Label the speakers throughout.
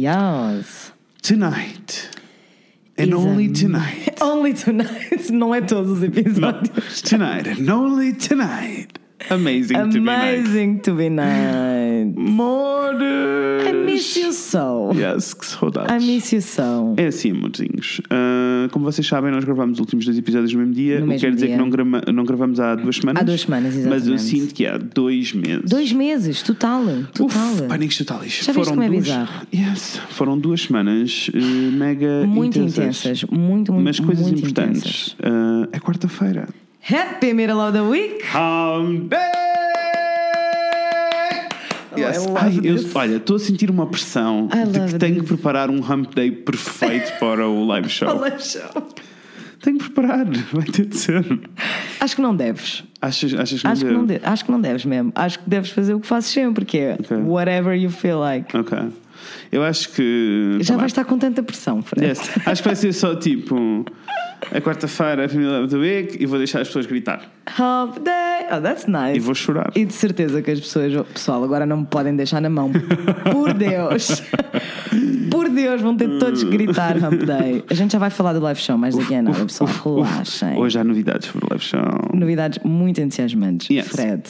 Speaker 1: Yes.
Speaker 2: Tonight. And
Speaker 1: Isa.
Speaker 2: only tonight.
Speaker 1: Only tonight. Não é todos os episódios.
Speaker 2: tonight and only tonight. Amazing, to be night.
Speaker 1: Amazing to be nice.
Speaker 2: Mordes.
Speaker 1: I miss you so.
Speaker 2: Yes, que saudades.
Speaker 1: I miss you so.
Speaker 2: É assim, amorzinhos. Ah, como vocês sabem, nós gravamos os últimos dois episódios no mesmo dia.
Speaker 1: No
Speaker 2: o que
Speaker 1: mesmo
Speaker 2: quer dizer
Speaker 1: dia.
Speaker 2: que não, grama- não gravamos há duas semanas.
Speaker 1: Há duas semanas,
Speaker 2: Mas eu
Speaker 1: exatamente.
Speaker 2: sinto que há dois meses.
Speaker 1: Dois meses, total. Total.
Speaker 2: Uf, pânicos totais.
Speaker 1: Já viste como é
Speaker 2: duas,
Speaker 1: bizarro?
Speaker 2: Yes, foram duas semanas eh, mega
Speaker 1: muito intensas. Muito, muito,
Speaker 2: mas coisas
Speaker 1: muito intensas.
Speaker 2: importantes. Ah, é quarta-feira.
Speaker 1: Happy Middle of the Week!
Speaker 2: Hum, day! Yes.
Speaker 1: I love
Speaker 2: Ai, eu-
Speaker 1: this.
Speaker 2: olha, estou a sentir uma pressão
Speaker 1: é um I
Speaker 2: de
Speaker 1: love
Speaker 2: que tenho
Speaker 1: this.
Speaker 2: que preparar um hump day perfeito para o live show. tenho que preparar, vai ter de ser.
Speaker 1: Acho que não deves.
Speaker 2: Achas, achas que não
Speaker 1: Acho que,
Speaker 2: devo?
Speaker 1: não de- acho que não deves mesmo. Acho que deves fazer o que fazes sempre, que é
Speaker 2: Ok.
Speaker 1: whatever you feel like.
Speaker 2: Ok. Eu acho que.
Speaker 1: Já
Speaker 2: tá
Speaker 1: vais estar com tanta pressão, Fred.
Speaker 2: bem. Yes. Acho que vai ser só tipo. A quarta-feira é a família do Week e vou deixar as pessoas gritar.
Speaker 1: Hump day! Oh, that's nice.
Speaker 2: E vou chorar.
Speaker 1: E de certeza que as pessoas, pessoal, agora não me podem deixar na mão. Por Deus! Por Deus, vão ter todos que gritar Hump Day. A gente já vai falar do live show mais daqui a nada, pessoal. Relaxem.
Speaker 2: Hoje há novidades para o live show.
Speaker 1: Novidades muito entusiasmantes.
Speaker 2: Yes.
Speaker 1: Fred,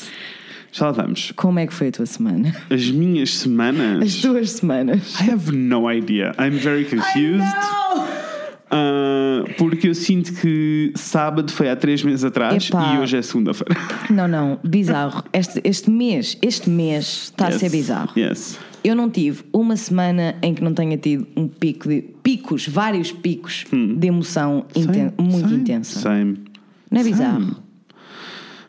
Speaker 2: Já lá vamos.
Speaker 1: como é que foi a tua semana?
Speaker 2: As minhas semanas.
Speaker 1: As duas semanas.
Speaker 2: I have no idea. I'm very confused. Ah, porque eu sinto que sábado foi há três meses atrás
Speaker 1: Epá.
Speaker 2: e hoje é segunda-feira.
Speaker 1: Não, não, bizarro. Este, este mês, este mês está a
Speaker 2: Yes.
Speaker 1: ser bizarro.
Speaker 2: Yes.
Speaker 1: Eu não tive uma semana em que não tenha tido um pico de picos, vários picos
Speaker 2: Hum.
Speaker 1: de emoção inten-
Speaker 2: Same,
Speaker 1: muito
Speaker 2: same,
Speaker 1: intensa.
Speaker 2: Same.
Speaker 1: Não é bizarro?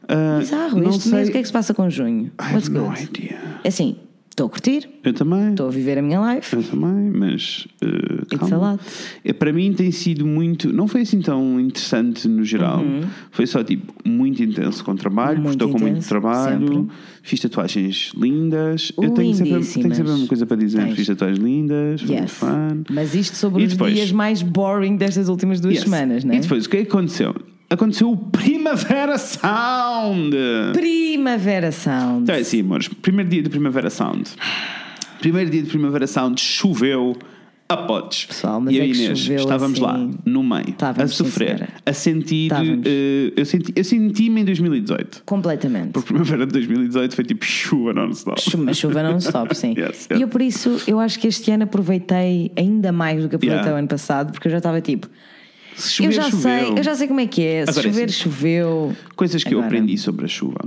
Speaker 2: Ah,
Speaker 1: Bizarro,
Speaker 2: não
Speaker 1: este
Speaker 2: sei.
Speaker 1: mês o que é que se passa com junho?
Speaker 2: I
Speaker 1: What's
Speaker 2: have no
Speaker 1: good?
Speaker 2: idea.
Speaker 1: É Assim, estou a curtir,
Speaker 2: Eu também.
Speaker 1: estou a viver a minha life.
Speaker 2: Eu também, mas. eh,
Speaker 1: It's
Speaker 2: calma.
Speaker 1: a lot.
Speaker 2: Eh, Para mim tem sido muito. Não foi assim tão interessante no geral. Foi só tipo muito intenso com o trabalho, porque
Speaker 1: Uhum. Muito
Speaker 2: estou com muito
Speaker 1: intenso,
Speaker 2: trabalho.
Speaker 1: sempre.
Speaker 2: Fiz tatuagens lindas. Eu tenho sempre, tenho
Speaker 1: Lindíssimas.
Speaker 2: sempre uma coisa para dizer.
Speaker 1: Tens.
Speaker 2: Fiz tatuagens lindas, foi muito
Speaker 1: Yes.
Speaker 2: fun.
Speaker 1: Mas isto sobre
Speaker 2: E
Speaker 1: os
Speaker 2: depois?
Speaker 1: dias mais boring destas últimas duas
Speaker 2: Yes.
Speaker 1: semanas, não é?
Speaker 2: E depois, o que é que aconteceu? Aconteceu o Primavera Sound!
Speaker 1: Primavera Sound.
Speaker 2: Então é assim, amores. Primeiro dia de Primavera Sound. Primeiro dia de Primavera Sound, choveu a potes.
Speaker 1: Pessoal, mas
Speaker 2: e eu
Speaker 1: é
Speaker 2: e
Speaker 1: que
Speaker 2: Inês
Speaker 1: choveu
Speaker 2: estávamos
Speaker 1: assim.
Speaker 2: lá, no meio,
Speaker 1: Estávamos, sim,
Speaker 2: a sofrer,
Speaker 1: senhora.
Speaker 2: a sentir.
Speaker 1: Estávamos.
Speaker 2: eh, eu senti- eu senti-me em 2018.
Speaker 1: Completamente.
Speaker 2: Porque Primavera de 2018 foi tipo chuva non-stop.
Speaker 1: Chuva, chuva não stop, sim.
Speaker 2: Yes, yes.
Speaker 1: E eu por isso, eu acho que este ano aproveitei ainda mais do que aproveitei
Speaker 2: Yeah.
Speaker 1: o ano passado, porque eu já estava tipo,
Speaker 2: Se chover,
Speaker 1: eu já
Speaker 2: choveu.
Speaker 1: sei, eu já sei como é que é, se
Speaker 2: Agora é
Speaker 1: chover,
Speaker 2: assim.
Speaker 1: choveu.
Speaker 2: Coisas que eu
Speaker 1: Agora.
Speaker 2: aprendi sobre a chuva.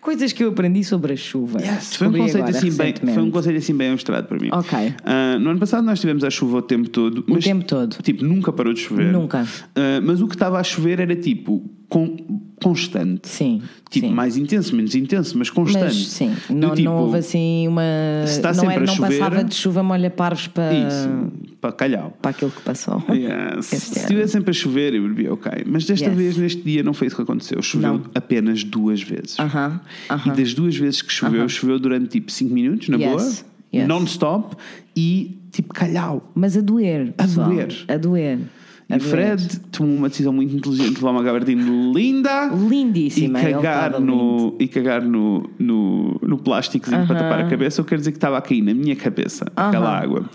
Speaker 1: Coisas que eu aprendi sobre a chuva.
Speaker 2: Yes, foi, um
Speaker 1: Descobri
Speaker 2: conceito
Speaker 1: agora,
Speaker 2: assim bem,
Speaker 1: recentemente.
Speaker 2: foi um conceito assim bem abstrato para mim.
Speaker 1: Ok.
Speaker 2: Ah, no ano passado nós tivemos a chuva o tempo todo. mas,
Speaker 1: tempo todo.
Speaker 2: Tipo, nunca parou de chover.
Speaker 1: Nunca.
Speaker 2: Ah, mas o que estava a chover era tipo con- constante.
Speaker 1: Sim,
Speaker 2: Tipo,
Speaker 1: sim.
Speaker 2: mais intenso, menos intenso, mas constante.
Speaker 1: Mas sim,
Speaker 2: Do
Speaker 1: não,
Speaker 2: tipo,
Speaker 1: não houve assim uma.
Speaker 2: se está
Speaker 1: não é-
Speaker 2: sempre a
Speaker 1: não
Speaker 2: chover-
Speaker 1: passava de chuva molha parvos para,
Speaker 2: Isso, É. para calhau.
Speaker 1: para aquilo que passou.
Speaker 2: Yes.
Speaker 1: Este
Speaker 2: Se
Speaker 1: ano.
Speaker 2: estivesse sempre a chover, eu bebia ok. Mas desta
Speaker 1: Yes.
Speaker 2: vez, neste dia, não foi isso que aconteceu. Choveu
Speaker 1: Não.
Speaker 2: apenas duas vezes.
Speaker 1: Aham,
Speaker 2: E
Speaker 1: aham.
Speaker 2: das duas vezes que choveu, choveu durante tipo 5 minutos, na
Speaker 1: Yes,
Speaker 2: boa,
Speaker 1: yes.
Speaker 2: non-stop e tipo calhau.
Speaker 1: Mas a doer.
Speaker 2: A
Speaker 1: pessoal.
Speaker 2: doer.
Speaker 1: A doer. A
Speaker 2: E
Speaker 1: doer.
Speaker 2: Fred tomou uma decisão muito inteligente de levar uma gabardina linda e
Speaker 1: Lindíssima. ele
Speaker 2: cagar,
Speaker 1: estava lindo.
Speaker 2: no, e cagar no, no, no plásticozinho para tapar a cabeça. Eu quero dizer que estava a cair na minha cabeça aquela água.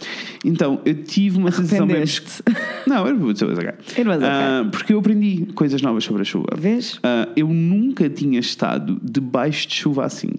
Speaker 2: Então eu tive uma sensação mesmo.
Speaker 1: Arrependeste-te.
Speaker 2: Não, eu vou dizer was okay.
Speaker 1: It was okay.
Speaker 2: Ah, porque eu aprendi coisas novas sobre a chuva.
Speaker 1: Vês?
Speaker 2: Ah, eu nunca tinha estado debaixo de chuva assim.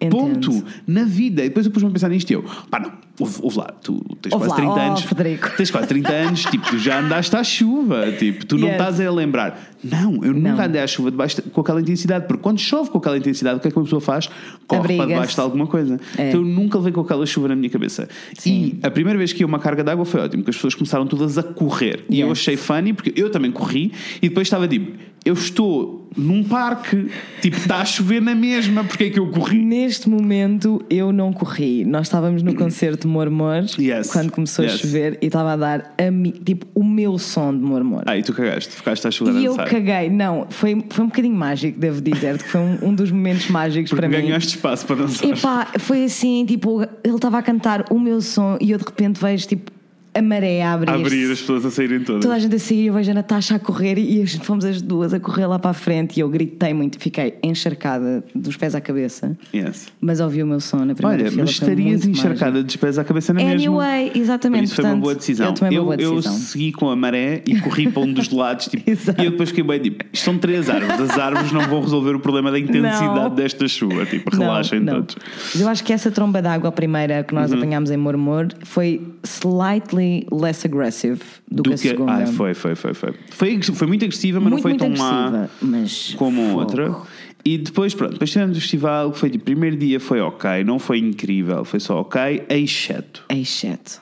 Speaker 1: Entendo.
Speaker 2: Ponto. Na vida. E depois eu pus-me a pensar nisto e eu. Pá, não. Ouve, ouve lá, tu tens
Speaker 1: Ouve
Speaker 2: quase
Speaker 1: lá, oh,
Speaker 2: 30 anos.
Speaker 1: Frederico.
Speaker 2: Tens quase 30 anos, tipo, tu já andaste à chuva. Tipo, tu não
Speaker 1: Yes.
Speaker 2: estás a lembrar. Não, eu nunca
Speaker 1: Não.
Speaker 2: andei à chuva debaixo de- com aquela intensidade. Porque quando chove com aquela intensidade, o que é que uma pessoa faz? Corre
Speaker 1: Abriga-se.
Speaker 2: para debaixo de alguma coisa.
Speaker 1: É.
Speaker 2: Então eu nunca levei com aquela chuva na minha cabeça. E a primeira vez que ia uma carga d'água foi ótimo, porque as pessoas começaram todas a correr. E eu
Speaker 1: Yes.
Speaker 2: achei funny, porque eu também corri, e depois estava tipo, eu estou num parque, tipo, está a chover na mesma, porque é que eu corri?
Speaker 1: Neste momento eu não corri. Nós estávamos no concerto de Mormor
Speaker 2: Yes,
Speaker 1: quando começou a
Speaker 2: yes.
Speaker 1: chover e estava a dar a mi- tipo o meu som de Mormor.
Speaker 2: Ah, e tu cagaste, ficaste à chuva a
Speaker 1: E eu
Speaker 2: dançar.
Speaker 1: caguei, não, foi, foi um bocadinho mágico, devo dizer, que foi um, um dos momentos mágicos
Speaker 2: Porque
Speaker 1: para mim.
Speaker 2: ganhaste espaço para dançar.
Speaker 1: Epá, foi assim, tipo, ele estava a cantar o meu som e eu de repente vejo, tipo, a maré a abrir.
Speaker 2: A abrir, as pessoas a saírem todas.
Speaker 1: Toda a gente a sair, eu vejo a Natasha a correr e as- fomos as duas a correr lá para a frente e eu gritei muito, fiquei encharcada dos pés à cabeça,
Speaker 2: Yes.
Speaker 1: mas ouvi o meu som na primeira
Speaker 2: Olha,
Speaker 1: fila.
Speaker 2: mas
Speaker 1: foi
Speaker 2: estarias
Speaker 1: tá muito
Speaker 2: encharcada de pés à cabeça na
Speaker 1: mais.
Speaker 2: mesma.
Speaker 1: Anyway, exatamente.
Speaker 2: Isso foi uma
Speaker 1: portanto,
Speaker 2: boa decisão.
Speaker 1: Eu tomei uma
Speaker 2: eu,
Speaker 1: boa
Speaker 2: eu
Speaker 1: decisão.
Speaker 2: segui com a maré e corri para um dos lados tipo,
Speaker 1: Exato.
Speaker 2: e eu depois fiquei bem tipo, isto são três árvores, as árvores não vão resolver o problema da intensidade
Speaker 1: Não.
Speaker 2: desta chuva. Tipo,
Speaker 1: Não,
Speaker 2: relaxem
Speaker 1: não.
Speaker 2: todos. Uhum.
Speaker 1: Mas Eu acho que essa tromba d'água, a primeira que nós apanhámos em Mormor, foi slightly less aggressive do, que a segunda.
Speaker 2: ah, foi, foi, foi, foi. Foi, agres- foi muito agressiva, mas
Speaker 1: muito,
Speaker 2: não foi
Speaker 1: muito
Speaker 2: tão má
Speaker 1: agressiva, mas
Speaker 2: como a
Speaker 1: fogo.
Speaker 2: outra. E depois, pronto, depois tivemos o festival, que foi de primeiro dia foi ok, não foi incrível, foi só ok, exceto
Speaker 1: É
Speaker 2: é assim,
Speaker 1: Exceto.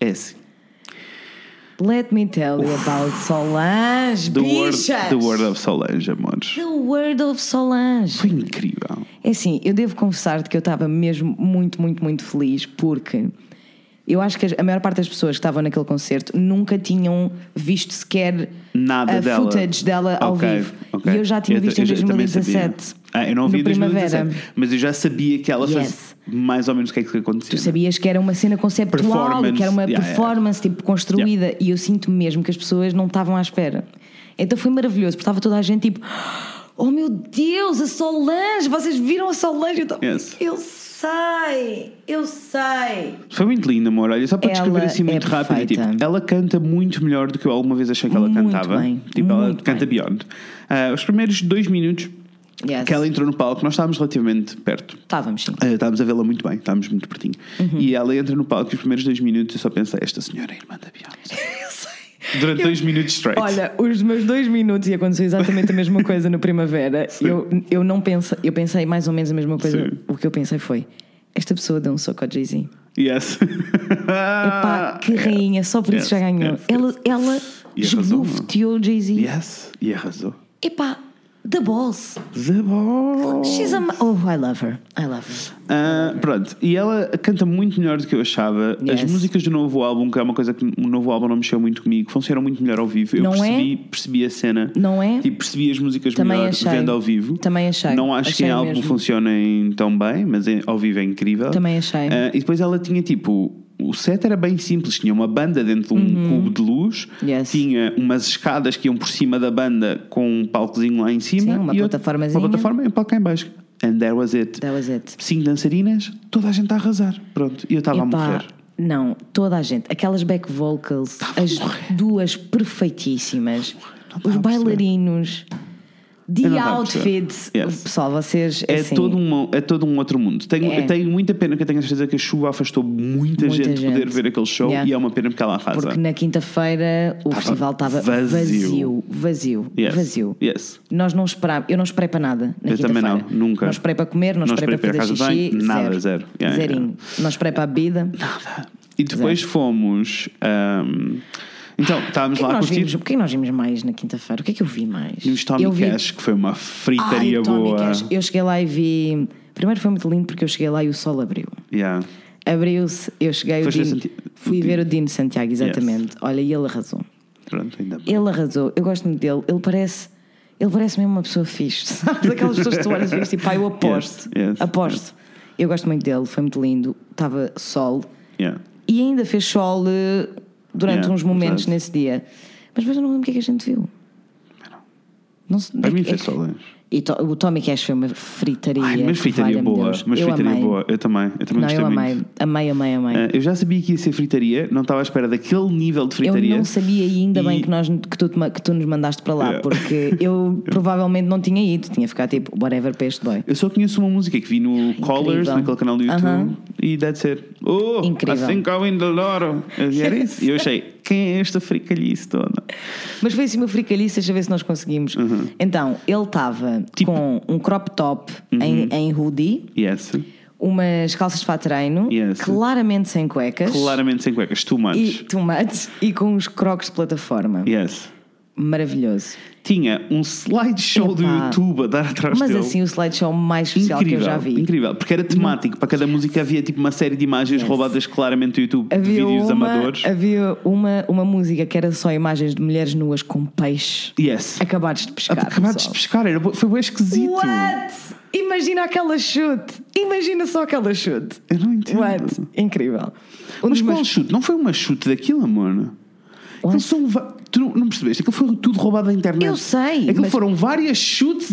Speaker 2: esse.
Speaker 1: Let me tell you about Solange,
Speaker 2: The Word,
Speaker 1: bichas!
Speaker 2: the word of Solange, amores.
Speaker 1: The Word of Solange.
Speaker 2: Foi incrível.
Speaker 1: É assim, eu devo confessar-te que eu estava mesmo muito, muito, muito feliz porque eu acho que as- a maior parte das pessoas que estavam naquele concerto nunca tinham visto sequer
Speaker 2: Nada
Speaker 1: a
Speaker 2: dela.
Speaker 1: footage dela ao
Speaker 2: Ok,
Speaker 1: vivo.
Speaker 2: ok.
Speaker 1: E eu já tinha
Speaker 2: ta-
Speaker 1: visto em
Speaker 2: eu já- também sabia.
Speaker 1: 2017.
Speaker 2: Ah, eu não vi
Speaker 1: no
Speaker 2: em 2017,
Speaker 1: Primavera.
Speaker 2: mas eu já sabia que ela
Speaker 1: Yes.
Speaker 2: fazia mais ou menos o que é que acontecia.
Speaker 1: Tu sabias que era uma cena conceptual,
Speaker 2: Performance,
Speaker 1: que era uma
Speaker 2: yeah, yeah.
Speaker 1: performance tipo construída e eu sinto mesmo que as pessoas não estavam à espera. Então foi maravilhoso, porque estava toda a gente tipo: Oh meu Deus, a Solange! Vocês viram a Solange? Eu, tava,
Speaker 2: Yes.
Speaker 1: eu sei, eu sei.
Speaker 2: Foi muito lindo, amor. Olha, só para
Speaker 1: Ela
Speaker 2: descrever assim
Speaker 1: é
Speaker 2: muito rápido, tipo,
Speaker 1: perfeita.
Speaker 2: ela canta muito melhor do que eu alguma vez achei que ela
Speaker 1: Muito
Speaker 2: cantava.
Speaker 1: bem,
Speaker 2: tipo, ela
Speaker 1: muito
Speaker 2: canta
Speaker 1: bem.
Speaker 2: Beyond. Ah, os primeiros dois minutos
Speaker 1: Yes.
Speaker 2: que ela entrou no palco, nós estávamos relativamente perto.
Speaker 1: Estávamos sim.
Speaker 2: Ah, estávamos a vê-la muito bem, estávamos muito pertinho.
Speaker 1: Uhum.
Speaker 2: E ela entra no palco e os primeiros dois minutos eu só pensei, esta senhora é irmã da Beyoncé.
Speaker 1: Eu sei.
Speaker 2: Durante dois minutos straight.
Speaker 1: Olha, os meus dois minutos e aconteceu exatamente a mesma coisa no Primavera. Eu, eu não pensei, eu pensei mais ou menos a mesma coisa.
Speaker 2: Sim.
Speaker 1: O que eu pensei foi: esta pessoa deu um soco ao Jay-Z.
Speaker 2: Yes.
Speaker 1: Epá, que rainha, só por isso
Speaker 2: Ah, Yes,
Speaker 1: já ganhou.
Speaker 2: yes,
Speaker 1: ela ela
Speaker 2: E arrasou.
Speaker 1: esbufeteou o Jay-Z.
Speaker 2: Yes. E arrasou.
Speaker 1: Epá, The Boss.
Speaker 2: The ball.
Speaker 1: She's a. ma- Oh, I love her. I love her.
Speaker 2: Ah, pronto, e ela canta muito melhor do que eu achava. As
Speaker 1: Yes.
Speaker 2: músicas do novo álbum, que é uma coisa que o novo álbum não mexeu muito comigo, funcionam muito melhor ao vivo. Eu
Speaker 1: Não é?
Speaker 2: percebi, percebi a cena.
Speaker 1: Não é?
Speaker 2: Tipo, percebi as músicas
Speaker 1: Também
Speaker 2: melhor
Speaker 1: achei.
Speaker 2: vendo ao vivo.
Speaker 1: Também achei.
Speaker 2: Não acho que
Speaker 1: Achei
Speaker 2: em álbum
Speaker 1: mesmo.
Speaker 2: funcionem tão bem, mas em- ao vivo é incrível.
Speaker 1: Também achei.
Speaker 2: Ah, e depois ela tinha tipo. O set era bem simples, tinha uma banda dentro de um cubo de luz,
Speaker 1: Uhum. Yes.
Speaker 2: tinha umas escadas que iam por cima da banda com um palcozinho lá em cima.
Speaker 1: Sim, uma
Speaker 2: e outro-
Speaker 1: plataformazinha.
Speaker 2: Uma plataforma e um palco cá em baixo. And there was it
Speaker 1: That was it.
Speaker 2: cinco dançarinas, toda a gente a arrasar. Pronto, e eu estava a
Speaker 1: Epá,
Speaker 2: morrer.
Speaker 1: não, toda a gente. Aquelas back vocals, as duas perfeitíssimas.
Speaker 2: Não
Speaker 1: Os
Speaker 2: estava a perceber.
Speaker 1: bailarinos.
Speaker 2: Eu não
Speaker 1: The
Speaker 2: estava a perceber.
Speaker 1: outfits.
Speaker 2: Yes.
Speaker 1: Pessoal, vocês.
Speaker 2: É,
Speaker 1: assim,
Speaker 2: todo um, é todo um outro mundo. Tenho,
Speaker 1: É.
Speaker 2: tenho muita pena que eu tenho a certeza que a chuva afastou muita,
Speaker 1: Muita
Speaker 2: gente de poder
Speaker 1: gente.
Speaker 2: ver aquele show
Speaker 1: Yeah.
Speaker 2: e é uma pena porque ela arrasa.
Speaker 1: Porque na quinta-feira o
Speaker 2: Tava
Speaker 1: festival estava
Speaker 2: vazio.
Speaker 1: vazio. Vazio.
Speaker 2: Yes.
Speaker 1: Vazio.
Speaker 2: Yes.
Speaker 1: Nós não esperámos, eu não esperei para nada. Na
Speaker 2: Eu também
Speaker 1: quinta-feira.
Speaker 2: não, nunca.
Speaker 1: Não esperei para comer, não,
Speaker 2: Não
Speaker 1: esperei,
Speaker 2: esperei
Speaker 1: para
Speaker 2: para
Speaker 1: fazer
Speaker 2: ir à casa de
Speaker 1: xixi.
Speaker 2: banho, nada, zero. Yeah, yeah,
Speaker 1: Zerinho. Não esperei para a bebida.
Speaker 2: E depois fomos. ahm, então,
Speaker 1: O
Speaker 2: estávamos
Speaker 1: que, é que
Speaker 2: lá a
Speaker 1: nós vimos,
Speaker 2: curtir.
Speaker 1: o que é que nós vimos mais na quinta-feira? O que é que eu vi mais?
Speaker 2: Vimos Tommy
Speaker 1: eu vi...
Speaker 2: Cash, que foi uma
Speaker 1: Ai,
Speaker 2: fritaria
Speaker 1: o Tommy
Speaker 2: boa.
Speaker 1: Cash. Eu cheguei lá e vi. Primeiro foi muito lindo porque eu cheguei lá e o sol abriu.
Speaker 2: Yeah.
Speaker 1: Abriu-se, eu cheguei. O
Speaker 2: Foste
Speaker 1: Dino,
Speaker 2: ver Santi-
Speaker 1: Fui
Speaker 2: o
Speaker 1: ver o Dino Santiago, exatamente. Olha, e ele arrasou.
Speaker 2: Pronto, ainda bem.
Speaker 1: Ele arrasou, eu gosto muito dele. Ele parece, ele parece mesmo uma pessoa fixe, sabes? Aquelas pessoas que tu olhas e vês tipo, pá, eu aposto,
Speaker 2: Yes, yes,
Speaker 1: aposto. Eu gosto muito dele, foi muito lindo. Estava sol
Speaker 2: Yeah.
Speaker 1: e ainda fez sol eh, durante
Speaker 2: Yeah,
Speaker 1: uns momentos
Speaker 2: verdade.
Speaker 1: nesse dia. Mas depois eu não lembro o que é que a gente viu. Não sei-
Speaker 2: Para
Speaker 1: é
Speaker 2: mim
Speaker 1: que- é
Speaker 2: foi
Speaker 1: que-
Speaker 2: Solange.
Speaker 1: E to- o Tommy Cash foi uma fritaria.
Speaker 2: Ai, mas
Speaker 1: que
Speaker 2: fritaria
Speaker 1: valha-me
Speaker 2: boa.
Speaker 1: Deus.
Speaker 2: Mas
Speaker 1: eu
Speaker 2: fritaria
Speaker 1: amei.
Speaker 2: boa. Eu também. Eu também
Speaker 1: Não,
Speaker 2: gostei
Speaker 1: eu
Speaker 2: muito.
Speaker 1: amei, amei, amei, amei.
Speaker 2: Ah, eu já sabia que ia ser fritaria, não estava à espera daquele nível de
Speaker 1: Eu
Speaker 2: fritaria.
Speaker 1: não sabia e ainda bem
Speaker 2: E-
Speaker 1: que, nós, que, tu, te ma- que tu nos mandaste para lá,
Speaker 2: É.
Speaker 1: porque eu provavelmente não tinha ido, tinha ficado tipo, whatever para este boy.
Speaker 2: Eu só conheço uma música que vi no Callers,
Speaker 1: incrível.
Speaker 2: naquele canal do YouTube,
Speaker 1: Aham.
Speaker 2: e that's it. Oh,
Speaker 1: Incrível.
Speaker 2: I think I'm in the lotto. E era isso. E eu achei, quem é esta fricalhice toda?
Speaker 1: Mas foi assim uma fricalhice, deixa eu ver se nós conseguimos. Então, ele estava
Speaker 2: Uhum. Tipo- Uhum.
Speaker 1: com um crop top em, em hoodie,
Speaker 2: Yes.
Speaker 1: umas calças para treino,
Speaker 2: Yes.
Speaker 1: claramente sem cuecas
Speaker 2: Claramente sem cuecas, too much.
Speaker 1: e tomates e com uns crocs de plataforma.
Speaker 2: Yes.
Speaker 1: Maravilhoso.
Speaker 2: Tinha um slideshow do
Speaker 1: Epá.
Speaker 2: YouTube a dar atrás
Speaker 1: Mas
Speaker 2: dele.
Speaker 1: assim, o slideshow mais especial
Speaker 2: Incrível,
Speaker 1: que eu já vi.
Speaker 2: incrível, porque era temático. Para cada música havia tipo uma série de imagens
Speaker 1: Yes.
Speaker 2: roubadas claramente do YouTube de
Speaker 1: Havia,
Speaker 2: vídeos
Speaker 1: uma,
Speaker 2: amadores.
Speaker 1: havia uma, uma música que era só imagens de mulheres nuas com peixe.
Speaker 2: Yes.
Speaker 1: Acabados de pescar.
Speaker 2: Acabados de
Speaker 1: pessoal.
Speaker 2: pescar, era, bo- foi bem esquisito.
Speaker 1: What? Imagina aquela chute. Imagina só aquela chute.
Speaker 2: Eu não entendo.
Speaker 1: What? Incrível. Um
Speaker 2: Mas
Speaker 1: dos
Speaker 2: qual é
Speaker 1: meus-
Speaker 2: chute? Não foi uma chute daquilo, amor? Aquilo são va- Tu não, não percebeste? Aquilo foi tudo roubado da internet.
Speaker 1: Eu sei,
Speaker 2: Aquilo
Speaker 1: mas-
Speaker 2: foram várias chutes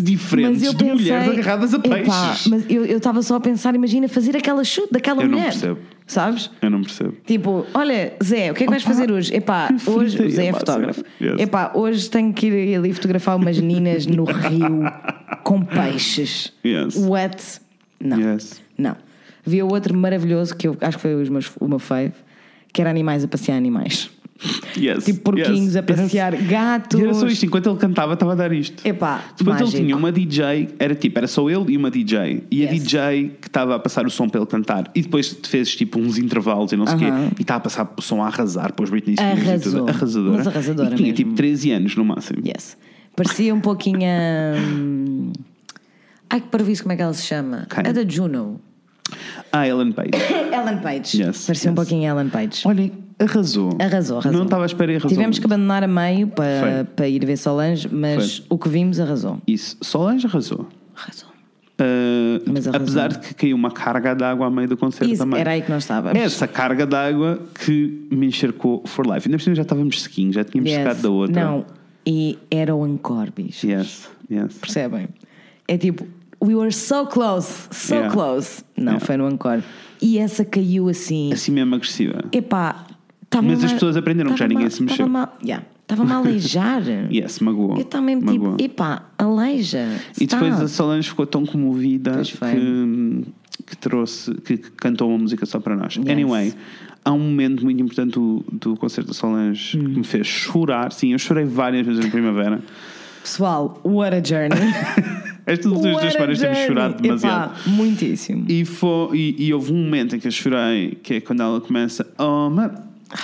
Speaker 1: Mas
Speaker 2: diferentes
Speaker 1: eu
Speaker 2: de
Speaker 1: pensei,
Speaker 2: mulheres agarradas a peixes.
Speaker 1: Epá, mas eu estava só a pensar, imagina fazer aquela chute daquela
Speaker 2: Eu não
Speaker 1: mulher.
Speaker 2: percebo.
Speaker 1: Sabes?
Speaker 2: Eu não percebo.
Speaker 1: Tipo, olha, Zé, o que é que vais
Speaker 2: Opa,
Speaker 1: fazer hoje? Epá,
Speaker 2: que
Speaker 1: hoje o
Speaker 2: frita,
Speaker 1: Zé é
Speaker 2: epá,
Speaker 1: fotógrafo.
Speaker 2: Zé, yes.
Speaker 1: Epá, hoje tenho que ir ali fotografar umas meninas no rio com peixes.
Speaker 2: Yes.
Speaker 1: What? Não.
Speaker 2: Yes.
Speaker 1: Não. Havia outro maravilhoso que eu acho que foi os meus, o meu fave, que era animais a passear animais.
Speaker 2: Yes.
Speaker 1: Tipo porquinhos
Speaker 2: yes,
Speaker 1: a passear gatos.
Speaker 2: Yes. E era só isto. Enquanto ele cantava, estava a dar isto.
Speaker 1: Epá,
Speaker 2: Depois ele
Speaker 1: mágico.
Speaker 2: tinha um. uma DJ, era tipo, era só ele e uma DJ. E a
Speaker 1: Yes.
Speaker 2: DJ que estava a passar o som para ele cantar. E depois fez tipo uns intervalos e não sei o
Speaker 1: Aham.
Speaker 2: quê. E estava a passar o som a arrasar para os Britney Spears e
Speaker 1: Arrasou.
Speaker 2: tudo. Arrasadora.
Speaker 1: Mas arrasadora
Speaker 2: E tinha
Speaker 1: mesmo.
Speaker 2: tipo 13 anos no máximo.
Speaker 1: Yes. Parecia um pouquinho. hum, Ai, que parvice, como é que ela se chama?
Speaker 2: Quem?
Speaker 1: É da Juno.
Speaker 2: Ah, Ellen Page.
Speaker 1: Ellen Page.
Speaker 2: Yes,
Speaker 1: Parecia um
Speaker 2: yes.
Speaker 1: pouquinho Ellen Page.
Speaker 2: Olhem, arrasou.
Speaker 1: Arrasou, arrasou.
Speaker 2: Não estava à espera e arrasou.
Speaker 1: Tivemos que abandonar a meio
Speaker 2: Foi.
Speaker 1: para, para ir ver Solange, mas
Speaker 2: Foi.
Speaker 1: o que vimos arrasou.
Speaker 2: Isso. Solange arrasou.
Speaker 1: Arrasou.
Speaker 2: Uh,
Speaker 1: Mas arrasou.
Speaker 2: apesar de que caiu uma carga d'água ao meio do concerto
Speaker 1: Isso,
Speaker 2: também.
Speaker 1: era aí que nós estávamos.
Speaker 2: Essa carga d'água que me encharcou for life. Ainda por cima já estávamos sequinhos, já tínhamos
Speaker 1: Yes.
Speaker 2: secado da outra.
Speaker 1: Não, e era o encore, bicho.
Speaker 2: Yes, yes.
Speaker 1: Percebem? É tipo, we were so close, so
Speaker 2: Yeah.
Speaker 1: close. Não,
Speaker 2: Yeah.
Speaker 1: foi no encore. E essa caiu assim.
Speaker 2: Assim mesmo agressiva.
Speaker 1: Epá, estava
Speaker 2: Mas as
Speaker 1: mal-
Speaker 2: pessoas aprenderam que já
Speaker 1: estava
Speaker 2: ninguém
Speaker 1: mal-
Speaker 2: se mexeu.
Speaker 1: Estava mal, yeah, estava mal a aleijar.
Speaker 2: Yes, magoou.
Speaker 1: Eu também, tipo,
Speaker 2: Magoou.
Speaker 1: epá, aleija.
Speaker 2: E depois
Speaker 1: stop.
Speaker 2: a Solange ficou tão comovida
Speaker 1: Pois foi.
Speaker 2: que, que trouxe, que, que cantou uma música só para nós. Anyway, há um momento muito importante do, do concerto da Solange que
Speaker 1: Hum.
Speaker 2: me fez chorar. Sim, eu chorei várias vezes na primavera.
Speaker 1: Pessoal, what a journey.
Speaker 2: Estas últimas
Speaker 1: what a
Speaker 2: duas semanas temos
Speaker 1: journey.
Speaker 2: chorado demasiado.
Speaker 1: Epá, muitíssimo.
Speaker 2: E, foi, e, e houve um momento em que eu chorei, que é quando ela começa Oh, my,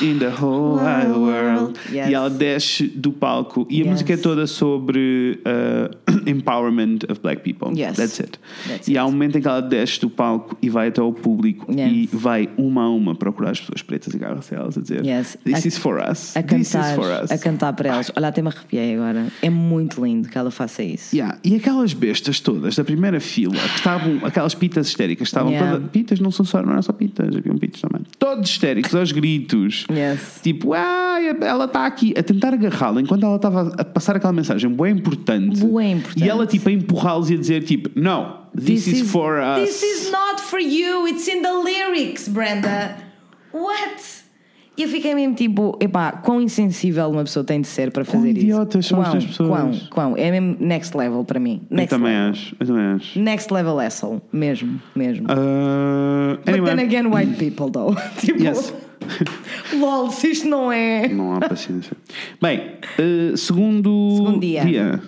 Speaker 2: in the whole wide world.
Speaker 1: Yes.
Speaker 2: E ela desce do palco. E a
Speaker 1: Yes.
Speaker 2: música é toda sobre uh, empowerment of black people.
Speaker 1: Yes.
Speaker 2: That's it.
Speaker 1: That's
Speaker 2: e há
Speaker 1: it.
Speaker 2: um momento em que ela desce do palco e vai até ao público
Speaker 1: Yes.
Speaker 2: e vai uma a uma procurar as pessoas pretas e agarra-se a elas a dizer
Speaker 1: Yes.
Speaker 2: This
Speaker 1: A-
Speaker 2: is for us.
Speaker 1: A
Speaker 2: This is
Speaker 1: cantar,
Speaker 2: for us.
Speaker 1: a cantar para elas. Olha, até me arrepiei agora. É muito lindo que ela faça isso.
Speaker 2: Yeah. E aquelas bestas todas da primeira fila, que estavam, aquelas pitas histéricas, estavam
Speaker 1: Yeah.
Speaker 2: todas. Pitas não são só, não eram só pitas, haviam pitas também. Todos histéricos, aos gritos.
Speaker 1: Yes.
Speaker 2: Tipo, ai, ela está aqui, a tentar agarrá-la enquanto ela estava a passar aquela mensagem bué importante.
Speaker 1: Bué importante.
Speaker 2: E ela, tipo, a empurrá-los e a dizer, tipo, não, this, is, for us.
Speaker 3: This is not for you. It's in the lyrics, Brenda. What?
Speaker 1: E eu fiquei mesmo tipo, epá, quão insensível uma pessoa tem de ser para fazer isso.
Speaker 2: idiotas são
Speaker 1: Quão,
Speaker 2: estas pessoas.
Speaker 1: Quão, quão. É mesmo next level para mim.
Speaker 2: eu
Speaker 1: Next
Speaker 2: também
Speaker 1: level.
Speaker 2: acho, eu também acho.
Speaker 1: Next level asshole. Mesmo, mesmo.
Speaker 2: Ah,
Speaker 1: But then
Speaker 2: anyway.
Speaker 1: again, white people, though. tipo,
Speaker 2: Yes.
Speaker 1: lol, se isto não é.
Speaker 2: Não há paciência. Bem, ah, segundo,
Speaker 1: Segundo dia.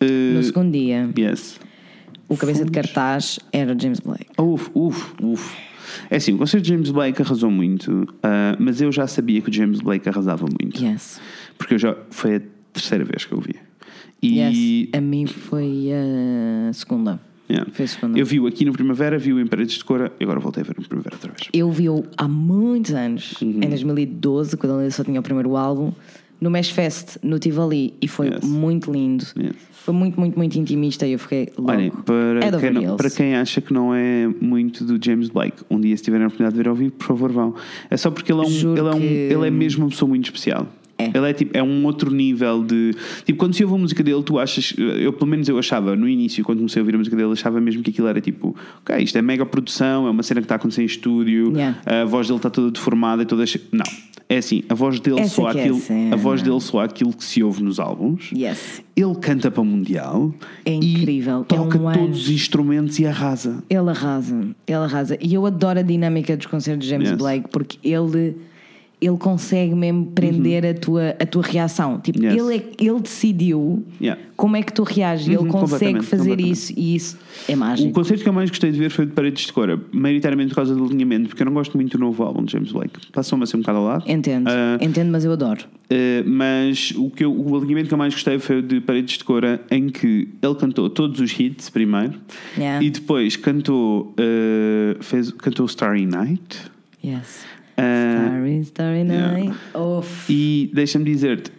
Speaker 2: Ah,
Speaker 1: No segundo dia,
Speaker 2: yes.
Speaker 1: o cabeça de cartaz era o James Blake.
Speaker 2: Uf, uf, uf. É assim, o concerto de James Blake arrasou muito, ah, mas eu já sabia que o James Blake arrasava muito.
Speaker 1: Yes.
Speaker 2: Porque eu já foi a terceira vez que eu vi. E
Speaker 1: Yes. A mim foi a segunda.
Speaker 2: yeah.
Speaker 1: Foi a segunda.
Speaker 2: eu vi-o aqui no Primavera, vi-o em Paredes de Cora e agora voltei a ver no Primavera outra vez.
Speaker 1: Eu vi-o há muitos anos,
Speaker 2: Uhum.
Speaker 1: em 2012, quando ele só tinha o primeiro álbum, no Mesh Fest, no Tivoli, e foi
Speaker 2: Yes.
Speaker 1: muito lindo.
Speaker 2: Yes.
Speaker 1: Foi muito, muito, muito intimista e eu fiquei louco.
Speaker 2: Olhem,
Speaker 1: É de
Speaker 2: para, quem não-
Speaker 1: overheals.
Speaker 2: para quem acha que não é muito do James Blake, um dia se tiverem a oportunidade de ver ao vivo, por favor vão. É só porque ele é, um,
Speaker 1: Juro
Speaker 2: ele é, um-
Speaker 1: que-
Speaker 2: ele é mesmo uma pessoa muito especial.
Speaker 1: É.
Speaker 2: Ele é, tipo, é um outro nível de. Tipo, quando se ouve a música dele, tu achas. Eu, pelo menos, eu achava no início, quando comecei a ouvir a música dele, achava mesmo que aquilo era tipo, ok, isto é mega produção, é uma cena que está a acontecer em estúdio,
Speaker 1: Yeah.
Speaker 2: a voz dele está toda deformada e toda. che- Não. É assim, a voz dele
Speaker 1: Essa
Speaker 2: soa
Speaker 1: que é a
Speaker 2: aquilo.
Speaker 1: cena.
Speaker 2: a voz dele soa aquilo que se ouve nos álbuns.
Speaker 1: Yes.
Speaker 2: Ele canta para o Mundial.
Speaker 1: É
Speaker 2: e
Speaker 1: incrível, é
Speaker 2: toca
Speaker 1: um anjo.
Speaker 2: todos os instrumentos e arrasa.
Speaker 1: Ele arrasa, ele arrasa. E eu adoro a dinâmica dos concertos de James
Speaker 2: Yes.
Speaker 1: Blake porque ele, ele consegue mesmo prender a, tua, a tua reação. Tipo,
Speaker 2: Uhum. Yes.
Speaker 1: ele, é- ele decidiu
Speaker 2: Yeah.
Speaker 1: como é que tu reages. e
Speaker 2: Uhum,
Speaker 1: ele consegue
Speaker 2: completamente,
Speaker 1: fazer
Speaker 2: completamente.
Speaker 1: isso e isso é
Speaker 2: O
Speaker 1: mágico.
Speaker 2: concerto que eu mais gostei de ver foi o de Paredes de Cora, maioritariamente por causa do alinhamento, porque eu não gosto muito do novo álbum de James Blake. Passou-me assim um bocado ao lado.
Speaker 1: Entendo,
Speaker 2: Ah,
Speaker 1: entendo, mas eu adoro.
Speaker 2: Uh, mas o, que eu- o alinhamento que eu mais gostei foi o de Paredes de Cora, em que ele cantou todos os hits primeiro
Speaker 1: Yeah.
Speaker 2: e depois cantou, uh, fez, cantou Starry Night.
Speaker 1: Yes.
Speaker 2: uh,
Speaker 1: Starry, starry
Speaker 2: yeah.
Speaker 1: night. Oh,
Speaker 2: E deixa-me dizer-te,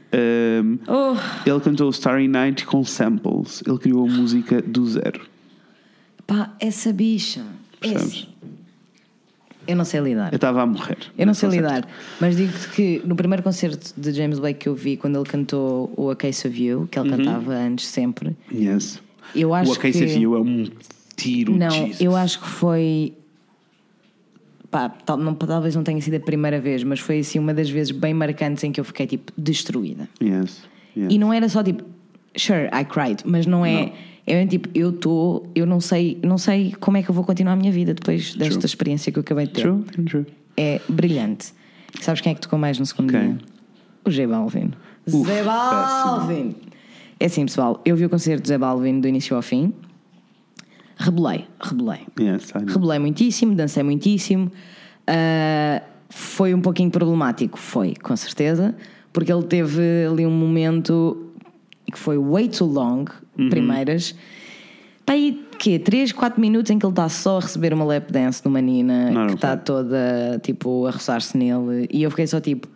Speaker 2: um,
Speaker 1: Oh.
Speaker 2: ele cantou Starry Night com samples. Ele criou a música do zero.
Speaker 1: Pá, essa bicha.
Speaker 2: Percebes?
Speaker 1: esse. Eu não sei lidar.
Speaker 2: Eu estava a morrer.
Speaker 1: Eu não sei
Speaker 2: Nesse
Speaker 1: lidar, mas digo-te que no primeiro concerto de James Blake que eu vi, quando ele cantou o A Case of You, que ele cantava antes sempre,
Speaker 2: concerto. Yes.
Speaker 1: eu acho
Speaker 2: Uhum. o A Case
Speaker 1: que...
Speaker 2: of You é um tiro
Speaker 1: Não,
Speaker 2: Jesus.
Speaker 1: eu acho que foi. Pá, tal- não- talvez não tenha sido a primeira vez, mas foi assim uma das vezes bem marcantes em que eu fiquei tipo destruída.
Speaker 2: Yes. yes.
Speaker 1: E não era só tipo, sure, I cried, mas não é. É mesmo tipo, eu estou, eu não sei, não sei como é que eu vou continuar a minha vida depois desta
Speaker 2: True.
Speaker 1: experiência que eu acabei de ter.
Speaker 2: True, true.
Speaker 1: É brilhante. Sabes quem é que tocou mais no segundo
Speaker 2: Quem?
Speaker 1: dia? O J Balvin.
Speaker 2: Uf,
Speaker 1: J Balvin! É assim, pessoal, eu vi o concerto do J Balvin do início ao fim. Rebelei, rebelei.
Speaker 2: Yes, I know.
Speaker 1: Rebelei muitíssimo, dancei muitíssimo. Ah, foi um pouquinho problemático, foi, com certeza, porque ele teve ali um momento que foi way too long,
Speaker 2: Uhum.
Speaker 1: primeiras. Está aí, quê? 3, 4 minutos em que ele está só a receber uma lap dance de uma menina
Speaker 2: Não,
Speaker 1: que
Speaker 2: não
Speaker 1: está
Speaker 2: foi.
Speaker 1: toda, tipo, a roçar-se nele. E eu fiquei só tipo,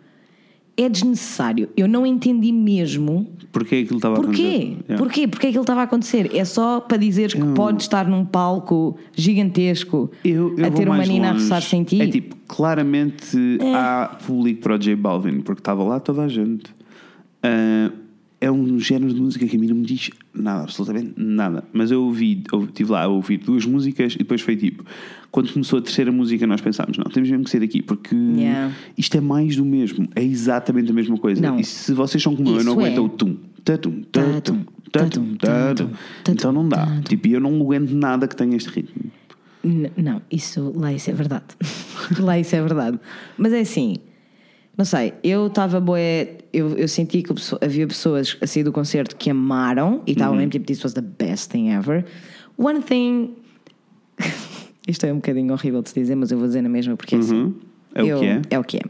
Speaker 1: é desnecessário. Eu não entendi mesmo
Speaker 2: Porquê é aquilo estava a acontecer?
Speaker 1: Porquê?
Speaker 2: Yeah.
Speaker 1: Porquê? Porquê é que ele estava a acontecer? É só para dizeres que podes estar num palco gigantesco
Speaker 2: Eu, eu
Speaker 1: a
Speaker 2: vou
Speaker 1: ter uma
Speaker 2: mais
Speaker 1: menina a
Speaker 2: longe.
Speaker 1: roçar sem ti? É.
Speaker 2: É tipo, claramente há público para o J Balvin, porque estava lá toda a gente. Ah, é um género de música que a mim não me diz nada, absolutamente nada. Mas eu ouvi, eu estive lá a ouvir duas músicas e depois foi tipo, quando começou a terceira música, nós pensámos, não, temos mesmo que sair daqui, porque
Speaker 1: Yeah.
Speaker 2: isto é mais do mesmo, é exatamente a mesma coisa.
Speaker 1: Não.
Speaker 2: E se vocês são como eu, eu não
Speaker 1: Isso é.
Speaker 2: aguento o tum, tatum, tatum, tatum, tatum. Então não dá. Tipo, e eu não aguento nada que tenha este ritmo.
Speaker 1: N- não, isso lá isso é verdade. lá isso é verdade. Mas é assim, não sei, eu estava boé, eu, eu senti que o pessoa- havia pessoas a sair do concerto que amaram e
Speaker 2: Uhum.
Speaker 1: estavam mesmo tipo, this was the best thing ever. One thing. Isto é um bocadinho horrível de se dizer, mas eu vou dizer na mesma porque é assim.
Speaker 2: Uhum. É o
Speaker 1: Eu-
Speaker 2: que é.
Speaker 1: É o que é.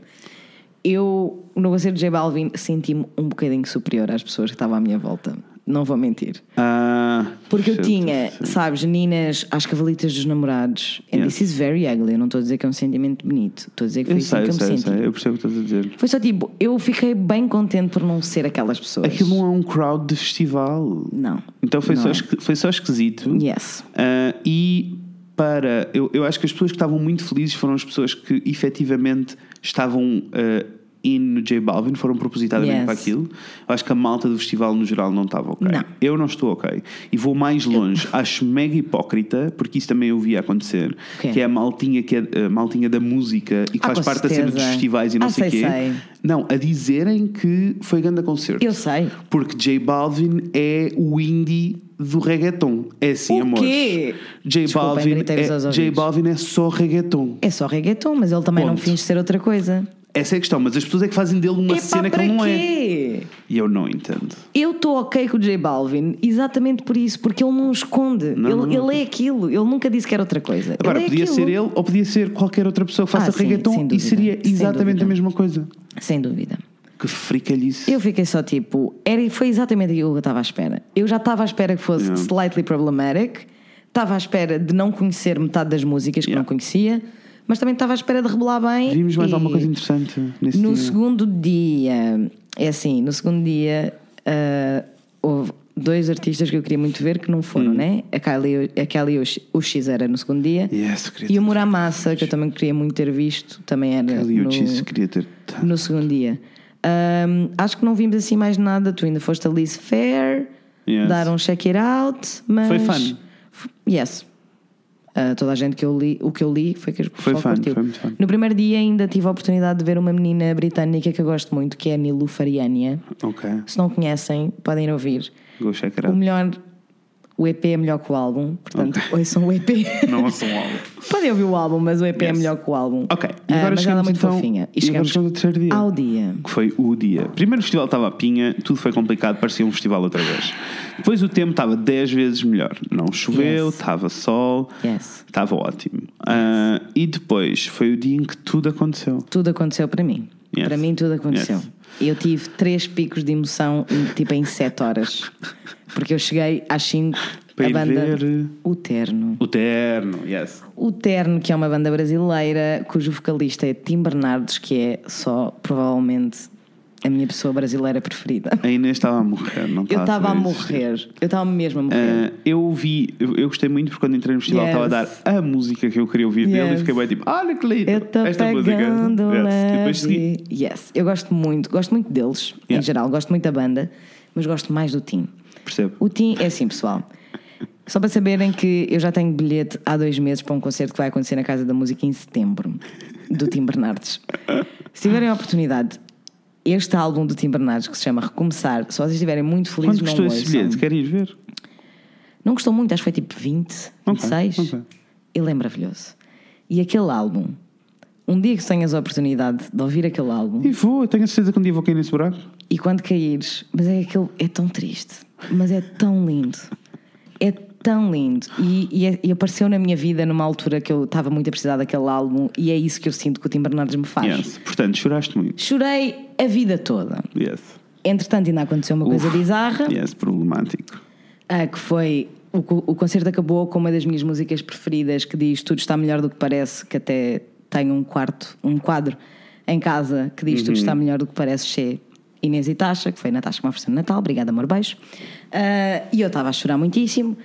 Speaker 1: Eu, no concerto de J Balvin, senti-me um bocadinho superior às pessoas que estavam à minha volta. Não vou mentir.
Speaker 2: Ah,
Speaker 1: Porque eu
Speaker 2: sim,
Speaker 1: tinha,
Speaker 2: sim, sim.
Speaker 1: sabes, meninas às cavalitas dos namorados. And
Speaker 2: Yeah.
Speaker 1: this is very ugly. Eu não estou a dizer que é um sentimento bonito. Estou a dizer que foi
Speaker 2: Eu
Speaker 1: assim
Speaker 2: sei, eu
Speaker 1: que eu
Speaker 2: sei, eu
Speaker 1: me senti.
Speaker 2: sei. Eu percebo o que estás a dizer.
Speaker 1: Foi só tipo, eu fiquei bem contente por não ser aquelas pessoas.
Speaker 2: Aquilo não é um crowd de festival.
Speaker 1: Não.
Speaker 2: Então foi,
Speaker 1: Não
Speaker 2: só,
Speaker 1: é.
Speaker 2: esqui- foi só esquisito.
Speaker 1: Yes.
Speaker 2: Ah, e para. Eu, eu acho que as pessoas que estavam muito felizes foram as pessoas que efetivamente estavam. ah, in no J Balvin, foram propositadamente
Speaker 1: Yes.
Speaker 2: para aquilo. Eu acho que a malta do festival no geral não estava ok.
Speaker 1: Não.
Speaker 2: Eu não estou ok. E vou mais longe, acho mega hipócrita, porque isso também eu vi acontecer,
Speaker 1: quê?
Speaker 2: que é a maltinha, que é, a maltinha da música e que
Speaker 1: Ah,
Speaker 2: faz
Speaker 1: com
Speaker 2: parte da cena dos
Speaker 1: certeza.
Speaker 2: festivais e não
Speaker 1: Ah,
Speaker 2: sei o
Speaker 1: sei,
Speaker 2: quê.
Speaker 1: sei.
Speaker 2: Não, a dizerem que foi grande concerto.
Speaker 1: Eu sei.
Speaker 2: Porque J Balvin é o indie do reggaeton. É assim,
Speaker 1: O
Speaker 2: amor.
Speaker 1: quê?
Speaker 2: J
Speaker 1: Desculpem,
Speaker 2: Balvin,
Speaker 1: gritei-vos aos
Speaker 2: é, J
Speaker 1: ouvidos.
Speaker 2: Balvin é só reggaeton.
Speaker 1: É só reggaeton, mas ele também não
Speaker 2: Ponto.
Speaker 1: finge ser outra coisa.
Speaker 2: Essa é a questão, mas as pessoas é que fazem dele uma
Speaker 1: Epá,
Speaker 2: cena que
Speaker 1: para
Speaker 2: ele não é.
Speaker 1: quê?
Speaker 2: E eu não entendo.
Speaker 1: Eu estou ok com o J Balvin exatamente por isso, porque ele não esconde.
Speaker 2: Não,
Speaker 1: ele,
Speaker 2: não, não.
Speaker 1: ele é aquilo. Ele nunca disse que era outra coisa.
Speaker 2: Agora,
Speaker 1: ele é
Speaker 2: podia
Speaker 1: aquilo.
Speaker 2: ser ele ou podia ser qualquer outra pessoa que faça
Speaker 1: Ah, sim,
Speaker 2: reggaeton
Speaker 1: sem
Speaker 2: e
Speaker 1: dúvida,
Speaker 2: seria
Speaker 1: sem
Speaker 2: exatamente
Speaker 1: dúvida.
Speaker 2: a mesma coisa.
Speaker 1: Sem dúvida.
Speaker 2: Que fricalhice.
Speaker 1: Eu fiquei só tipo, era, foi exatamente aquilo que eu estava à espera. Eu já estava à espera que fosse
Speaker 2: Yeah.
Speaker 1: slightly problematic, estava à espera de não conhecer metade das músicas que
Speaker 2: Yeah.
Speaker 1: não conhecia, mas também estava à espera de revelar bem.
Speaker 2: Vimos mais
Speaker 1: e
Speaker 2: alguma assim, coisa interessante nesse
Speaker 1: No
Speaker 2: dia?
Speaker 1: segundo dia, é assim, no segundo dia ah, houve dois artistas que eu queria muito ver que não foram,
Speaker 2: Hum.
Speaker 1: né? A Kylie, a Kylie Ush- Uchis era no segundo dia
Speaker 2: Yes, eu queria
Speaker 1: e o
Speaker 2: ter-
Speaker 1: Muramasa, que eu também queria muito ter visto, também era.
Speaker 2: Kelly
Speaker 1: no-
Speaker 2: Uchis, queria ter tanto.
Speaker 1: no segundo dia. Ahm, acho que não vimos assim mais nada. Tu ainda foste a Liz Fair,
Speaker 2: Yes.
Speaker 1: dar um check it out, mas.
Speaker 2: Foi fun.
Speaker 1: F- Yes. Ah, toda a gente que eu li, o que eu li foi que as pessoas
Speaker 2: fun,
Speaker 1: curtiu.
Speaker 2: foi muito fun.
Speaker 1: No primeiro dia ainda tive a oportunidade de ver uma menina britânica que eu gosto muito, que é a Nilu Fariania.
Speaker 2: Ok,
Speaker 1: Se não conhecem, podem ir ouvir.
Speaker 2: go check it
Speaker 1: O
Speaker 2: out.
Speaker 1: melhor. O EP é melhor que o álbum, portanto, ouçam o EP.
Speaker 2: Não ouçam o álbum.
Speaker 1: Podem ouvir o álbum, mas o EP é
Speaker 2: Yes.
Speaker 1: melhor que o álbum.
Speaker 2: Ok, e
Speaker 1: Ah,
Speaker 2: agora
Speaker 1: mas ela é
Speaker 2: chegamos,
Speaker 1: muito
Speaker 2: então,
Speaker 1: fofinha.
Speaker 2: e agora chegamos ao terceiro dia.
Speaker 1: Ao dia.
Speaker 2: que foi o dia. Primeiro o festival estava a pinha, tudo foi complicado, parecia um festival outra vez. Depois o tempo estava 10 vezes melhor. Não choveu,
Speaker 1: Yes.
Speaker 2: estava sol,
Speaker 1: Yes.
Speaker 2: estava ótimo. Ah, e depois foi o dia em que tudo aconteceu.
Speaker 1: Tudo aconteceu para mim.
Speaker 2: Yes.
Speaker 1: Para mim, tudo aconteceu.
Speaker 2: Yes.
Speaker 1: Eu tive três picos de emoção em- tipo em sete horas. Porque eu cheguei às 5
Speaker 2: Para
Speaker 1: a
Speaker 2: ir
Speaker 1: banda.
Speaker 2: ver-
Speaker 1: O Terno.
Speaker 2: O terno, yes.
Speaker 1: O Terno, que é uma banda brasileira cujo vocalista é Tim Bernardes, que é só provavelmente a minha pessoa brasileira preferida.
Speaker 2: A Inês estava a morrer, não
Speaker 1: Eu
Speaker 2: estava
Speaker 1: estava a
Speaker 2: saber isso.
Speaker 1: morrer. Eu estava mesmo a morrer.
Speaker 2: Ah, eu vi, eu, eu gostei muito porque quando entrei no festival
Speaker 1: Yes.
Speaker 2: estava a dar a música que eu queria ouvir dele e
Speaker 1: Yes.
Speaker 2: fiquei bem tipo, olha que lindo,
Speaker 1: eu estou
Speaker 2: esta
Speaker 1: pegando
Speaker 2: música. Yes. E depois segui.
Speaker 1: leve. Yes. Eu gosto muito, gosto muito deles, em
Speaker 2: Yeah.
Speaker 1: geral. Gosto muito da banda, mas gosto mais do Tim.
Speaker 2: Percebo.
Speaker 1: O Tim é assim, pessoal. Só para saberem que eu já tenho bilhete há dois meses para um concerto que vai acontecer na Casa da Música em setembro, do Tim Bernardes. Se tiverem a oportunidade, este álbum do Tim Bernardes, que se chama Recomeçar, se vocês estiverem muito felizes,
Speaker 2: Quanto
Speaker 1: não
Speaker 2: custou esse
Speaker 1: ouçam.
Speaker 2: bilhete? Quer ir ver?
Speaker 1: Não gostou muito, acho que foi tipo 20, 26.
Speaker 2: ok.
Speaker 1: Ele é maravilhoso. E aquele álbum, um dia que tenhas a oportunidade de ouvir aquele álbum
Speaker 2: E vou, eu tenho a certeza que um dia vou cair nesse buraco.
Speaker 1: e quando caíres, mas é aquele, é tão triste, mas é tão lindo. É tão lindo. E, e é- e apareceu na minha vida numa altura que eu estava muito a precisar daquele álbum e é isso que eu sinto que o Tim Bernardes me faz.
Speaker 2: Yes. Portanto, choraste muito.
Speaker 1: Chorei a vida toda.
Speaker 2: Yes.
Speaker 1: Entretanto, ainda aconteceu uma coisa
Speaker 2: Uf.
Speaker 1: bizarra.
Speaker 2: Yes, problemático.
Speaker 1: Ah, que foi. O, co- o concerto acabou com uma das minhas músicas preferidas que diz Tudo está melhor do que parece, que até tenho um quarto, um quadro em casa que diz Tudo está melhor do que parece, Che Inês e Tasha, que foi a Natasha que me ofereceu no Natal, obrigada, amor, beijo. Ah, e eu estava a chorar muitíssimo.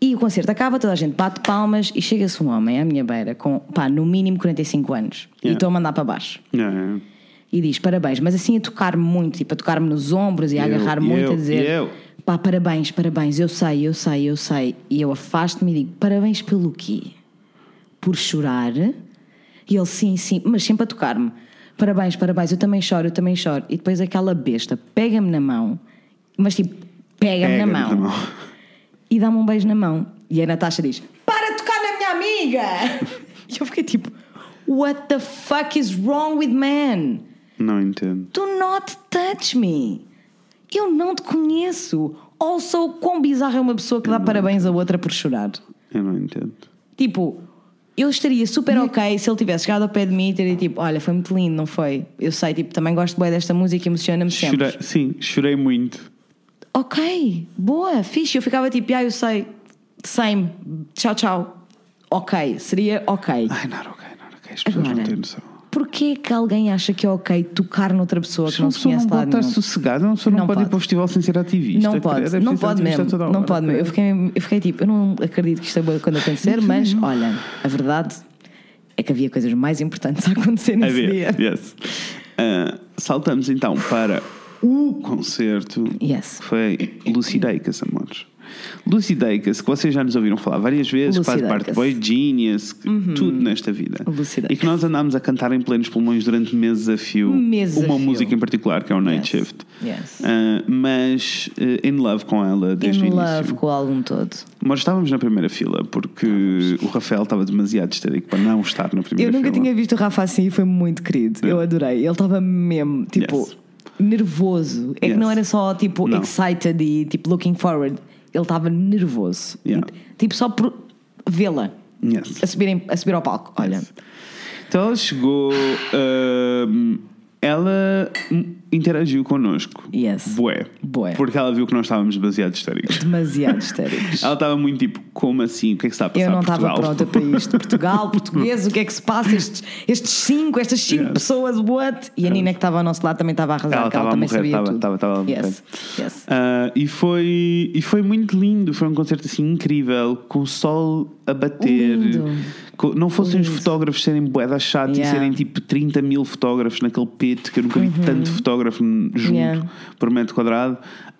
Speaker 1: E o concerto acaba, toda a gente bate palmas e chega-se um homem à minha beira com, pá, no mínimo 45 anos e
Speaker 2: Yeah.
Speaker 1: estou a mandar para baixo.
Speaker 2: Yeah.
Speaker 1: E diz parabéns, mas assim a tocar-me muito, tipo a tocar-me nos ombros e a
Speaker 2: Eu,
Speaker 1: agarrar muito,
Speaker 2: eu,
Speaker 1: a dizer
Speaker 2: eu.
Speaker 1: pá, parabéns, parabéns, eu sei, eu sei, eu sei. E eu afasto-me e digo parabéns pelo quê? Por chorar? E ele sim, sim, mas sempre a tocar-me. Parabéns, parabéns, eu também choro, eu também choro. E depois aquela besta pega-me na mão, mas tipo, pega-me
Speaker 2: Pega-me
Speaker 1: na mão e dá-me um beijo na mão. E a Natasha diz:
Speaker 3: Para de tocar na minha amiga!
Speaker 1: E eu fiquei tipo, what the fuck is wrong with man?
Speaker 2: Não entendo.
Speaker 1: Do not touch me. Eu não te conheço. Also, quão bizarra é uma pessoa que dá parabéns a outra por chorar.
Speaker 2: Eu não entendo.
Speaker 1: Tipo, eu estaria super ok se ele tivesse chegado ao pé de mim e teria tipo, olha, foi muito lindo, não foi? Eu sei, tipo, também gosto bem desta música, emociona-me sempre.
Speaker 2: Chorei, sim, chorei muito.
Speaker 1: Ok, boa, fixe. Eu ficava tipo, ah, eu sei, same, tchau, tchau. Ok, seria ok.
Speaker 2: Ai, não, ok, não, ok. As pessoas não
Speaker 1: Agora.
Speaker 2: têm noção.
Speaker 1: Porquê que alguém acha que é ok tocar noutra pessoa que
Speaker 2: Uma
Speaker 1: não se
Speaker 2: pessoa
Speaker 1: conhece
Speaker 2: não
Speaker 1: de lado
Speaker 2: pode estar
Speaker 1: nenhum?
Speaker 2: sossegada, uma pessoa não,
Speaker 1: Não
Speaker 2: pode, ir
Speaker 1: pode.
Speaker 2: para o festival sem ser ativista.
Speaker 1: Não
Speaker 2: quer
Speaker 1: pode,
Speaker 2: dizer, é
Speaker 1: não
Speaker 2: preciso ser
Speaker 1: pode
Speaker 2: ativista
Speaker 1: mesmo.
Speaker 2: toda a
Speaker 1: Não
Speaker 2: hora,
Speaker 1: pode mesmo. Eu
Speaker 2: quer
Speaker 1: fiquei, eu fiquei tipo, eu não acredito que isto é quando acontecer,
Speaker 2: Uhum.
Speaker 1: mas olha, a verdade é que havia coisas mais importantes a acontecer
Speaker 2: A
Speaker 1: nesse dia.
Speaker 2: ver, yes. Ah, saltamos então para o concerto
Speaker 1: Yes.
Speaker 2: que foi Lucy Dacus, amores. Lucy Dacus, que vocês já nos ouviram falar várias vezes,
Speaker 1: Lucy
Speaker 2: faz parte de
Speaker 1: Dacus. Uhum.
Speaker 2: Boy Genius, que- tudo nesta vida.
Speaker 1: Lucy
Speaker 2: e
Speaker 1: Dacus.
Speaker 2: que nós andámos a cantar em plenos pulmões durante meses a fio.
Speaker 1: Meses a
Speaker 2: uma
Speaker 1: fio.
Speaker 2: música em particular, que é o Night
Speaker 1: Yes.
Speaker 2: Shift.
Speaker 1: Yes.
Speaker 2: Ah, mas eh, in love com ela desde
Speaker 1: In
Speaker 2: o início.
Speaker 1: love com o álbum todo.
Speaker 2: Nós estávamos na primeira fila porque o Rafael estava demasiado histérico para não estar na primeira
Speaker 1: Eu nunca
Speaker 2: fila. É.
Speaker 1: tinha visto o Rafa assim e foi muito querido. Eu adorei. Ele estava mesmo, tipo,
Speaker 2: Yes.
Speaker 1: nervoso. É
Speaker 2: Yes.
Speaker 1: que não era só, tipo,
Speaker 2: Não.
Speaker 1: excited e, tipo, looking forward. Ele estava nervoso.
Speaker 2: Yeah.
Speaker 1: Tipo, só por vê-la
Speaker 2: Yes.
Speaker 1: a, subir em- a subir ao palco. Olha,
Speaker 2: Então ela chegou. ahm, ela interagiu connosco.
Speaker 1: Yes.
Speaker 2: Bué.
Speaker 1: Bué.
Speaker 2: Porque ela viu que nós estávamos demasiado histéricos.
Speaker 1: demasiado histéricos.
Speaker 2: Ela estava muito tipo, como assim? O que é que está a passar
Speaker 1: Eu não
Speaker 2: em
Speaker 1: estava
Speaker 2: Portugal?
Speaker 1: pronta para isto. Portugal, português, o que é que se passa? Estes, estes cinco, estas cinco
Speaker 2: Yes.
Speaker 1: pessoas, what? E a Nina que estava ao nosso lado também estava a arrasar,
Speaker 2: Ela
Speaker 1: que ela
Speaker 2: estava a
Speaker 1: também
Speaker 2: morrer,
Speaker 1: sabia
Speaker 2: estava-
Speaker 1: tudo.
Speaker 2: estava- estava a morrer.
Speaker 1: yes. yes.
Speaker 2: Ah, e, foi, e foi muito lindo, foi um concerto assim incrível, com o sol a bater.
Speaker 1: Lindo.
Speaker 2: Com- não fossem os fotógrafos serem boeda chato e
Speaker 1: Yeah. Uhum.
Speaker 2: serem tipo 30 mil fotógrafos naquele pit, que eu nunca vi tanto fotógrafo junto
Speaker 1: Yeah.
Speaker 2: por metro quadrado,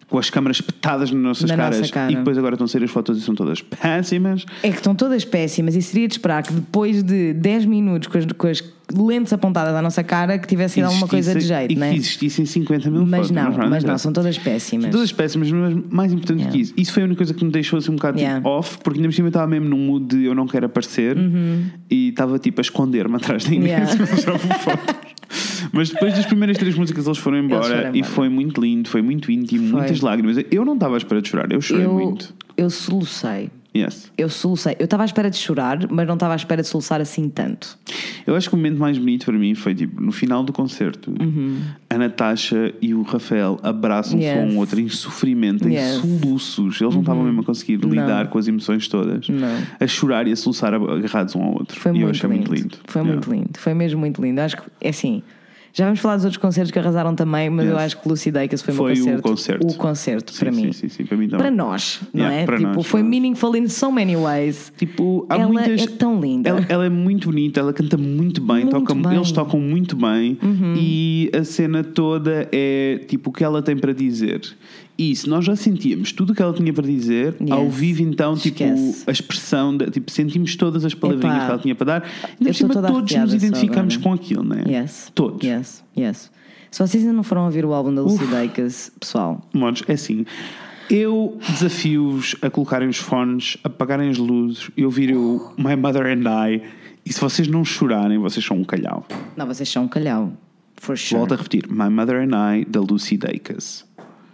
Speaker 2: com as câmaras petadas nas nossas
Speaker 1: Na
Speaker 2: caras.
Speaker 1: nossa cara.
Speaker 2: E depois agora estão a sair as fotos e são todas péssimas.
Speaker 1: É que estão todas péssimas e seria de esperar que depois de 10 minutos com as, com as lentes apontadas à nossa cara que tivesse sido alguma coisa de
Speaker 2: Existisse-
Speaker 1: jeito,
Speaker 2: e
Speaker 1: não é?
Speaker 2: que existissem 50 mil
Speaker 1: Mas
Speaker 2: fotos.
Speaker 1: não, mas não,
Speaker 2: interessa.
Speaker 1: são todas péssimas.
Speaker 2: é Todas péssimas, mas mais importante
Speaker 1: Né? Yeah.
Speaker 2: que isso. Isso foi a única coisa que me deixou assim um bocado tipo,
Speaker 1: Yeah.
Speaker 2: off, porque ainda por cima eu estava mesmo num mood de eu não quero aparecer e estava tipo a esconder-me atrás de ninguém
Speaker 1: Uhum. Yeah.
Speaker 2: se eu mostrava fotos. Mas depois das primeiras três músicas eles foram embora,
Speaker 1: foram
Speaker 2: e
Speaker 1: embora.
Speaker 2: foi muito lindo, foi muito íntimo,
Speaker 1: Foi.
Speaker 2: muitas lágrimas. Eu não estava à espera de chorar, eu chorei
Speaker 1: eu,
Speaker 2: muito.
Speaker 1: eu solucei.
Speaker 2: Yes.
Speaker 1: Eu solucei. Eu estava à espera de chorar, mas não estava à espera de soluçar assim tanto.
Speaker 2: Eu acho que o momento mais bonito para mim foi tipo no final do concerto, a Natasha e o Rafael abraçam-se um
Speaker 1: Uhum. Yes.
Speaker 2: ao outro em sofrimento, em
Speaker 1: Yes. Uhum.
Speaker 2: soluços. Eles não estavam mesmo a conseguir lidar com as emoções todas,
Speaker 1: Não.
Speaker 2: a chorar e a soluçar agarrados um ao outro.
Speaker 1: Foi
Speaker 2: e
Speaker 1: muito
Speaker 2: eu achei
Speaker 1: lindo.
Speaker 2: muito lindo.
Speaker 1: Foi
Speaker 2: Yeah.
Speaker 1: muito lindo. Foi mesmo muito lindo. Acho que, é assim, Já vamos falar dos outros concertos que arrasaram também, mas eu
Speaker 2: Yes.
Speaker 1: acho que Lucidei, que esse foi,
Speaker 2: Foi
Speaker 1: o meu
Speaker 2: o
Speaker 1: concerto.
Speaker 2: concerto.
Speaker 1: concerto,
Speaker 2: Sim,
Speaker 1: para
Speaker 2: sim,
Speaker 1: mim.
Speaker 2: sim, sim, para mim também.
Speaker 1: Para nós, não
Speaker 2: Yeah,
Speaker 1: é?
Speaker 2: para
Speaker 1: Tipo,
Speaker 2: nós,
Speaker 1: foi
Speaker 2: para nós.
Speaker 1: meaningful in so many ways.
Speaker 2: Tipo, há
Speaker 1: Ela
Speaker 2: muitas.
Speaker 1: é tão linda.
Speaker 2: Ela, ela é muito bonita, ela canta muito bem,
Speaker 1: Muito
Speaker 2: toca,
Speaker 1: bem. Uhum.
Speaker 2: eles tocam muito bem e a cena toda é tipo o que ela tem para dizer. E se nós já sentíamos tudo o que ela tinha para dizer,
Speaker 1: Yes.
Speaker 2: ao vivo então, tipo,
Speaker 1: Esquece.
Speaker 2: a expressão, da- tipo, sentimos todas as palavrinhas
Speaker 1: Epá,
Speaker 2: que ela tinha para dar,
Speaker 1: eu
Speaker 2: e por
Speaker 1: estou
Speaker 2: cima
Speaker 1: toda
Speaker 2: todos nos
Speaker 1: arrepiada só
Speaker 2: identificamos
Speaker 1: agora.
Speaker 2: com aquilo, né?
Speaker 1: Yes.
Speaker 2: Todos.
Speaker 1: Yes, yes. Se vocês ainda não foram ouvir o álbum da Lucy Dacus, pessoal,
Speaker 2: Modos, é assim. Eu desafio-vos a colocarem os fones, apagarem as luzes e ouvir o My Mother and I. E se vocês não chorarem, vocês são um calhau.
Speaker 1: não, vocês são um calhau. For sure.
Speaker 2: Volto a repetir: My Mother and I, da Lucy Dacus.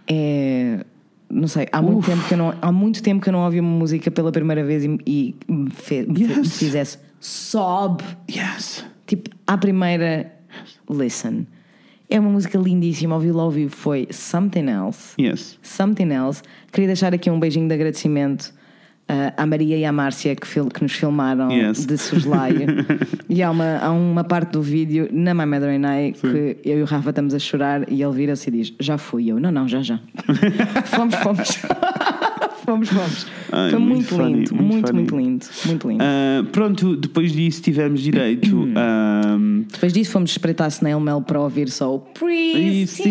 Speaker 1: É. Não sei, há muito, tempo que eu não, há muito tempo que eu não ouvi uma música pela primeira vez e, e me, fe- me fe- me
Speaker 2: Yes.
Speaker 1: fizesse sob.
Speaker 2: Yes.
Speaker 1: Tipo, à primeira, listen. É uma música lindíssima, ouvi lá ao vivo foi Something Else.
Speaker 2: Yes.
Speaker 1: Something Else. Queria deixar aqui um beijinho de agradecimento ah, à Maria e à Márcia que, fil- que nos filmaram
Speaker 2: Yes.
Speaker 1: de Soslaio. e há uma, há uma parte do vídeo na My Mother and I que eu e o Rafa estamos a chorar e ele vira-se e diz: Já fui. E eu, não, não, já, já. fomos, fomos. fomos, fomos.
Speaker 2: Ai,
Speaker 1: Foi
Speaker 2: muito
Speaker 1: muito,
Speaker 2: funny,
Speaker 1: lindo,
Speaker 2: muito
Speaker 1: muito,
Speaker 2: funny.
Speaker 1: muito lindo, muito lindo.
Speaker 2: Ah, pronto, depois disso tivemos direito
Speaker 1: Hum.
Speaker 2: a.
Speaker 1: Depois disso fomos espreitar Snail um Mel para ouvir só o Pretty.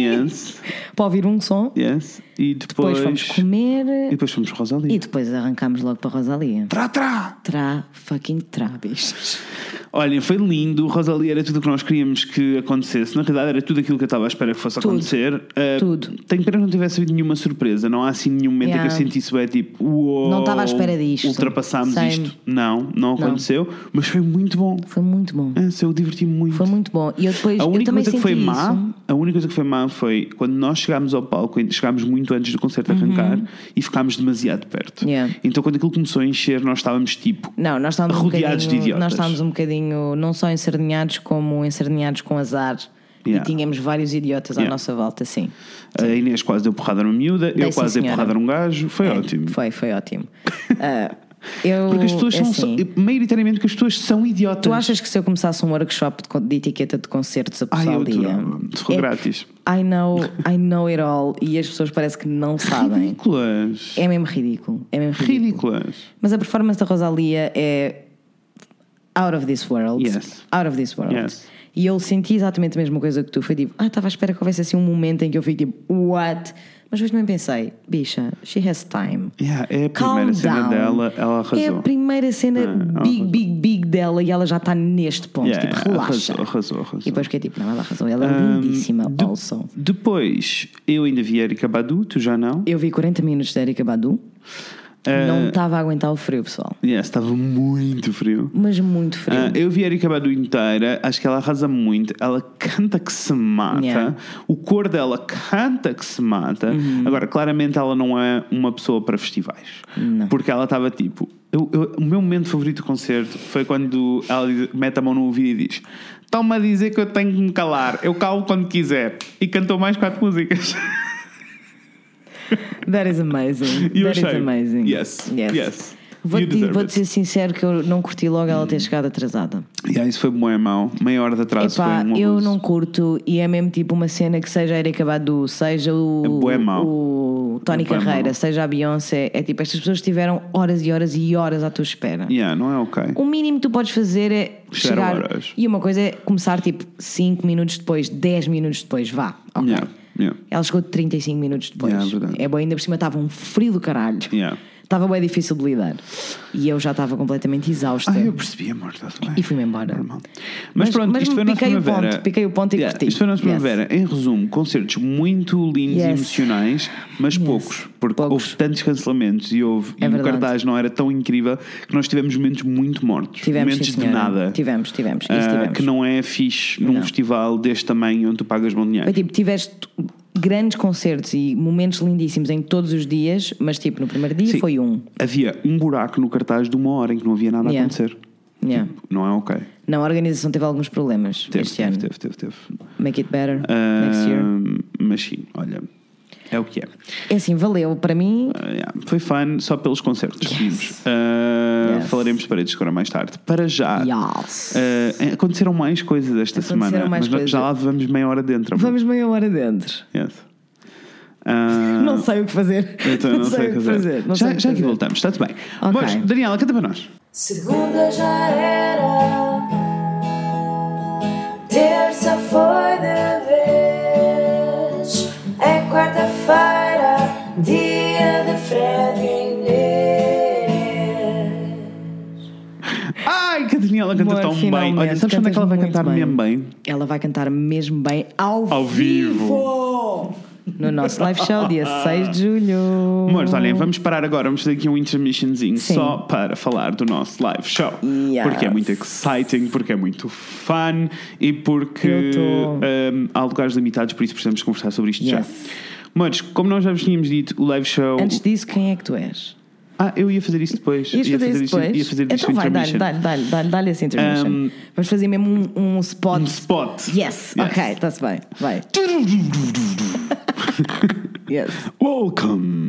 Speaker 2: yes.
Speaker 1: Para ouvir um som.
Speaker 2: Yes. E
Speaker 1: Depois,
Speaker 2: depois.
Speaker 1: fomos comer.
Speaker 2: e depois fomos Rosalia.
Speaker 1: E depois arrancámos logo para Rosalia.
Speaker 2: Trá, trá!
Speaker 1: Tra fucking tra, bichos.
Speaker 2: Olha, foi lindo. Rosalie era tudo o que nós queríamos que acontecesse. Na realidade, era tudo aquilo que eu estava à espera que fosse acontecer. Ah,
Speaker 1: Tudo.
Speaker 2: Tenho pena que não tivesse havido nenhuma surpresa. Não há assim nenhum momento em
Speaker 1: Yeah.
Speaker 2: que eu sentisse bem, tipo, uou,
Speaker 1: Não estava à espera disto.
Speaker 2: Ultrapassámos
Speaker 1: Same.
Speaker 2: isto. Não, não aconteceu. Mas foi muito bom.
Speaker 1: Foi muito bom.
Speaker 2: Ah, eu diverti-me muito.
Speaker 1: Foi muito bom. E eu depois
Speaker 2: A
Speaker 1: eu
Speaker 2: única
Speaker 1: também
Speaker 2: coisa
Speaker 1: senti
Speaker 2: que foi
Speaker 1: isso.
Speaker 2: má, a única coisa que foi má foi quando nós chegámos ao palco, ainda chegámos muito antes do concerto arrancar e ficámos demasiado perto.
Speaker 1: Uhum. Yeah.
Speaker 2: Então quando aquilo começou a encher, nós estávamos tipo,
Speaker 1: Não, nós estávamos
Speaker 2: Rodeados
Speaker 1: um
Speaker 2: de
Speaker 1: bocadinho,
Speaker 2: idiotas.
Speaker 1: Nós estávamos um bocadinho não só ensardinhados, como ensardinhados com azar.
Speaker 2: Yeah.
Speaker 1: E tínhamos vários idiotas à
Speaker 2: Yeah.
Speaker 1: nossa volta, sim.
Speaker 2: a Inês quase deu porrada numa miúda,
Speaker 1: Dei
Speaker 2: eu
Speaker 1: sim,
Speaker 2: quase dei
Speaker 1: senhora. É,
Speaker 2: porrada num gajo, foi ótimo.
Speaker 1: Foi, foi ótimo. Ah, eu,
Speaker 2: Porque as pessoas
Speaker 1: é
Speaker 2: são,
Speaker 1: assim,
Speaker 2: maioritariamente que as pessoas são idiotas.
Speaker 1: Tu achas que se eu começasse um workshop de, con- de etiqueta de concertos, a
Speaker 2: Ai,
Speaker 1: pessoa
Speaker 2: eu
Speaker 1: dia. É
Speaker 2: adorava. Se for grátis.
Speaker 1: I know, I know it all. E as pessoas parece que não sabem.
Speaker 2: Ridículas.
Speaker 1: É mesmo ridículo. Tá É mesmo ridículo.
Speaker 2: Ridículas.
Speaker 1: Mas a performance da Rosalia é out of this world.
Speaker 2: Yes.
Speaker 1: Out of this world.
Speaker 2: Yes.
Speaker 1: E eu senti exatamente a mesma coisa que tu. Foi tipo, ah, estava à espera que houvesse assim um momento em que eu fiquei tipo, what? Mas depois também pensei, bicha, she has time.
Speaker 2: Yeah, é a primeira
Speaker 1: Calm
Speaker 2: cena
Speaker 1: down.
Speaker 2: dela, ela arrasou.
Speaker 1: É a primeira cena
Speaker 2: ela
Speaker 1: big,
Speaker 2: arrasou.
Speaker 1: big, big dela e ela já está neste ponto.
Speaker 2: Yeah,
Speaker 1: tipo,
Speaker 2: yeah,
Speaker 1: relaxa.
Speaker 2: arrasou, arrasou, arrasou.
Speaker 1: E depois fiquei tipo, não, ela arrasou. Ela é
Speaker 2: Um,
Speaker 1: lindíssima,
Speaker 2: de-
Speaker 1: also.
Speaker 2: Depois, eu ainda vi Erika Badu, tu já não?
Speaker 1: Eu vi 40 minutos de Erika Badu.
Speaker 2: É.
Speaker 1: Não estava a aguentar o frio, pessoal.
Speaker 2: Yes, Ah, estava muito frio.
Speaker 1: Mas muito frio.
Speaker 2: Ah, eu vi a Erika Badu inteira, acho que ela arrasa muito, ela canta que se mata,
Speaker 1: Yeah. Uhum.
Speaker 2: o cor dela canta que se mata. Agora, claramente ela não é uma pessoa para festivais, porque ela estava tipo. eu- eu- o meu momento favorito do concerto foi quando ela diz- mete a mão no ouvido e diz: Estão-me a dizer que eu tenho que me calar, eu calo quando quiser. E cantou mais quatro músicas.
Speaker 1: That is amazing.
Speaker 2: E eu
Speaker 1: That is
Speaker 2: achei,
Speaker 1: amazing.
Speaker 2: yes, yes.
Speaker 1: Vou,
Speaker 2: You deserve
Speaker 1: vou
Speaker 2: it. Hum.
Speaker 1: ser sincero que eu não curti logo ela ter chegado atrasada.
Speaker 2: e aí, isso foi bom, é mau. Meia hora de atraso
Speaker 1: Epá,
Speaker 2: foi um
Speaker 1: eu
Speaker 2: abuso.
Speaker 1: não curto e é mesmo tipo uma cena que seja a Erika Badu, seja o,
Speaker 2: É bué mau.
Speaker 1: o Tony
Speaker 2: É bué
Speaker 1: Carreira,
Speaker 2: mau.
Speaker 1: seja a Beyoncé. É tipo, estas pessoas tiveram horas e horas e horas à tua espera.
Speaker 2: Yeah, não é ok.
Speaker 1: O mínimo que tu podes fazer é
Speaker 2: Chegar
Speaker 1: chegar.
Speaker 2: horas.
Speaker 1: E uma coisa é começar tipo 5 minutos depois, 10 minutos depois, vá. ok.
Speaker 2: Yeah, yeah.
Speaker 1: Ela chegou 35 minutos depois.
Speaker 2: Yeah, é verdade.
Speaker 1: é bom, ainda por cima estava um frio do caralho.
Speaker 2: Yeah.
Speaker 1: Estava bem difícil de lidar. E eu já estava completamente exausta.
Speaker 2: Ah, eu percebi, amor, está tudo bem.
Speaker 1: E fui-me embora.
Speaker 2: Normal.
Speaker 1: Mas-
Speaker 2: Mas, pronto,
Speaker 1: mas
Speaker 2: isto foi a nossa
Speaker 1: piquei o
Speaker 2: primavera.
Speaker 1: ponto, piquei o ponto e
Speaker 2: yeah,
Speaker 1: curti.
Speaker 2: Isto foi a nossa
Speaker 1: Yes.
Speaker 2: primavera. Em resumo, concertos muito lindos e
Speaker 1: Yes.
Speaker 2: emocionais, mas poucos, porque
Speaker 1: Poucos.
Speaker 2: houve tantos cancelamentos e houve
Speaker 1: É
Speaker 2: e o
Speaker 1: verdade.
Speaker 2: cartaz não era tão incrível que nós tivemos momentos muito mortos,
Speaker 1: Tivemos,
Speaker 2: momentos
Speaker 1: sim,
Speaker 2: de
Speaker 1: senhora.
Speaker 2: nada.
Speaker 1: Tivemos, tivemos. Isso
Speaker 2: ah,
Speaker 1: tivemos.
Speaker 2: que não é fixe num
Speaker 1: Não.
Speaker 2: festival deste tamanho onde tu pagas bom dinheiro.
Speaker 1: Foi tipo, tiveste grandes concertos e momentos lindíssimos em todos os dias, mas tipo, no primeiro dia
Speaker 2: Sim.
Speaker 1: foi um.
Speaker 2: Havia um buraco no cartaz de uma hora em que não havia nada
Speaker 1: Yeah.
Speaker 2: a acontecer.
Speaker 1: Yeah.
Speaker 2: Não é ok.
Speaker 1: Não, a organização teve alguns problemas
Speaker 2: Teve,
Speaker 1: este
Speaker 2: teve,
Speaker 1: ano.
Speaker 2: teve, teve, teve.
Speaker 1: Make it better
Speaker 2: Ah,
Speaker 1: next year.
Speaker 2: Mas sim, olha. É o que é.
Speaker 1: É assim, valeu para mim.
Speaker 2: Ah, yeah. Foi fun só pelos concertos. que vimos.
Speaker 1: Yes.
Speaker 2: Ah,
Speaker 1: Yes.
Speaker 2: Falaremos de paredes agora mais tarde. Para já.
Speaker 1: Yes.
Speaker 2: ah, aconteceram mais coisas esta
Speaker 1: Aconteceram
Speaker 2: semana,
Speaker 1: mais
Speaker 2: mas
Speaker 1: coisas.
Speaker 2: já lá vamos meia hora dentro. amor.
Speaker 1: Vamos meia hora dentro.
Speaker 2: Yes. Ah,
Speaker 1: Não sei o que fazer.
Speaker 2: então não sei o que fazer.
Speaker 1: Não sei o
Speaker 2: Já,
Speaker 1: que
Speaker 2: já aqui
Speaker 1: fazer.
Speaker 2: voltamos, está-te bem.
Speaker 1: Ok.
Speaker 2: Mas, Daniela, canta para nós.
Speaker 4: Segunda já era, terça foi de vez, é quarta-feira, dia de Fred e Inês.
Speaker 2: Ai, que a Daniela canta
Speaker 1: Amor,
Speaker 2: tão bem.
Speaker 1: finalmente,
Speaker 2: Olha, sabes quando é que ela vai
Speaker 1: cantas
Speaker 2: cantar
Speaker 1: muito
Speaker 2: mesmo bem?
Speaker 1: Ela vai cantar mesmo bem ao,
Speaker 2: Ao vivo.
Speaker 1: no nosso live show, dia 6 de julho.
Speaker 2: Amores, olhem, vamos parar agora, vamos fazer aqui um intermissionzinho
Speaker 1: Hum. Sim.
Speaker 2: só para falar do nosso live show.
Speaker 1: Yes.
Speaker 2: Porque é muito exciting, porque é muito fun e porque
Speaker 1: Eu tô-
Speaker 2: hum, há lugares limitados, por isso precisamos conversar sobre isto já.
Speaker 1: Yes.
Speaker 2: Amores, como nós já vos tínhamos dito, o live show.
Speaker 1: Antes disso, quem é que tu és?
Speaker 2: Ah, eu ia fazer isso depois.
Speaker 1: Ias
Speaker 2: ia
Speaker 1: fazer isso
Speaker 2: isto-
Speaker 1: depois?
Speaker 2: Ia fazer disto
Speaker 1: então vai, dá-lhe,
Speaker 2: intermission.
Speaker 1: dá-lhe, dá-lhe, dá-lhe, dá-lhe esse intermission.
Speaker 2: Um,
Speaker 1: Vamos fazer mesmo um, um spot.
Speaker 2: Um spot.
Speaker 1: Yes, ok, está-se bem. Vai. yes.
Speaker 2: Welcome!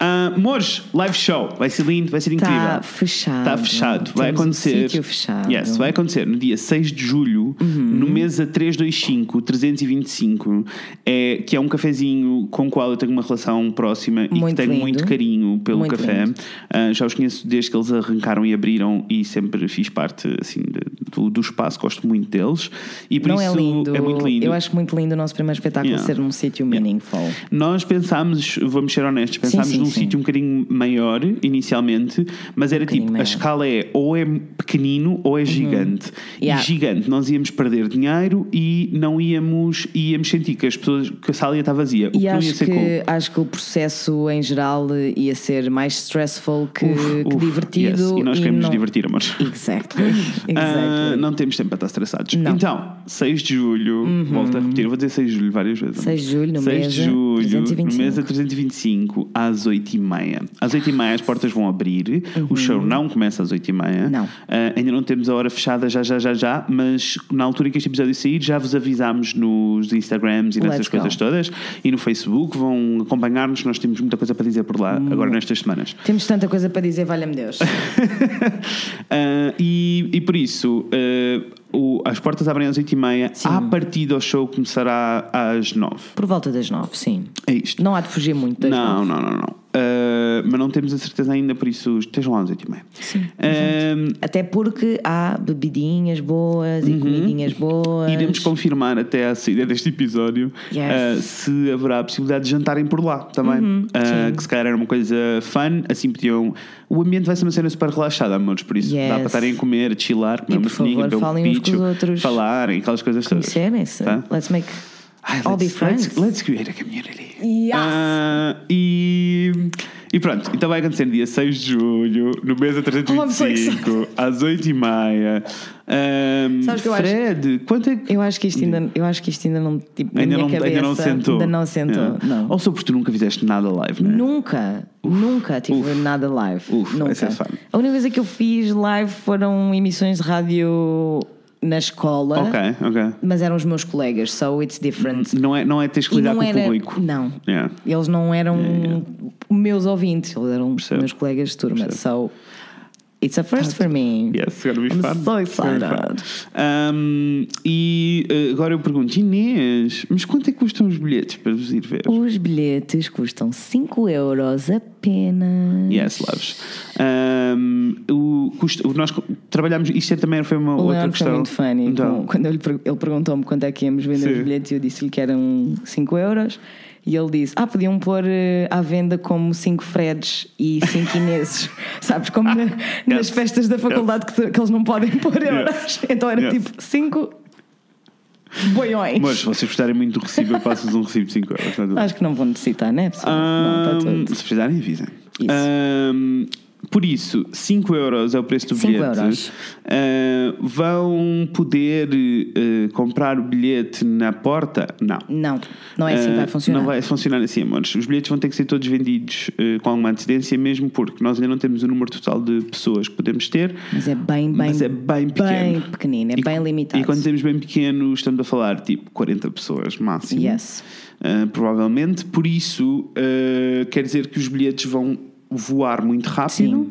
Speaker 2: Ah, Amores, live show. Vai ser lindo, vai ser incrível.
Speaker 1: Está Tá fechado.
Speaker 2: Está Tá fechado. Vai
Speaker 1: Temos um
Speaker 2: acontecer.
Speaker 1: sítio fechado. Uhum.
Speaker 2: Yes, vai acontecer no dia 6 de julho, no mesa 325, 325, é, que é um cafezinho com o qual eu tenho uma relação próxima e
Speaker 1: Muito
Speaker 2: que tenho
Speaker 1: lindo.
Speaker 2: muito carinho pelo
Speaker 1: Muito
Speaker 2: café.
Speaker 1: lindo.
Speaker 2: Ah, já os conheço desde que eles arrancaram e abriram e sempre fiz parte assim, de- do, do espaço, gosto muito deles. E por
Speaker 1: Não
Speaker 2: isso
Speaker 1: é lindo.
Speaker 2: é muito lindo.
Speaker 1: Eu acho muito lindo o nosso primeiro espetáculo
Speaker 2: Yeah.
Speaker 1: ser num sítio
Speaker 2: Yeah.
Speaker 1: meaningful.
Speaker 2: Nós pensámos, vamos ser honestos, pensámos
Speaker 1: sim,
Speaker 2: num
Speaker 1: sim. Um
Speaker 2: sítio um bocadinho maior inicialmente, mas era
Speaker 1: bocadinho
Speaker 2: tipo,
Speaker 1: maior. Uhum.
Speaker 2: a escala é ou é pequenino ou é gigante.
Speaker 1: Yeah.
Speaker 2: E gigante, nós íamos perder dinheiro e não íamos, íamos sentir que as pessoas, que a sala ia estar vazia. O que
Speaker 1: E
Speaker 2: não ia
Speaker 1: acho
Speaker 2: ser cool.
Speaker 1: que, acho que o processo em geral eh, ia ser mais stressful que,
Speaker 2: Uf,
Speaker 1: que
Speaker 2: uf,
Speaker 1: divertido.
Speaker 2: yes. E nós queremos
Speaker 1: não-
Speaker 2: nos divertir, amor.
Speaker 1: Exactly. exactly.
Speaker 2: Ah, não temos tempo para estar estressados.
Speaker 1: Não.
Speaker 2: Então, 6 de julho, volto a repetir, eu vou dizer 6 de julho várias vezes.
Speaker 1: 6 de julho, no é
Speaker 2: 6 de
Speaker 1: Mesa
Speaker 2: julho,
Speaker 1: 325.
Speaker 2: no é mesa 325, às 8h30. Às 8h30 as portas vão abrir, o show não começa às 8h30.
Speaker 1: Uhum. Não.
Speaker 2: Ah, ainda não temos a hora fechada já, já, já, já, mas na altura em que este episódio sair, já vos avisámos nos Instagrams e
Speaker 1: Let's
Speaker 2: nessas
Speaker 1: go.
Speaker 2: coisas todas e no Facebook. Vão acompanhar-nos, nós temos muita coisa para dizer por
Speaker 1: Hum.
Speaker 2: lá agora nestas semanas.
Speaker 1: Temos tanta coisa para dizer, valha-me Deus.
Speaker 2: Ah, e, e por isso, ah, o- as portas abrem às 8h30. À partida, o show começará às 9
Speaker 1: Por volta das nove, sim.
Speaker 2: É isto.
Speaker 1: Não há de fugir muito das nove.
Speaker 2: Não, não, não, não. Ah, mas não temos a certeza ainda, por isso estejam lá às 8h30. Sim. Ah,
Speaker 1: Até porque há bebidinhas boas e comidinhas boas.
Speaker 2: Uhum. Iremos confirmar até à saída deste episódio
Speaker 1: Yes.
Speaker 2: ah, se haverá a possibilidade de jantarem por lá também.
Speaker 1: Uhum,
Speaker 2: Ah, que se calhar era uma coisa fun, assim podiam. O ambiente vai ser uma cena super relaxada, amores, por isso
Speaker 1: Yes.
Speaker 2: dá para estarem a comer, a chilar, comer
Speaker 1: E, por
Speaker 2: uma fininha,
Speaker 1: favor,
Speaker 2: beber um
Speaker 1: falem uns com os
Speaker 2: picho,
Speaker 1: outros.
Speaker 2: falarem, aquelas coisas todas.
Speaker 1: Conhecerem-se.
Speaker 2: Tá?
Speaker 1: Let's make
Speaker 2: Ai,
Speaker 1: all be
Speaker 2: let's,
Speaker 1: friends.
Speaker 2: Let's, let's create a community.
Speaker 1: Yes.
Speaker 2: Ah, e, e pronto, então vai acontecer dia 6 de julho, no mês a
Speaker 1: Oh, I'm so
Speaker 2: 325, às 8h30. Um,
Speaker 1: Sabes que eu acho-
Speaker 2: Fred, quanto é que.
Speaker 1: Eu acho que isto ainda, eu acho que isto ainda não. Tipo, na
Speaker 2: Ainda
Speaker 1: minha
Speaker 2: não,
Speaker 1: cabeça,
Speaker 2: ainda não sentou.
Speaker 1: Ainda não sentou.
Speaker 2: É.
Speaker 1: Não.
Speaker 2: Ou só porque tu nunca fizeste nada live, né?
Speaker 1: Nunca, nunca tive
Speaker 2: uf,
Speaker 1: nada live.
Speaker 2: uf, é vai
Speaker 1: nunca.
Speaker 2: ser fun.
Speaker 1: A única coisa que eu fiz live foram emissões de rádio na escola.
Speaker 2: Ok, ok.
Speaker 1: Mas eram os meus colegas, so it's different.
Speaker 2: Não é, não é teres que
Speaker 1: E
Speaker 2: lidar
Speaker 1: não
Speaker 2: com
Speaker 1: era-
Speaker 2: o público.
Speaker 1: Não.
Speaker 2: Yeah.
Speaker 1: Eles não eram meus ouvintes, eles eram
Speaker 2: Percebo.
Speaker 1: meus colegas de turma. So it's a first for me.
Speaker 2: Yes, gonna be
Speaker 1: I'm
Speaker 2: fun.
Speaker 1: so
Speaker 2: Gonna be
Speaker 1: excited.
Speaker 2: fun. Um, e eh, agora eu pergunto, Inês, mas quanto é que custam os bilhetes para vos ir ver?
Speaker 1: Os bilhetes custam 5 euros apenas.
Speaker 2: Yes, loves. Um, o custo, o- nós co- trabalhámos, isto é também foi uma
Speaker 1: O
Speaker 2: outra
Speaker 1: Leandro foi
Speaker 2: questão.
Speaker 1: muito funny. com-
Speaker 2: então,
Speaker 1: Quando eu lhe per- ele perguntou-me quanto é que íamos vender
Speaker 2: Sim.
Speaker 1: os bilhetes, eu disse-lhe que eram 5 euros. E ele disse: Ah, podiam pôr eh, à venda como 5 Freds e 5 Ineses. Sabes? Como na- nas festas da faculdade que, tu- que eles não podem pôr euros. Então era
Speaker 2: Yes.
Speaker 1: tipo 5 boiões.
Speaker 2: mas se vocês gostarem muito do recibo, eu passo-vos um recibo de 5 euros. está tudo bem.
Speaker 1: Acho que não vão necessitar, né? pessoal? não, está
Speaker 2: Um,
Speaker 1: tudo.
Speaker 2: Se precisarem, avisem.
Speaker 1: Isso.
Speaker 2: Um, Por isso, 5 euros é o preço do
Speaker 1: Cinco
Speaker 2: bilhete.
Speaker 1: euros.
Speaker 2: Ah, vão poder eh, comprar o bilhete na porta? Não.
Speaker 1: Não, não é assim que
Speaker 2: Ah,
Speaker 1: vai funcionar.
Speaker 2: Não vai funcionar assim, amores. Os bilhetes vão ter que ser todos vendidos eh, com alguma antecedência, mesmo porque nós ainda não temos o número total de pessoas que podemos ter.
Speaker 1: Mas é bem, bem,
Speaker 2: Mas é bem pequeno.
Speaker 1: bem pequenino, é
Speaker 2: E-
Speaker 1: bem limitado.
Speaker 2: E quando dizemos bem pequeno, estamos a falar tipo 40 pessoas máximo.
Speaker 1: Yes.
Speaker 2: Ah, provavelmente. Por isso, ah, quer dizer que os bilhetes vão voar muito
Speaker 1: Sim.
Speaker 2: rápido.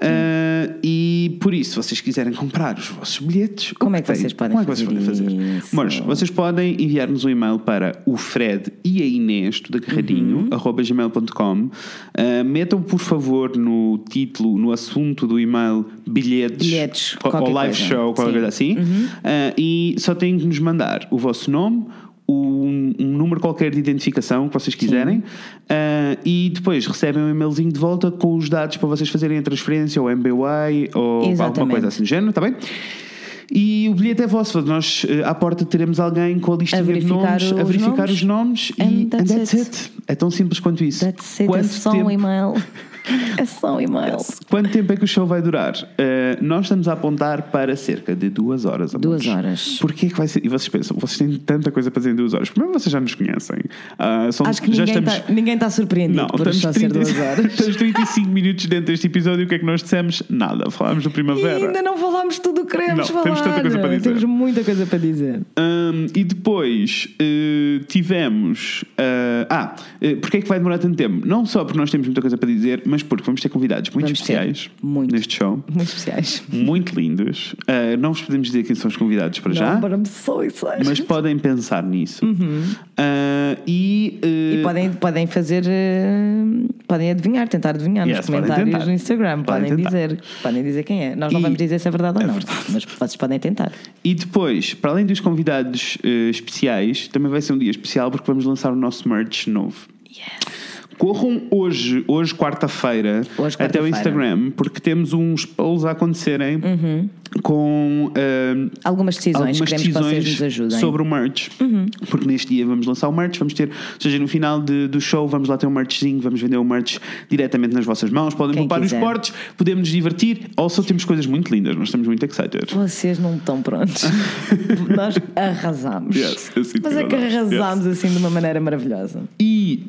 Speaker 2: Ah, e por isso, se vocês quiserem comprar os vossos bilhetes, o
Speaker 1: Como é que vocês
Speaker 2: tem?
Speaker 1: podem
Speaker 2: Como é que vocês
Speaker 1: fazer
Speaker 2: podem fazer?
Speaker 1: isso?
Speaker 2: Amores, vocês podem enviar-nos um e-mail para o Fred e a Inês, tudo agarradinho,
Speaker 1: Uhum.
Speaker 2: arroba gmail.com. Ah, metam, por favor, no título, no assunto do e-mail, bilhetes,
Speaker 1: Bilhetes,
Speaker 2: ou, ou
Speaker 1: qualquer
Speaker 2: live
Speaker 1: coisa.
Speaker 2: show, qualquer
Speaker 1: Sim.
Speaker 2: coisa assim.
Speaker 1: Uhum.
Speaker 2: Ah, e só têm que nos mandar o vosso nome, um, um número qualquer de identificação que vocês quiserem, ah, e depois recebem um e-mailzinho de volta com os dados para vocês fazerem a transferência ou MBWay ou alguma
Speaker 1: Exatamente.
Speaker 2: coisa assim do género, está bem? E o bilhete é vosso. Nós eh, à porta teremos alguém com a lista
Speaker 1: A
Speaker 2: de
Speaker 1: verificar
Speaker 2: nomes, a
Speaker 1: os
Speaker 2: verificar
Speaker 1: nomes.
Speaker 2: os nomes e
Speaker 1: And that's it.
Speaker 2: É tão simples quanto isso.
Speaker 1: That's it, é
Speaker 2: Quanto
Speaker 1: só
Speaker 2: tempo-
Speaker 1: um e-mail. É só um e-mail.
Speaker 2: Quanto tempo é que o show vai durar? Eh, nós estamos a apontar para cerca de duas horas. amores.
Speaker 1: Duas horas.
Speaker 2: Porquê que vai ser? E vocês pensam, vocês têm tanta coisa para dizer em duas horas. Primeiro, vocês já nos conhecem. Ah, são-
Speaker 1: Acho que
Speaker 2: já
Speaker 1: ninguém está
Speaker 2: estamos.
Speaker 1: surpreendido
Speaker 2: Não,
Speaker 1: por um só
Speaker 2: estamos,
Speaker 1: ser
Speaker 2: 30,
Speaker 1: duas horas.
Speaker 2: estamos 35 minutos dentro deste episódio. O que é que nós dissemos? Nada. Falámos do
Speaker 1: E
Speaker 2: primavera.
Speaker 1: ainda não falámos tudo o que queremos
Speaker 2: Não,
Speaker 1: falar.
Speaker 2: temos tanta coisa para dizer.
Speaker 1: Temos muita coisa para dizer.
Speaker 2: Hum, e depois eh, tivemos. eh, ah, eh, porque é que vai demorar tanto tempo? Não só porque nós temos muita coisa para dizer, mas porque vamos ter convidados muito
Speaker 1: Vamos ter.
Speaker 2: especiais
Speaker 1: Muito.
Speaker 2: neste show,
Speaker 1: Muito especiais.
Speaker 2: muito lindos. Eh, não vos podemos dizer quem são os convidados para já,
Speaker 1: Não, para me só isso.
Speaker 2: mas podem pensar nisso. Ah, e. eh,
Speaker 1: E podem, podem fazer. eh, podem adivinhar, tentar adivinhar
Speaker 2: Yes,
Speaker 1: nos
Speaker 2: podem
Speaker 1: comentários
Speaker 2: tentar.
Speaker 1: no Instagram.
Speaker 2: Podem
Speaker 1: Podem,
Speaker 2: tentar.
Speaker 1: dizer. Podem dizer quem é. Nós não
Speaker 2: E-
Speaker 1: vamos dizer se é verdade
Speaker 2: É
Speaker 1: ou não.
Speaker 2: verdade.
Speaker 1: Mas vocês podem tentar.
Speaker 2: E depois, para além dos convidados eh, especiais, também vai ser um dia especial porque vamos lançar o nosso merch novo. Corram hoje, hoje quarta-feira,
Speaker 1: Hoje,
Speaker 2: até o
Speaker 1: quarta-feira.
Speaker 2: Instagram, porque temos uns polls a acontecerem
Speaker 1: Uhum.
Speaker 2: com eh,
Speaker 1: Algumas decisões
Speaker 2: algumas
Speaker 1: queremos que vocês
Speaker 2: decisões
Speaker 1: nos ajudem. Uhum.
Speaker 2: sobre o merch. Porque neste dia vamos lançar o merch, vamos ter, ou seja, no final de- do show vamos lá ter um merchzinho, vamos vender o merch diretamente nas vossas mãos, podem
Speaker 1: Quem
Speaker 2: poupar
Speaker 1: quiser.
Speaker 2: os portes, podemos nos divertir, ou só temos coisas muito lindas, nós estamos muito excited.
Speaker 1: Vocês não estão prontos. Nós arrasamos.
Speaker 2: Yes, eu sinto
Speaker 1: Mas é
Speaker 2: que
Speaker 1: que
Speaker 2: arrasamos.
Speaker 1: arrasámos assim de uma maneira maravilhosa.
Speaker 2: E,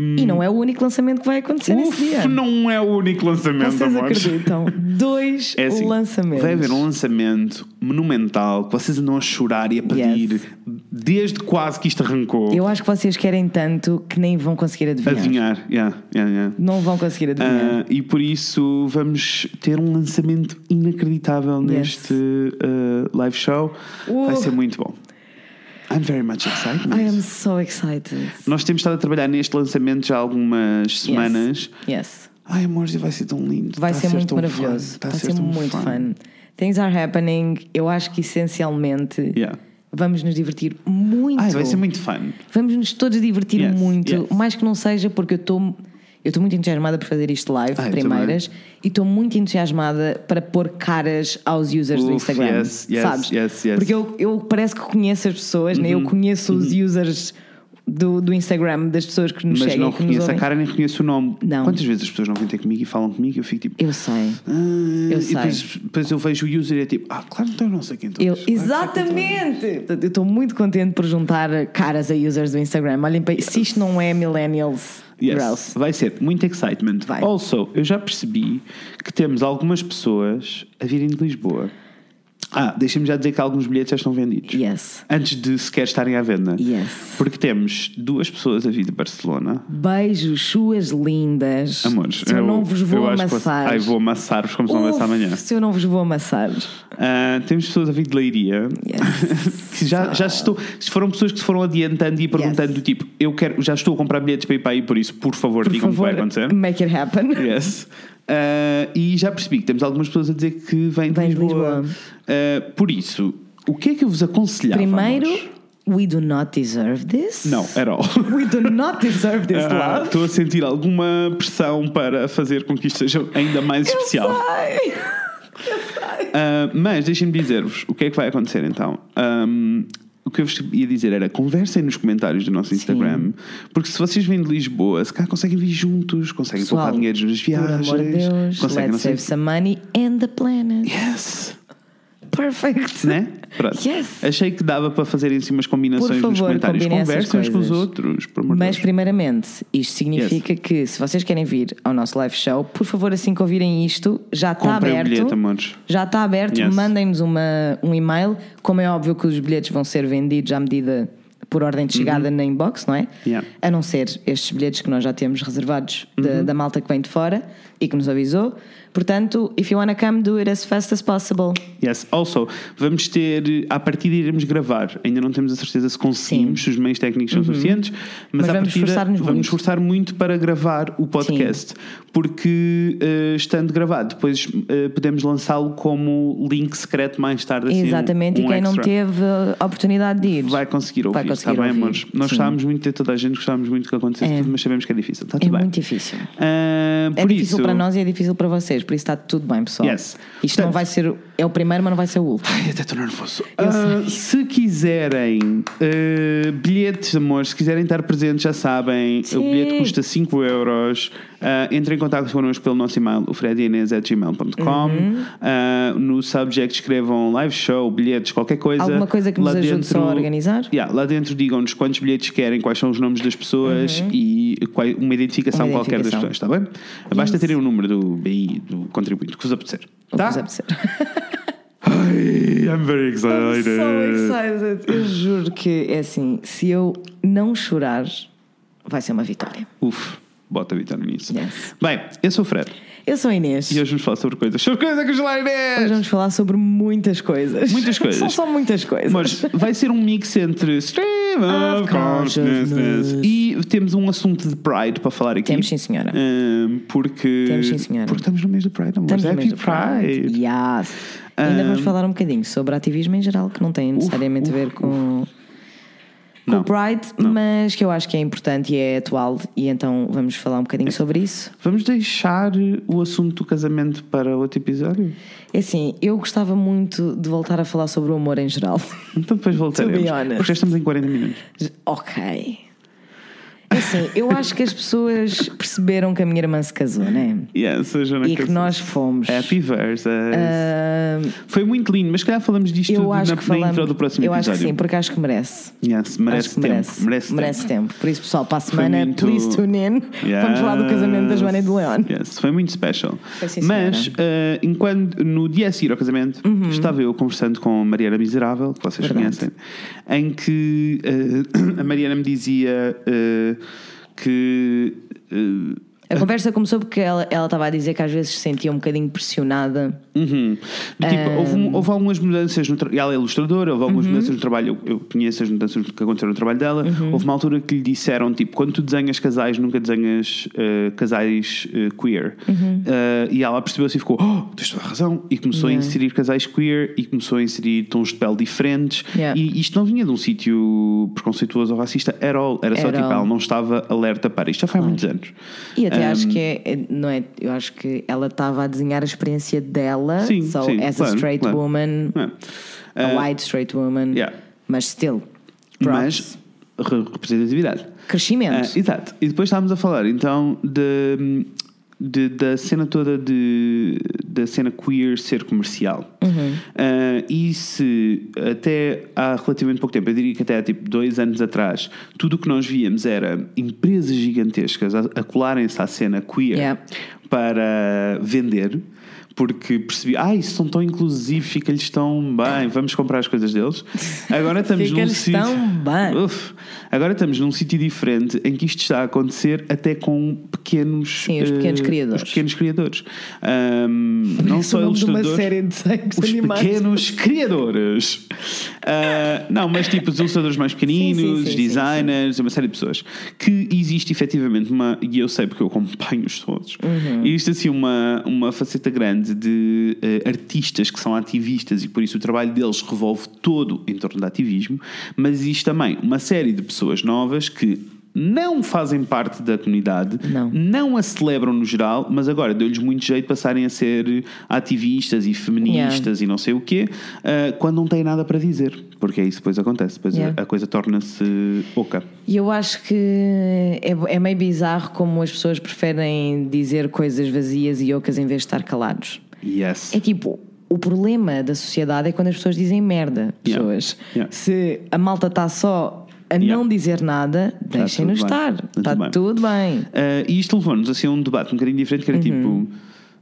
Speaker 2: hum,
Speaker 1: E não é o único lançamento que vai acontecer nesse
Speaker 2: Uf,
Speaker 1: dia.
Speaker 2: não é o único lançamento,
Speaker 1: Vocês
Speaker 2: amores.
Speaker 1: acreditam? Dois
Speaker 2: É assim,
Speaker 1: lançamentos.
Speaker 2: Vai haver um lançamento monumental que vocês andam a chorar e a pedir
Speaker 1: Yes.
Speaker 2: desde quase que isto arrancou.
Speaker 1: Eu acho que vocês querem tanto que nem vão conseguir adivinhar.
Speaker 2: Adivinhar, yeah, yeah, yeah.
Speaker 1: Não vão conseguir adivinhar.
Speaker 2: Ah, e por isso vamos ter um lançamento inacreditável neste ah, live show. Vai
Speaker 1: Uh.
Speaker 2: ser muito bom. I'm very much excited.
Speaker 1: I am so excited.
Speaker 2: Nós temos estado a trabalhar neste lançamento já há algumas semanas.
Speaker 1: Yes. yes.
Speaker 2: Ai, amores, vai ser tão lindo.
Speaker 1: Vai
Speaker 2: Tá a
Speaker 1: ser muito
Speaker 2: tão
Speaker 1: maravilhoso.
Speaker 2: fun. Tá a
Speaker 1: Vai ser,
Speaker 2: tão
Speaker 1: muito fun. Things are happening. Eu acho que essencialmente
Speaker 2: Yeah.
Speaker 1: vamos nos divertir muito.
Speaker 2: Ai, vai ser muito fun.
Speaker 1: Vamos nos todos divertir
Speaker 2: Yes,
Speaker 1: muito.
Speaker 2: yes.
Speaker 1: Mais que não seja porque eu estou. Eu estou muito entusiasmada por fazer isto live,
Speaker 2: Ah, eu
Speaker 1: primeiras, e estou muito entusiasmada para pôr caras aos users do
Speaker 2: Uf,
Speaker 1: Instagram.
Speaker 2: yes, yes,
Speaker 1: sabes?
Speaker 2: yes, Uhum, yes.
Speaker 1: Porque eu, eu parece que conheço as pessoas, né? eu conheço os users do, do Instagram, das pessoas que nos
Speaker 2: Mas
Speaker 1: seguem.
Speaker 2: não
Speaker 1: é que nos
Speaker 2: reconheço a
Speaker 1: ouvem.
Speaker 2: cara nem reconheço o nome.
Speaker 1: Não.
Speaker 2: Quantas vezes as pessoas não vêm ter comigo e falam comigo e eu fico tipo.
Speaker 1: Eu sei.
Speaker 2: "Ah",
Speaker 1: eu
Speaker 2: e
Speaker 1: sei.
Speaker 2: Depois, depois eu vejo o user e é tipo, ah, claro, então eu não sei quem tu
Speaker 1: Eu,
Speaker 2: és. Claro que sei quem tu és."
Speaker 1: exatamente! Portanto, Eu estou muito contente por juntar caras a users do Instagram. Olhem para se isto não é Millennials,
Speaker 2: Yes,
Speaker 1: gross.
Speaker 2: Vai ser muito excitement.
Speaker 1: Vai.
Speaker 2: Also, eu já percebi que temos algumas pessoas a virem de Lisboa. Ah, deixem-me já dizer que alguns bilhetes já estão vendidos.
Speaker 1: Yes.
Speaker 2: Antes de sequer estarem à venda.
Speaker 1: Yes.
Speaker 2: Porque temos duas pessoas a vir de Barcelona.
Speaker 1: Beijos, suas lindas.
Speaker 2: Amores,
Speaker 1: se eu, não vos vou
Speaker 2: eu acho que você-
Speaker 1: amassar.
Speaker 2: Ai, vou amassar-vos como se não
Speaker 1: Uf,
Speaker 2: amassar amanhã.
Speaker 1: Se eu não vos vou amassar.
Speaker 2: Ah, temos pessoas a vir de Leiria.
Speaker 1: Yes.
Speaker 2: que já, já estou. se Foram pessoas que se foram adiantando e perguntando
Speaker 1: Yes.
Speaker 2: do tipo, eu quero, já estou a comprar bilhetes para ir para aí, por isso, por favor,
Speaker 1: Por
Speaker 2: digam me o que
Speaker 1: favor,
Speaker 2: vai acontecer.
Speaker 1: make it happen.
Speaker 2: Yes. Ah, e já percebi que temos algumas pessoas a dizer que vêm de
Speaker 1: Vêm de
Speaker 2: Lisboa.
Speaker 1: Lisboa.
Speaker 2: Ah, por isso, o que é que eu vos aconselhava?
Speaker 1: Primeiro,
Speaker 2: amores?
Speaker 1: we do not deserve this.
Speaker 2: Não, era all.
Speaker 1: We do not deserve this
Speaker 2: Ah,
Speaker 1: love.
Speaker 2: Estou a sentir alguma pressão para fazer com que isto seja ainda mais especial.
Speaker 1: Ai.
Speaker 2: Ah, mas deixem-me dizer-vos o que é que vai acontecer então. Ahm, que eu vos ia dizer era conversem nos comentários do nosso Instagram, porque se vocês vêm de Lisboa, se calhar conseguem vir juntos, conseguem
Speaker 1: Pessoal,
Speaker 2: poupar dinheiro nas
Speaker 1: Por
Speaker 2: viagens,
Speaker 1: amor de Deus,
Speaker 2: conseguem
Speaker 1: let's save some money and the planet.
Speaker 2: Yes!
Speaker 1: Perfect.
Speaker 2: Né? Pronto.
Speaker 1: Yes.
Speaker 2: Achei que dava para fazerem assim umas combinações
Speaker 1: Por
Speaker 2: nos
Speaker 1: favor,
Speaker 2: comentários.
Speaker 1: combinem essas
Speaker 2: Conversem uns com os
Speaker 1: coisas.
Speaker 2: outros, por amor de
Speaker 1: Mas
Speaker 2: Deus.
Speaker 1: primeiramente, isto significa que se vocês querem vir ao nosso live show, por favor, assim que ouvirem isto, já está
Speaker 2: Comprem o
Speaker 1: tá aberto.
Speaker 2: bilhete, amores.
Speaker 1: Já está aberto,
Speaker 2: Yes.
Speaker 1: mandem-nos uma- um e-mail. Como é óbvio que os bilhetes vão ser vendidos à medida por ordem de chegada na inbox, não é?
Speaker 2: Uhum. Yeah. Uhum.
Speaker 1: A não ser estes bilhetes que nós já temos reservados da, da malta que vem de fora e que nos avisou. Portanto, if you wanna come, do it as fast as possible.
Speaker 2: Yes. Also, vamos ter, à partida iremos gravar. Ainda não temos a certeza se conseguimos, se os meios técnicos são suficientes, mas,
Speaker 1: Uhum. Mas
Speaker 2: à
Speaker 1: vamos
Speaker 2: partida
Speaker 1: esforçar-nos
Speaker 2: vamos
Speaker 1: muito.
Speaker 2: esforçar muito para gravar o podcast, porque eh, estando gravado, depois eh, podemos lançá-lo como link secreto mais tarde. assim, um-
Speaker 1: Exatamente,
Speaker 2: um
Speaker 1: e quem não
Speaker 2: extra.
Speaker 1: teve a oportunidade de ir.
Speaker 2: Vai conseguir ouvir,
Speaker 1: Vai conseguir
Speaker 2: está bem,
Speaker 1: ouvir,
Speaker 2: amores? Nós
Speaker 1: sim.
Speaker 2: gostávamos muito de ter toda a gente, gostávamos muito que acontecesse
Speaker 1: É.
Speaker 2: tudo, mas sabemos que é difícil. Está
Speaker 1: É
Speaker 2: tudo bem.
Speaker 1: muito difícil.
Speaker 2: Ah,
Speaker 1: É
Speaker 2: por
Speaker 1: difícil
Speaker 2: isso,
Speaker 1: para nós e é difícil para vocês, por isso está tudo bem, pessoal.
Speaker 2: Yes.
Speaker 1: Isto não
Speaker 2: Portanto-
Speaker 1: vai ser. É o primeiro, mas não vai ser o último.
Speaker 2: Ai, até estou nervoso. Ah, se quiserem ah, bilhetes, amores, se quiserem estar presentes, já sabem.
Speaker 1: Sim.
Speaker 2: O bilhete custa 5 euros. Ah, entrem em contato connosco pelo nosso e-mail, o fredinês.gmail.com.
Speaker 1: Uhum.
Speaker 2: Ah, no subject escrevam live show, bilhetes, qualquer coisa.
Speaker 1: Alguma coisa que nos
Speaker 2: Lá
Speaker 1: ajude
Speaker 2: dentro-
Speaker 1: só a organizar?
Speaker 2: Yeah, lá dentro digam-nos quantos bilhetes querem, quais são os nomes das pessoas e qual- uma, identificação
Speaker 1: Uhum. Uma
Speaker 2: qualquer das
Speaker 1: identificação.
Speaker 2: pessoas, está bem? Basta terem o número do BI, do contribuinte, que vos apetecer.
Speaker 1: O que
Speaker 2: Tá?
Speaker 1: vos apetecer.
Speaker 2: Ai, I'm very excited.
Speaker 1: excited. Eu juro que é assim, se eu não chorar, vai ser uma vitória.
Speaker 2: Uf, bota a Vitória nisso.
Speaker 1: Yes.
Speaker 2: Bem, eu sou o Fred
Speaker 1: Eu sou a Inês.
Speaker 2: e hoje vamos falar sobre coisas. Sobre coisas que gelar
Speaker 1: Hoje
Speaker 2: Inês!
Speaker 1: vamos falar sobre muitas coisas.
Speaker 2: Muitas coisas.
Speaker 1: São só muitas coisas.
Speaker 2: Mas vai ser um mix entre stream of
Speaker 1: Of consciousness.
Speaker 2: consciousness e temos um assunto de Pride para falar aqui.
Speaker 1: Temos, sim, senhora.
Speaker 2: Ahm, porque,
Speaker 1: Temos, sim, senhora.
Speaker 2: porque estamos no mês do Pride, amor.
Speaker 1: Estamos no mês
Speaker 2: Happy
Speaker 1: do Pride. Yes. Ainda vamos
Speaker 2: Um,
Speaker 1: falar um bocadinho sobre ativismo em geral, que não tem necessariamente
Speaker 2: uf,
Speaker 1: a ver com, com
Speaker 2: Não.
Speaker 1: o Pride, mas que eu acho que é importante e é atual, e então vamos falar um
Speaker 2: É.
Speaker 1: bocadinho sobre isso.
Speaker 2: Vamos deixar o assunto do casamento para outro episódio?
Speaker 1: É assim, eu gostava muito de voltar a falar sobre o amor em geral.
Speaker 2: Então depois voltaremos.
Speaker 1: honest.
Speaker 2: Porque já estamos em 40 minutos.
Speaker 1: ok. É Assim, eu acho que as pessoas perceberam que a minha irmã se casou, né?
Speaker 2: Yes, hoje eu não
Speaker 1: E que
Speaker 2: quero-
Speaker 1: nós fomos.
Speaker 2: Happy Versus.
Speaker 1: Ah,
Speaker 2: Foi muito lindo, mas se calhar falamos disto
Speaker 1: eu
Speaker 2: na,
Speaker 1: acho
Speaker 2: na
Speaker 1: que falamos.
Speaker 2: intro do próximo
Speaker 1: eu acho
Speaker 2: episódio.
Speaker 1: que sim, porque acho que merece.
Speaker 2: Yes, merece
Speaker 1: Acho que
Speaker 2: tempo. Merece, tempo.
Speaker 1: tempo. Por isso, pessoal, para a semana,
Speaker 2: muito-
Speaker 1: please tune in. Vamos falar do casamento da Joana e do Leon.
Speaker 2: Yes, foi muito special.
Speaker 1: Foi sim,
Speaker 2: Mas
Speaker 1: senhora. Uhum.
Speaker 2: eh, enquanto no dia a seguir ao casamento, estava eu conversando com a Mariana Miserável, que vocês
Speaker 1: Verdade.
Speaker 2: conhecem, em que eh, a Mariana me dizia eh, que eh,
Speaker 1: A conversa começou porque ela, ela estava a dizer que às vezes se sentia um bocadinho pressionada.
Speaker 2: Uhum. Do Tipo, houve, um- houve algumas mudanças no tra- e Ela é ilustradora, houve
Speaker 1: Uhum.
Speaker 2: algumas mudanças no trabalho. Eu, eu conheço as mudanças que aconteceram no trabalho dela.
Speaker 1: Uhum.
Speaker 2: Houve uma altura que lhe disseram: tipo, quando tu desenhas casais, nunca desenhas eh, casais eh, queer.
Speaker 1: Uhum.
Speaker 2: Eh, e ela percebeu-se e ficou: oh, tens toda a razão. E começou a inserir casais queer e começou a inserir tons de pele diferentes.
Speaker 1: Yeah.
Speaker 2: E isto não vinha de um sítio preconceituoso ou racista at all. Era só
Speaker 1: At
Speaker 2: tipo,
Speaker 1: all.
Speaker 2: ela não estava alerta para isto. Já foi há muitos anos.
Speaker 1: E até
Speaker 2: Um,
Speaker 1: acho que é, é- não é, eu acho que ela estava a desenhar a experiência dela,
Speaker 2: Sim,
Speaker 1: so
Speaker 2: sim,
Speaker 1: as
Speaker 2: claro,
Speaker 1: a straight
Speaker 2: claro.
Speaker 1: woman,
Speaker 2: É. Eh,
Speaker 1: a white straight woman,
Speaker 2: yeah.
Speaker 1: mas still, props,
Speaker 2: mas re- representatividade. Ah,
Speaker 1: crescimento.
Speaker 2: exato. E depois estávamos a falar então de, de- da cena toda de, da cena queer ser comercial.
Speaker 1: Uhum.
Speaker 2: Ah, e se até há relativamente pouco tempo, eu diria que até há tipo dois anos atrás, tudo o que nós víamos era empresas gigantescas a, a colarem-se à cena queer
Speaker 1: Yeah.
Speaker 2: para vender. Porque percebi, ah, isso são tão inclusivos, fica-lhes tão bem, vamos comprar as coisas deles. Agora estamos num
Speaker 1: Fica-lhes
Speaker 2: sítio.
Speaker 1: tão bem.
Speaker 2: Uf. Agora estamos num sítio diferente em que isto está a acontecer até com pequenos.
Speaker 1: Sim, os pequenos
Speaker 2: eh,
Speaker 1: criadores.
Speaker 2: Os pequenos criadores. Ahm, não só ilustradores.
Speaker 1: é de desenhos
Speaker 2: os pequenos criadores. Ah, não, mas tipo os ilustradores mais pequeninos,
Speaker 1: Sim, sim, sim, sim,
Speaker 2: designers, uma série de pessoas. Que existe efetivamente uma. E eu sei porque eu acompanho-os todos.
Speaker 1: Uhum.
Speaker 2: Existe assim uma, uma faceta grande de eh, artistas que são ativistas e por isso o trabalho deles revolve todo em torno do ativismo. Mas existe também uma série de pessoas novas que não fazem parte da comunidade,
Speaker 1: Não.
Speaker 2: a celebram no geral, mas agora deu-lhes muito jeito de passarem a ser ativistas e feministas e não sei o quê, ah, quando não têm nada para dizer. Porque é isso que depois acontece, depois a-
Speaker 1: Yeah.
Speaker 2: a coisa torna-se oca.
Speaker 1: E eu acho que é, é meio bizarro como as pessoas preferem dizer coisas vazias e ocas em vez de estar calados.
Speaker 2: Yes.
Speaker 1: É tipo, o problema da sociedade é quando as pessoas dizem merda.
Speaker 2: Yeah.
Speaker 1: Pessoas.
Speaker 2: Yeah.
Speaker 1: Se a malta está só a
Speaker 2: Yeah. Tá
Speaker 1: não dizer nada, deixem-nos
Speaker 2: tudo bem.
Speaker 1: estar.
Speaker 2: Tá
Speaker 1: Está
Speaker 2: tudo bem.
Speaker 1: tudo bem.
Speaker 2: Uh, e isto levou-nos a ser um debate um bocadinho diferente, que era
Speaker 1: Uhum.
Speaker 2: tipo.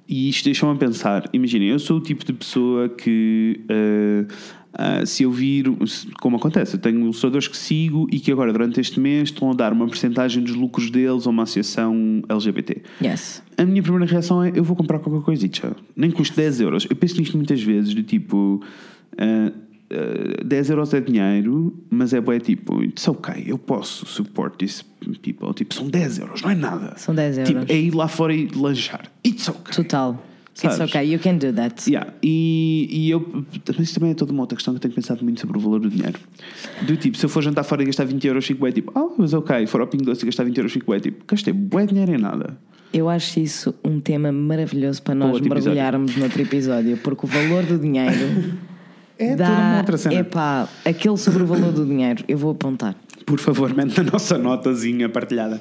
Speaker 2: E isto deixou-me a pensar. Imaginem, eu sou o tipo de pessoa que. uh, uh, se eu vir, se- como acontece, eu tenho ilustradores que sigo e que agora durante este mês estão a dar uma porcentagem dos lucros deles a uma associação LGBT.
Speaker 1: Yes.
Speaker 2: A minha primeira reação é: eu vou comprar qualquer coisa e tchau. Nem custa 10 euros. Eu penso nisto muitas vezes, do tipo. ah, ah, 10 euros é dinheiro, mas é bué tipo, it's ok, eu posso support this people. Tipo, são 10 euros, não é nada.
Speaker 1: São 10
Speaker 2: Tipo,
Speaker 1: euros.
Speaker 2: é ir lá fora e lanchar. It's ok.
Speaker 1: Total. It's
Speaker 2: Sabes?
Speaker 1: okay, you can do that.
Speaker 2: Yeah. E, e eu. Mas isso também é toda uma outra questão que eu tenho pensado muito sobre o valor do dinheiro. Do tipo, se eu for jantar fora e gastar 20 euros, fico bem tipo, ah, mas ok. For ao Pingo Doce e gastar 20 euros, fico bem tipo, gastei bué dinheiro em nada.
Speaker 1: Eu acho isso um tema maravilhoso para nós
Speaker 2: Outro episódio.
Speaker 1: mergulharmos no outro episódio, porque o valor do dinheiro
Speaker 2: É
Speaker 1: dá.
Speaker 2: toda uma outra cena.
Speaker 1: Epá, aquele sobre o valor do dinheiro, eu vou apontar.
Speaker 2: Por favor, mete na nossa notazinha partilhada.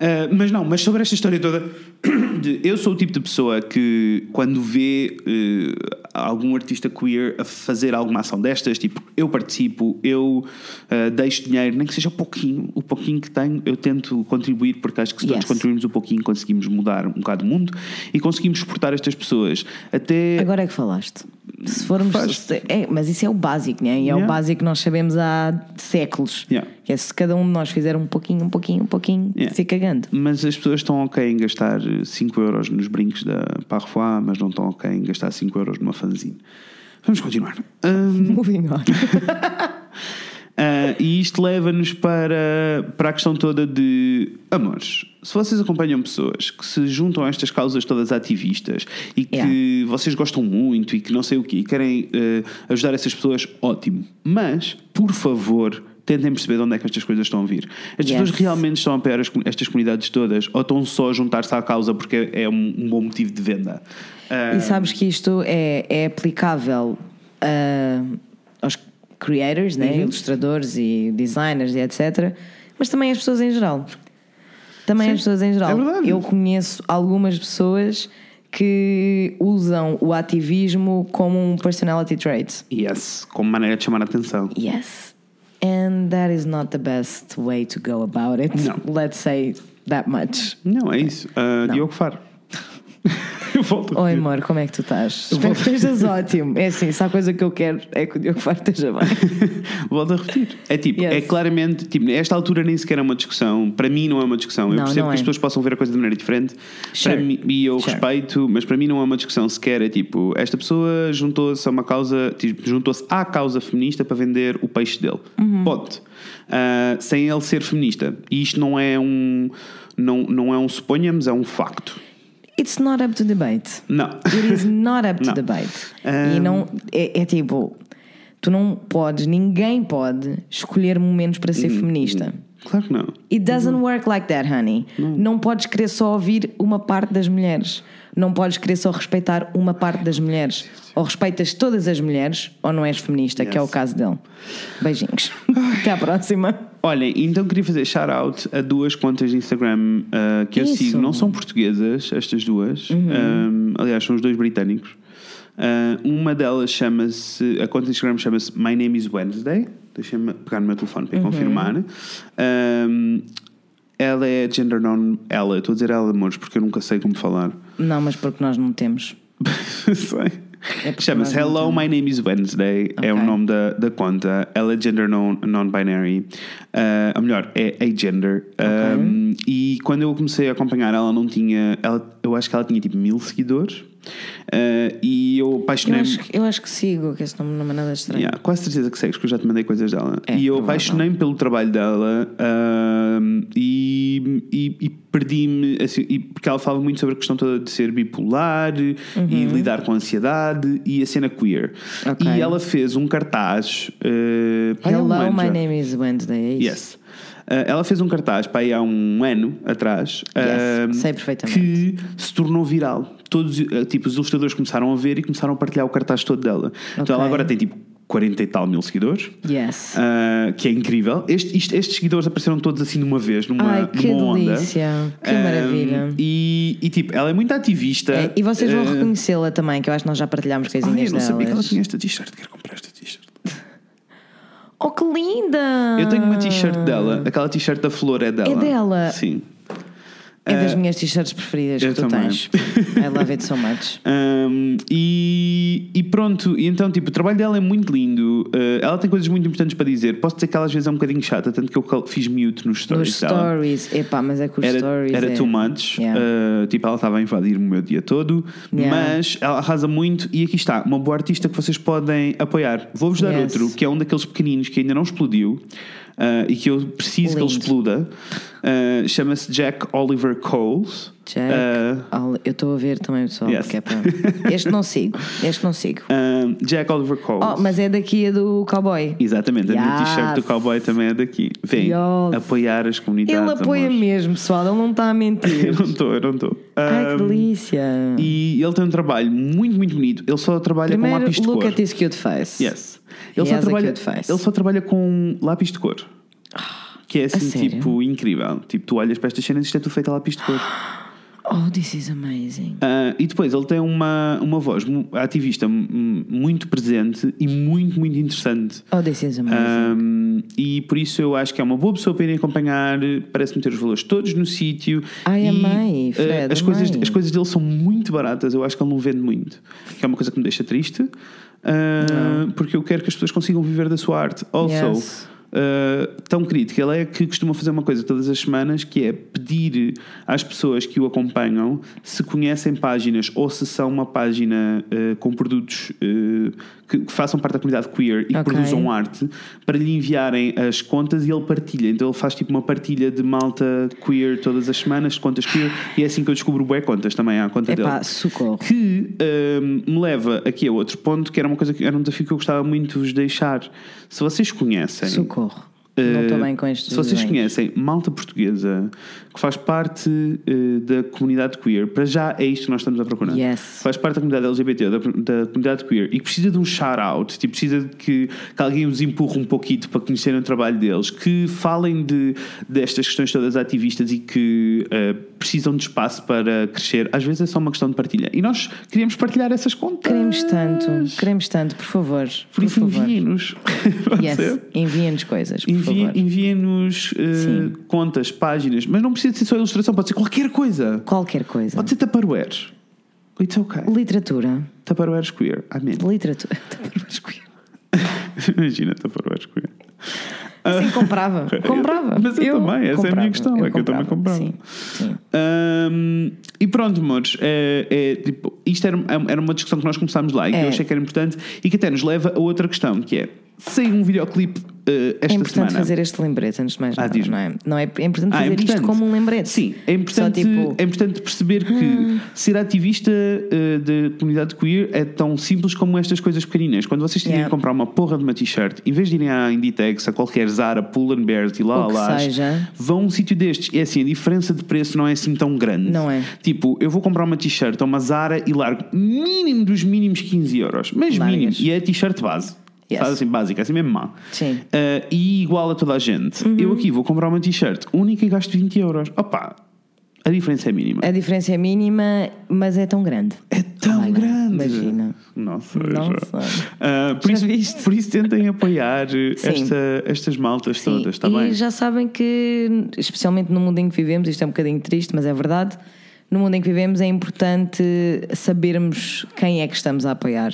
Speaker 2: Ah, mas não, mas sobre esta história toda, de- eu sou o tipo de pessoa que quando vê eh, algum artista queer a fazer alguma ação destas, tipo, eu participo, eu ah, deixo dinheiro, nem que seja pouquinho, o pouquinho que tenho, eu tento contribuir, porque acho que se todos
Speaker 1: Yes.
Speaker 2: contribuirmos um pouquinho, conseguimos mudar um bocado o mundo e conseguimos exportar estas pessoas. Até.
Speaker 1: Agora é que falaste. Se formos.
Speaker 2: Faz-
Speaker 1: se- é, mas isso é o básico, né? E é
Speaker 2: Yeah.
Speaker 1: o básico que nós sabemos há séculos.
Speaker 2: Yeah.
Speaker 1: Que é se cada um de nós fizer um pouquinho, um pouquinho, um pouquinho,
Speaker 2: Yeah.
Speaker 1: se cagando.
Speaker 2: Mas as pessoas estão ok em gastar 5 euros nos brincos da Parfois, mas não estão ok em gastar 5 euros numa fanzine. Vamos continuar. Hum,
Speaker 1: Moving on.
Speaker 2: ah, e isto leva-nos para, para a questão toda de amores. Se vocês acompanham pessoas que se juntam a estas causas todas ativistas e que vocês gostam muito e que não sei o quê e querem ah, ajudar essas pessoas, ótimo. Mas, por favor, tentem perceber de onde é que estas coisas estão a vir. Estas
Speaker 1: Yes.
Speaker 2: pessoas realmente estão a apoiar as comu- estas comunidades todas ou estão só a juntar-se à causa porque é um, um bom motivo de venda? Ah,
Speaker 1: E sabes que isto é, é aplicável ah, aos creators, né?
Speaker 2: Uhum.
Speaker 1: ilustradores e designers e etc. Mas também às pessoas em geral. Também
Speaker 2: Sim,
Speaker 1: às pessoas em geral.
Speaker 2: é verdade.
Speaker 1: Eu conheço algumas pessoas que usam o ativismo como um personality trait.
Speaker 2: yes, como maneira de chamar a atenção.
Speaker 1: Yes. And that is not the best way to go about it.
Speaker 2: Não.
Speaker 1: Let's say that much.
Speaker 2: Não, é isso. Ah,
Speaker 1: Não.
Speaker 2: Diogo Faro. eu volto. a
Speaker 1: Oi,
Speaker 2: repetir.
Speaker 1: amor, como é que tu estás? Espero que estejas ótimo. É assim, se há coisa que eu quero é que o Diogo Faro esteja bem.
Speaker 2: volto a repetir. É tipo,
Speaker 1: Yes.
Speaker 2: é claramente. Tipo, esta altura nem sequer é uma discussão. Para mim, não é uma discussão. eu
Speaker 1: Não,
Speaker 2: percebo
Speaker 1: não
Speaker 2: que as
Speaker 1: é.
Speaker 2: pessoas possam ver a coisa de maneira diferente.
Speaker 1: Sure.
Speaker 2: Para mim, e eu
Speaker 1: Sure.
Speaker 2: respeito, mas para mim, não é uma discussão sequer. É tipo, esta pessoa juntou-se a uma causa. tipo, Juntou-se à causa feminista para vender o peixe dele.
Speaker 1: Uhum.
Speaker 2: Ponto. Ah, sem ele ser feminista. E isto não é um. Não, não é um suponhamos, é um facto.
Speaker 1: It's not up to debate.
Speaker 2: Não.
Speaker 1: It is not up to
Speaker 2: Não.
Speaker 1: debate.
Speaker 2: Um,
Speaker 1: E não. É, é tipo. Tu não podes, ninguém pode escolher momentos para
Speaker 2: Hum,
Speaker 1: ser feminista.
Speaker 2: Claro que não.
Speaker 1: It doesn't
Speaker 2: Hum.
Speaker 1: work like that, honey. Não. podes querer só ouvir uma parte das mulheres. Não podes querer só respeitar uma parte das mulheres. Ou respeitas todas as mulheres, ou não és feminista, que é o
Speaker 2: Yes.
Speaker 1: caso dele. Beijinhos. Até à próxima.
Speaker 2: Olhem, então queria fazer shout-out a duas contas de Instagram uh, que eu
Speaker 1: Isso.
Speaker 2: sigo. Não são portuguesas, estas duas. Um, aliás, são os dois britânicos. Uh, uma delas chama-se. A conta de Instagram chama-se My Name is Wednesday. Deixa-me pegar no meu telefone para confirmar. Um, ela é gender non. Ela, eu estou a dizer ela, amores, porque eu nunca sei como falar.
Speaker 1: Não, mas porque nós não temos.
Speaker 2: Sei.
Speaker 1: É porque
Speaker 2: Chama-se
Speaker 1: nós não
Speaker 2: Hello, My Name is Wednesday. É o
Speaker 1: Ok.
Speaker 2: nome da, da conta. Ela é gender non- non-binary. Ah, ou melhor, é agender. Um, e quando eu comecei a acompanhar, ela não tinha. ela- eu acho que ela tinha tipo mil seguidores. Ah, e eu
Speaker 1: Eu
Speaker 2: apaixonei-me.
Speaker 1: acho, que- eu acho que sigo, que esse nome não é nada estranho.
Speaker 2: Yeah, quase certeza que segues, que eu já te mandei coisas dela.
Speaker 1: É,
Speaker 2: e eu
Speaker 1: provável.
Speaker 2: apaixonei-me pelo trabalho dela ahm, e, e- e perdi-me, assim, e- porque ela falava muito sobre a questão toda de ser bipolar e lidar com a ansiedade e a cena queer.
Speaker 1: Uhum. Ok.
Speaker 2: E ela fez um cartaz. eh, ai, é um
Speaker 1: Hello,
Speaker 2: ano
Speaker 1: my
Speaker 2: já.
Speaker 1: name is Wednesday. É isso?
Speaker 2: Yes. Ah, ela fez um cartaz para aí há um ano atrás
Speaker 1: Yes,
Speaker 2: ah,
Speaker 1: sei perfeitamente.
Speaker 2: que se tornou viral. Todos, ah, tipo, os ilustradores começaram a ver e começaram a partilhar o cartaz todo dela.
Speaker 1: Ok.
Speaker 2: Então ela agora tem tipo 40 e tal mil seguidores.
Speaker 1: Yes.
Speaker 2: ah, que é incrível. Este- isto- estes seguidores apareceram todos assim de uma vez, numa,
Speaker 1: Ai, que
Speaker 2: numa onda.
Speaker 1: delícia. Que
Speaker 2: Ah,
Speaker 1: maravilha.
Speaker 2: E, e, tipo, ela é muito ativista.
Speaker 1: É, e vocês vão
Speaker 2: Ah,
Speaker 1: reconhecê-la também, que eu acho que nós já partilhámos
Speaker 2: Ai, eu não
Speaker 1: coisinhas delas.
Speaker 2: sabia que ela tinha esta t-shirt. Quero comprar esta t-shirt.
Speaker 1: Oh, que linda!
Speaker 2: Eu tenho uma t-shirt dela. Aquela t-shirt da flor é dela.
Speaker 1: Ah. É dela.
Speaker 2: Sim.
Speaker 1: É das
Speaker 2: Eh,
Speaker 1: minhas t-shirts preferidas
Speaker 2: eu
Speaker 1: que tu
Speaker 2: também.
Speaker 1: tens. I love it so much.
Speaker 2: Um, e, e pronto, e então, tipo, o trabalho dela é muito lindo. Uh, ela tem coisas muito importantes para dizer. Posso dizer que ela às vezes é um bocadinho chata, tanto que eu cal- fiz mute nos
Speaker 1: Os
Speaker 2: stories dela.
Speaker 1: stories, epá, mas é que os
Speaker 2: Era,
Speaker 1: stories.
Speaker 2: era
Speaker 1: é...
Speaker 2: too much.
Speaker 1: Yeah.
Speaker 2: Uh, tipo, ela estava a invadir-me o meu dia todo.
Speaker 1: Yeah.
Speaker 2: Mas ela arrasa muito. E aqui está, uma boa artista que vocês podem apoiar. Vou-vos dar
Speaker 1: Yes.
Speaker 2: outro, que é um daqueles pequeninos que ainda não explodiu. uh, e que eu preciso que
Speaker 1: Lindo.
Speaker 2: ele exploda. Uh, Chama-se Jack Oliver Coles.
Speaker 1: Jack,
Speaker 2: Uh,
Speaker 1: Oli- eu estou a ver também, pessoal,
Speaker 2: Yes.
Speaker 1: porque é para- Este não sigo, este não sigo.
Speaker 2: um, Jack Oliver Coles.
Speaker 1: Oh, mas é daqui a do cowboy.
Speaker 2: Exatamente, a minha
Speaker 1: Yes.
Speaker 2: t-shirt do cowboy também é daqui. Vem
Speaker 1: Yes.
Speaker 2: apoiar as comunidades.
Speaker 1: Ele apoia
Speaker 2: amores.
Speaker 1: mesmo, pessoal, ele não está a
Speaker 2: Eu
Speaker 1: mentir.
Speaker 2: não estou, eu não estou.
Speaker 1: Ai, que
Speaker 2: Um,
Speaker 1: delícia!
Speaker 2: e ele tem um trabalho muito, muito bonito. Ele só trabalha com
Speaker 1: Primeiro,
Speaker 2: lápis de
Speaker 1: look
Speaker 2: cor.
Speaker 1: at this cute face.
Speaker 2: Yes.
Speaker 1: He
Speaker 2: Ele só,
Speaker 1: has a
Speaker 2: trabalha,
Speaker 1: cute face.
Speaker 2: ele só trabalha com lápis de cor. Que é assim,
Speaker 1: sério?
Speaker 2: tipo, incrível. Tipo, tu olhas para estas cenas e isto é tudo feito a lápis de cor.
Speaker 1: Oh, this is amazing.
Speaker 2: Ah, e depois ele tem uma, uma voz mu- ativista mu- muito presente e muito, muito interessante.
Speaker 1: Oh, this is amazing.
Speaker 2: Um, e por isso eu acho que é uma boa pessoa para irem acompanhar, parece-me ter os valores todos no sítio.
Speaker 1: Ai,
Speaker 2: E,
Speaker 1: amei,
Speaker 2: eh,
Speaker 1: Fred,
Speaker 2: as, coisas,
Speaker 1: amei.
Speaker 2: as coisas dele são muito baratas, eu acho que ele não vende muito, que é uma coisa que me deixa triste, uh, porque eu quero que as pessoas consigam viver da sua arte. Also,
Speaker 1: Yes.
Speaker 2: uh, tão querido que ele é que costuma fazer uma coisa todas as semanas que é pedir às pessoas que o acompanham se conhecem páginas ou se são uma página uh, com produtos uh, que, que façam parte da comunidade queer e que
Speaker 1: Ok.
Speaker 2: produzam arte para lhe enviarem as contas e ele partilha. Então ele faz tipo uma partilha de malta queer todas as semanas, de contas queer, e é assim que eu descubro bué contas também à conta dele.
Speaker 1: Epá, socorro.
Speaker 2: Que hum, me leva aqui a outro ponto, que era uma coisa que era um desafio que eu gostava muito de vos deixar. Se vocês conhecem.
Speaker 1: Socorro. não estou
Speaker 2: eh,
Speaker 1: bem com estes
Speaker 2: Se vocês
Speaker 1: desenhos.
Speaker 2: conhecem malta portuguesa que faz parte eh, da comunidade queer, para já é isto que nós estamos a procurar.
Speaker 1: Yes.
Speaker 2: Faz parte da comunidade LGBT, da, da comunidade queer e que precisa de um shout-out, tipo, precisa de que, que alguém os empurre um pouquinho para conhecerem o trabalho deles, que falem de, destas questões todas ativistas e que eh, precisam de espaço para crescer. Às vezes é só uma questão de partilha. E nós queríamos partilhar essas contas.
Speaker 1: Queremos tanto, queremos tanto, por favor.
Speaker 2: Por isso
Speaker 1: favor.
Speaker 2: enviem-nos. Pode ser?
Speaker 1: Yes, enviem-nos coisas, por
Speaker 2: Envie-
Speaker 1: favor.
Speaker 2: Enviem-nos eh,
Speaker 1: Sim.
Speaker 2: contas, páginas, mas não precisa de ser só ilustração, pode ser qualquer coisa.
Speaker 1: Qualquer coisa.
Speaker 2: Pode ser Tupperware. It's okay.
Speaker 1: Literatura.
Speaker 2: Tupperware queer. Amém.
Speaker 1: Literatura.
Speaker 2: Imagina Tupperware queer.
Speaker 1: Sim, comprava. Comprava.
Speaker 2: Mas Ah. eu também, essa é a minha questão, é que eu também comprava.
Speaker 1: Sim, sim.
Speaker 2: Ahm, e pronto, amores, é, é, tipo, isto era, era uma discussão que nós começámos lá e que
Speaker 1: É.
Speaker 2: eu achei que era importante e que até nos leva a outra questão, que é sem um videoclipe eh,
Speaker 1: é
Speaker 2: esta
Speaker 1: importante
Speaker 2: semana.
Speaker 1: fazer este lembrete antes de mais
Speaker 2: Ah,
Speaker 1: nada,
Speaker 2: diz-me.
Speaker 1: não é? Não é, é importante
Speaker 2: Ah,
Speaker 1: fazer isto como um lembrete.
Speaker 2: Sim, é importante,
Speaker 1: Só tipo, hum.
Speaker 2: é importante perceber que ser ativista eh, da comunidade queer é tão simples como estas coisas pequeninas. Quando vocês tiverem
Speaker 1: Yeah.
Speaker 2: que comprar uma porra de uma t-shirt, em vez de irem à Inditex, a qualquer Zara, Pull and Bears e lá
Speaker 1: O que
Speaker 2: lá,
Speaker 1: seja.
Speaker 2: vão a um sítio destes. E é assim, a diferença de preço não é assim tão grande.
Speaker 1: Não é.
Speaker 2: Tipo, eu vou comprar uma t-shirt a uma Zara e largo mínimo dos mínimos 15 euros. Mas
Speaker 1: Largas.
Speaker 2: mínimo. E é a t-shirt base.
Speaker 1: Yes.
Speaker 2: Sabe assim, básica, assim mesmo má.
Speaker 1: Sim.
Speaker 2: Uh, e igual a toda a gente. Eu aqui vou comprar uma t-shirt única e gasto 20 euros. Opa, a diferença é mínima.
Speaker 1: a diferença é mínima, mas é tão grande.
Speaker 2: É tão
Speaker 1: Olha,
Speaker 2: grande.
Speaker 1: imagina.
Speaker 2: Nossa,
Speaker 1: Não
Speaker 2: já.
Speaker 1: sei.
Speaker 2: Uh, por, isso,
Speaker 1: viste?
Speaker 2: por isso tentem apoiar uh,
Speaker 1: Sim.
Speaker 2: esta- estas maltas
Speaker 1: Sim,
Speaker 2: todas, está
Speaker 1: e
Speaker 2: Então, tá bem?
Speaker 1: já sabem que, especialmente no mundo em que vivemos, isto é um bocadinho triste, mas é verdade. No mundo em que vivemos é importante sabermos quem é que estamos a apoiar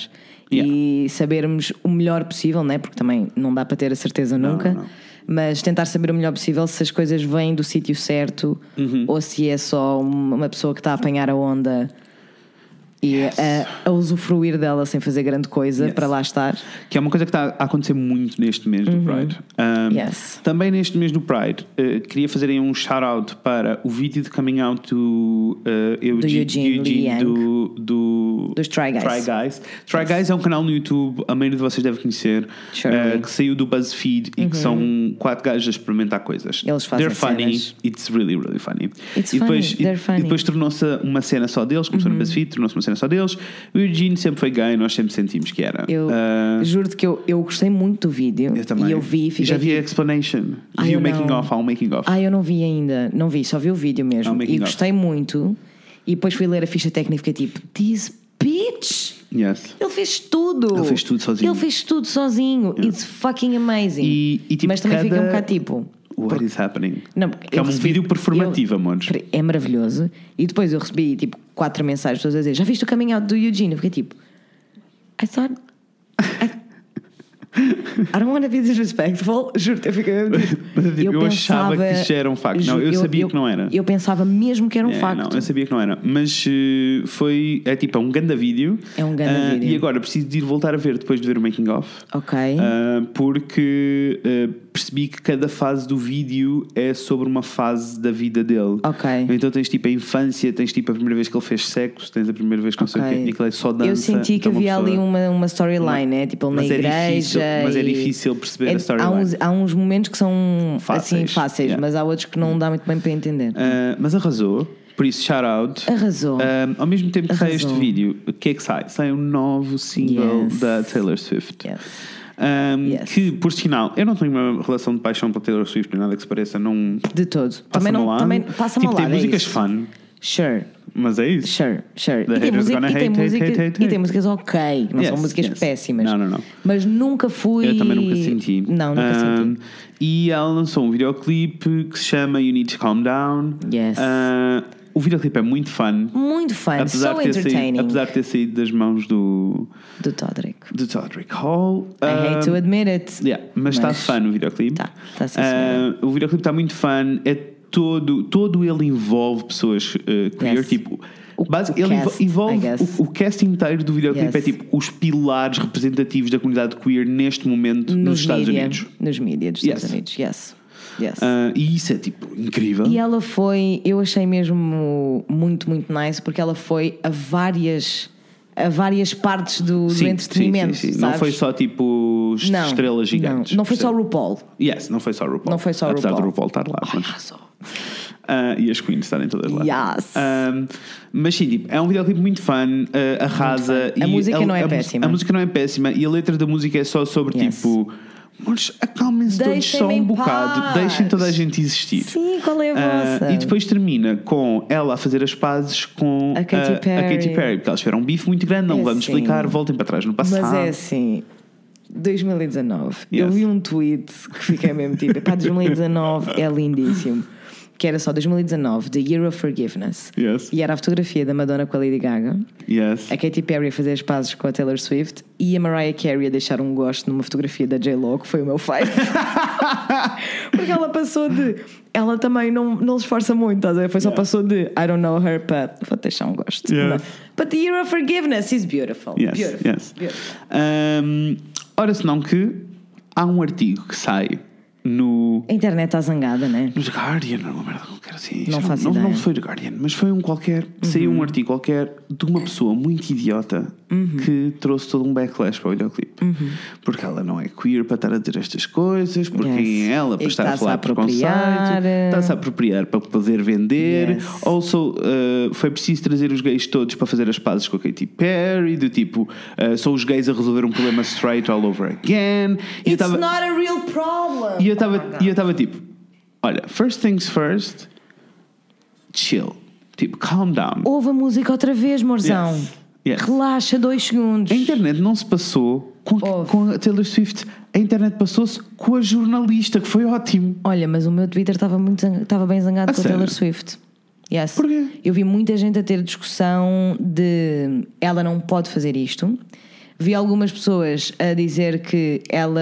Speaker 1: e sabermos o melhor possível, né? porque também não dá para ter a certeza nunca,
Speaker 2: não.
Speaker 1: mas tentar saber o melhor possível se as coisas vêm do
Speaker 2: Uhum.
Speaker 1: sítio certo ou se é só uma uma pessoa que está a apanhar a onda e a, a usufruir dela sem fazer grande coisa
Speaker 2: Yes.
Speaker 1: para lá estar.
Speaker 2: Que é uma coisa que está a acontecer muito neste mês do Pride. Um,
Speaker 1: Uhum. Yes.
Speaker 2: Também neste mês do Pride, eh, queria fazer aí um shout-out para o vídeo de coming out do, eh, Eugene,
Speaker 1: Eugene Liang.
Speaker 2: do, do-
Speaker 1: Dos Try Guys.
Speaker 2: Try Guys. Try Guys é um canal no YouTube, a maioria de vocês deve conhecer,
Speaker 1: Surely. Uhum.
Speaker 2: eh, que saiu do BuzzFeed e que são quatro gajos a experimentar coisas.
Speaker 1: Eles fazem
Speaker 2: They're funny,
Speaker 1: cenas.
Speaker 2: it's really, really funny.
Speaker 1: It's
Speaker 2: e depois,
Speaker 1: funny, they're
Speaker 2: e-
Speaker 1: funny. Uhum.
Speaker 2: E depois tornou-se uma cena só deles, começou no BuzzFeed, tornou-se uma cena só deles. O Eugene sempre foi gay, nós sempre sentimos que era.
Speaker 1: Eu
Speaker 2: Ah,
Speaker 1: juro-te que eu, eu gostei muito do vídeo.
Speaker 2: eu também.
Speaker 1: E eu vi e fiquei. tipo,
Speaker 2: já vi a explanation.
Speaker 1: Ai,
Speaker 2: vi o
Speaker 1: eu não.
Speaker 2: making off, há um making off.
Speaker 1: Ah, eu não vi ainda. Não vi, só vi o vídeo
Speaker 2: Há
Speaker 1: mesmo.
Speaker 2: um making
Speaker 1: e
Speaker 2: of.
Speaker 1: gostei muito. E depois fui ler a ficha técnica e fiquei tipo, this bitch!
Speaker 2: Yes.
Speaker 1: Ele fez tudo!
Speaker 2: Ele fez tudo sozinho.
Speaker 1: Ele fez tudo sozinho. It's fucking amazing.
Speaker 2: E- e, tipo,
Speaker 1: Mas também fica um
Speaker 2: cada-
Speaker 1: bocado tipo.
Speaker 2: What is happening?
Speaker 1: Não,
Speaker 2: que
Speaker 1: eu
Speaker 2: é um
Speaker 1: recebi-
Speaker 2: vídeo performativo,
Speaker 1: eu-
Speaker 2: amores.
Speaker 1: Espera, É maravilhoso. E depois eu recebi tipo quatro mensagens pessoas a dizer: Já viste o coming out do Eugene? Eu fiquei tipo: I thought. I, I don't want to be disrespectful. Juro-te, eu fiquei mesmo tipo,
Speaker 2: Mas, tipo, eu achava que isto era um facto. Não,
Speaker 1: Ju-
Speaker 2: eu sabia que não era.
Speaker 1: Eu pensava mesmo que era um
Speaker 2: É,
Speaker 1: facto.
Speaker 2: Não, eu sabia que não era. Mas eh, foi. É tipo, é um ganda vídeo.
Speaker 1: É um ganda
Speaker 2: Ah,
Speaker 1: vídeo.
Speaker 2: E agora preciso de ir voltar a ver depois de ver o making off.
Speaker 1: Ok.
Speaker 2: Ah, porque ah, percebi que cada fase do vídeo é sobre uma fase da vida dele.
Speaker 1: Ok.
Speaker 2: Então tens tipo a infância, tens tipo a primeira vez que ele fez sexo, tens a primeira vez que não sei o
Speaker 1: ok.
Speaker 2: quê, e que ele é só dança.
Speaker 1: eu senti que
Speaker 2: Então, uma
Speaker 1: havia ali um
Speaker 2: pessoa-
Speaker 1: uma, uma storyline,
Speaker 2: Mas-
Speaker 1: né? Tipo, ele
Speaker 2: mas
Speaker 1: na
Speaker 2: é
Speaker 1: igreja.
Speaker 2: difícil- mas é
Speaker 1: e-
Speaker 2: difícil perceber a
Speaker 1: Há
Speaker 2: storyline.
Speaker 1: uns, há uns momentos que são
Speaker 2: Fáceis,
Speaker 1: assim fáceis,
Speaker 2: yeah.
Speaker 1: mas há outros que não dá muito bem para entender.
Speaker 2: Ah, mas arrasou, por isso shout out.
Speaker 1: Arrasou.
Speaker 2: Ah, ao mesmo tempo que sai
Speaker 1: Arrasou.
Speaker 2: este vídeo, o que é que sai? Sai um novo single
Speaker 1: Yes.
Speaker 2: da Taylor Swift.
Speaker 1: Yes.
Speaker 2: Ah,
Speaker 1: Yes.
Speaker 2: Que, por sinal, eu não tenho uma relação de paixão pela Taylor Swift, nem nada que se pareça, não.
Speaker 1: De todo. também
Speaker 2: passa-me ao
Speaker 1: não.
Speaker 2: lado.
Speaker 1: Também passa-me
Speaker 2: tipo,
Speaker 1: ao
Speaker 2: Tem
Speaker 1: lado. é
Speaker 2: músicas
Speaker 1: isso.
Speaker 2: fun,
Speaker 1: Sure,
Speaker 2: mas é isso.
Speaker 1: sure, sure.
Speaker 2: The
Speaker 1: E tem,
Speaker 2: haters
Speaker 1: música-
Speaker 2: gonna
Speaker 1: e, tem
Speaker 2: hate,
Speaker 1: música-
Speaker 2: hate, hate, hate.
Speaker 1: e tem músicas ok, não são
Speaker 2: Yes,
Speaker 1: músicas
Speaker 2: yes.
Speaker 1: péssimas.
Speaker 2: Não, não, não.
Speaker 1: Mas nunca fui.
Speaker 2: Eu também nunca senti. Um,
Speaker 1: Não, nunca
Speaker 2: Ahm,
Speaker 1: senti.
Speaker 2: E ela lançou um videoclipe que se chama You Need to Calm Down.
Speaker 1: Yes.
Speaker 2: Ah, o videoclipe é muito fun.
Speaker 1: Muito fun,
Speaker 2: Apesar
Speaker 1: so
Speaker 2: de, ter saído,
Speaker 1: entertaining.
Speaker 2: apesar de ter saído das mãos do,
Speaker 1: Do Todrick.
Speaker 2: do Todrick Hall.
Speaker 1: I hate to admit it.
Speaker 2: Um, Yeah, mas está fã o videoclipe.
Speaker 1: Tá, tá sim,
Speaker 2: Ah, O videoclipe está muito fã. É todo, todo ele envolve pessoas eh, queer,
Speaker 1: Yes.
Speaker 2: tipo.
Speaker 1: O-
Speaker 2: base-
Speaker 1: o
Speaker 2: ele envo-
Speaker 1: cast, I
Speaker 2: envolve
Speaker 1: guess.
Speaker 2: o, o cast inteiro do videoclipe
Speaker 1: Yes.
Speaker 2: é tipo os pilares representativos da comunidade queer neste momento nos, Estados
Speaker 1: media,
Speaker 2: Unidos.
Speaker 1: Nos mídias dos Estados
Speaker 2: Yes.
Speaker 1: Unidos, yes. Yes.
Speaker 2: Ah, e isso é tipo incrível.
Speaker 1: E ela foi, eu achei mesmo muito, muito nice, porque ela foi a várias, a várias partes do, do entretenimento.
Speaker 2: Não
Speaker 1: um sabes?
Speaker 2: foi só tipo est-
Speaker 1: Não,
Speaker 2: estrelas gigantes.
Speaker 1: Não, não foi só o
Speaker 2: percebe?
Speaker 1: RuPaul.
Speaker 2: Yes, não foi só o RuPaul.
Speaker 1: Não foi só o
Speaker 2: Apesar
Speaker 1: RuPaul. Oh,
Speaker 2: do RuPaul estar lá. mas-
Speaker 1: Só.
Speaker 2: Ah, e as queens estarem todas lá.
Speaker 1: Yes.
Speaker 2: Ah, mas sim, tipo, é um videoclipe muito fã, ah, arrasa.
Speaker 1: fun. A
Speaker 2: e
Speaker 1: música não é
Speaker 2: mus-
Speaker 1: péssima.
Speaker 2: A música não é péssima e a letra da música é só sobre
Speaker 1: Yes.
Speaker 2: tipo. Mas acalmem-se todos
Speaker 1: Deixem-me
Speaker 2: só um
Speaker 1: em
Speaker 2: bocado,
Speaker 1: paz."
Speaker 2: deixem toda a gente existir.
Speaker 1: Sim, qual é a
Speaker 2: Ah,
Speaker 1: vossa?
Speaker 2: e depois termina com ela a fazer as pazes com
Speaker 1: A Katy
Speaker 2: ah,
Speaker 1: Perry.
Speaker 2: Katy Perry, porque elas tiveram um bife muito grande, não
Speaker 1: É
Speaker 2: vamos
Speaker 1: sim.
Speaker 2: explicar, voltem para trás no passado.
Speaker 1: Mas é assim. 2019. Eu
Speaker 2: Yes.
Speaker 1: vi um tweet que fiquei mesmo tipo, pá, 2019 é lindíssimo. Que era só 2019, The Year of Forgiveness.
Speaker 2: Yes.
Speaker 1: E era a fotografia da Madonna com a Lady Gaga,
Speaker 2: Yes.
Speaker 1: a Katy Perry a fazer as pazes com a Taylor Swift e a Mariah Carey a deixar um gosto numa fotografia da J-Lo, que foi o meu fave. Porque ela passou de. Ela também não, não se esforça muito, estás a ver? Foi só
Speaker 2: Yeah.
Speaker 1: passou de I don't know her, but vou deixar um gosto.
Speaker 2: Yes.
Speaker 1: Não. But the year of forgiveness is beautiful.
Speaker 2: Yes,
Speaker 1: beautiful.
Speaker 2: yes.
Speaker 1: beautiful.
Speaker 2: Ahm, ora, senão que há um artigo que sai no.
Speaker 1: A internet está zangada, né?
Speaker 2: No The Guardian, uma merda qualquer assim.
Speaker 1: Não
Speaker 2: Já
Speaker 1: faço
Speaker 2: não,
Speaker 1: ideia. Uhum.
Speaker 2: não foi The Guardian, mas foi um qualquer. Saiu um artigo qualquer de uma pessoa muito idiota que trouxe todo um backlash para o videoclipe.
Speaker 1: Uhum.
Speaker 2: Porque ela não é queer para estar a dizer estas coisas, porque
Speaker 1: Yes.
Speaker 2: quem é ela para
Speaker 1: E
Speaker 2: estar a
Speaker 1: está-se
Speaker 2: falar
Speaker 1: a
Speaker 2: preconceito,
Speaker 1: apropriar.
Speaker 2: está-se a apropriar para poder vender.
Speaker 1: Yes.
Speaker 2: Also, uh, foi preciso trazer os gays todos para fazer as pazes com a Katy Perry, do tipo, uh, são os gays a resolver um problema straight all over again. E eu
Speaker 3: It's
Speaker 2: tava-
Speaker 3: not a real problem.
Speaker 2: e eu estava e eu tava tipo, olha, first things first, chill. Tipo, calm down.
Speaker 1: Ouve a música outra vez, Morzão.
Speaker 2: Yes, yes. Então-
Speaker 1: Relaxa dois segundos.
Speaker 2: A internet não se passou com a,
Speaker 1: Ouve.
Speaker 2: com a Taylor Swift, a internet passou-se com a jornalista, que foi ótimo.
Speaker 1: Olha, mas o meu Twitter estava muito zang- estava bem zangado
Speaker 2: A
Speaker 1: com a
Speaker 2: sério?
Speaker 1: Taylor Swift. Yes.
Speaker 2: Porquê?
Speaker 1: Eu vi muita gente a ter discussão de ela não pode fazer isto. Vi algumas pessoas a dizer que ela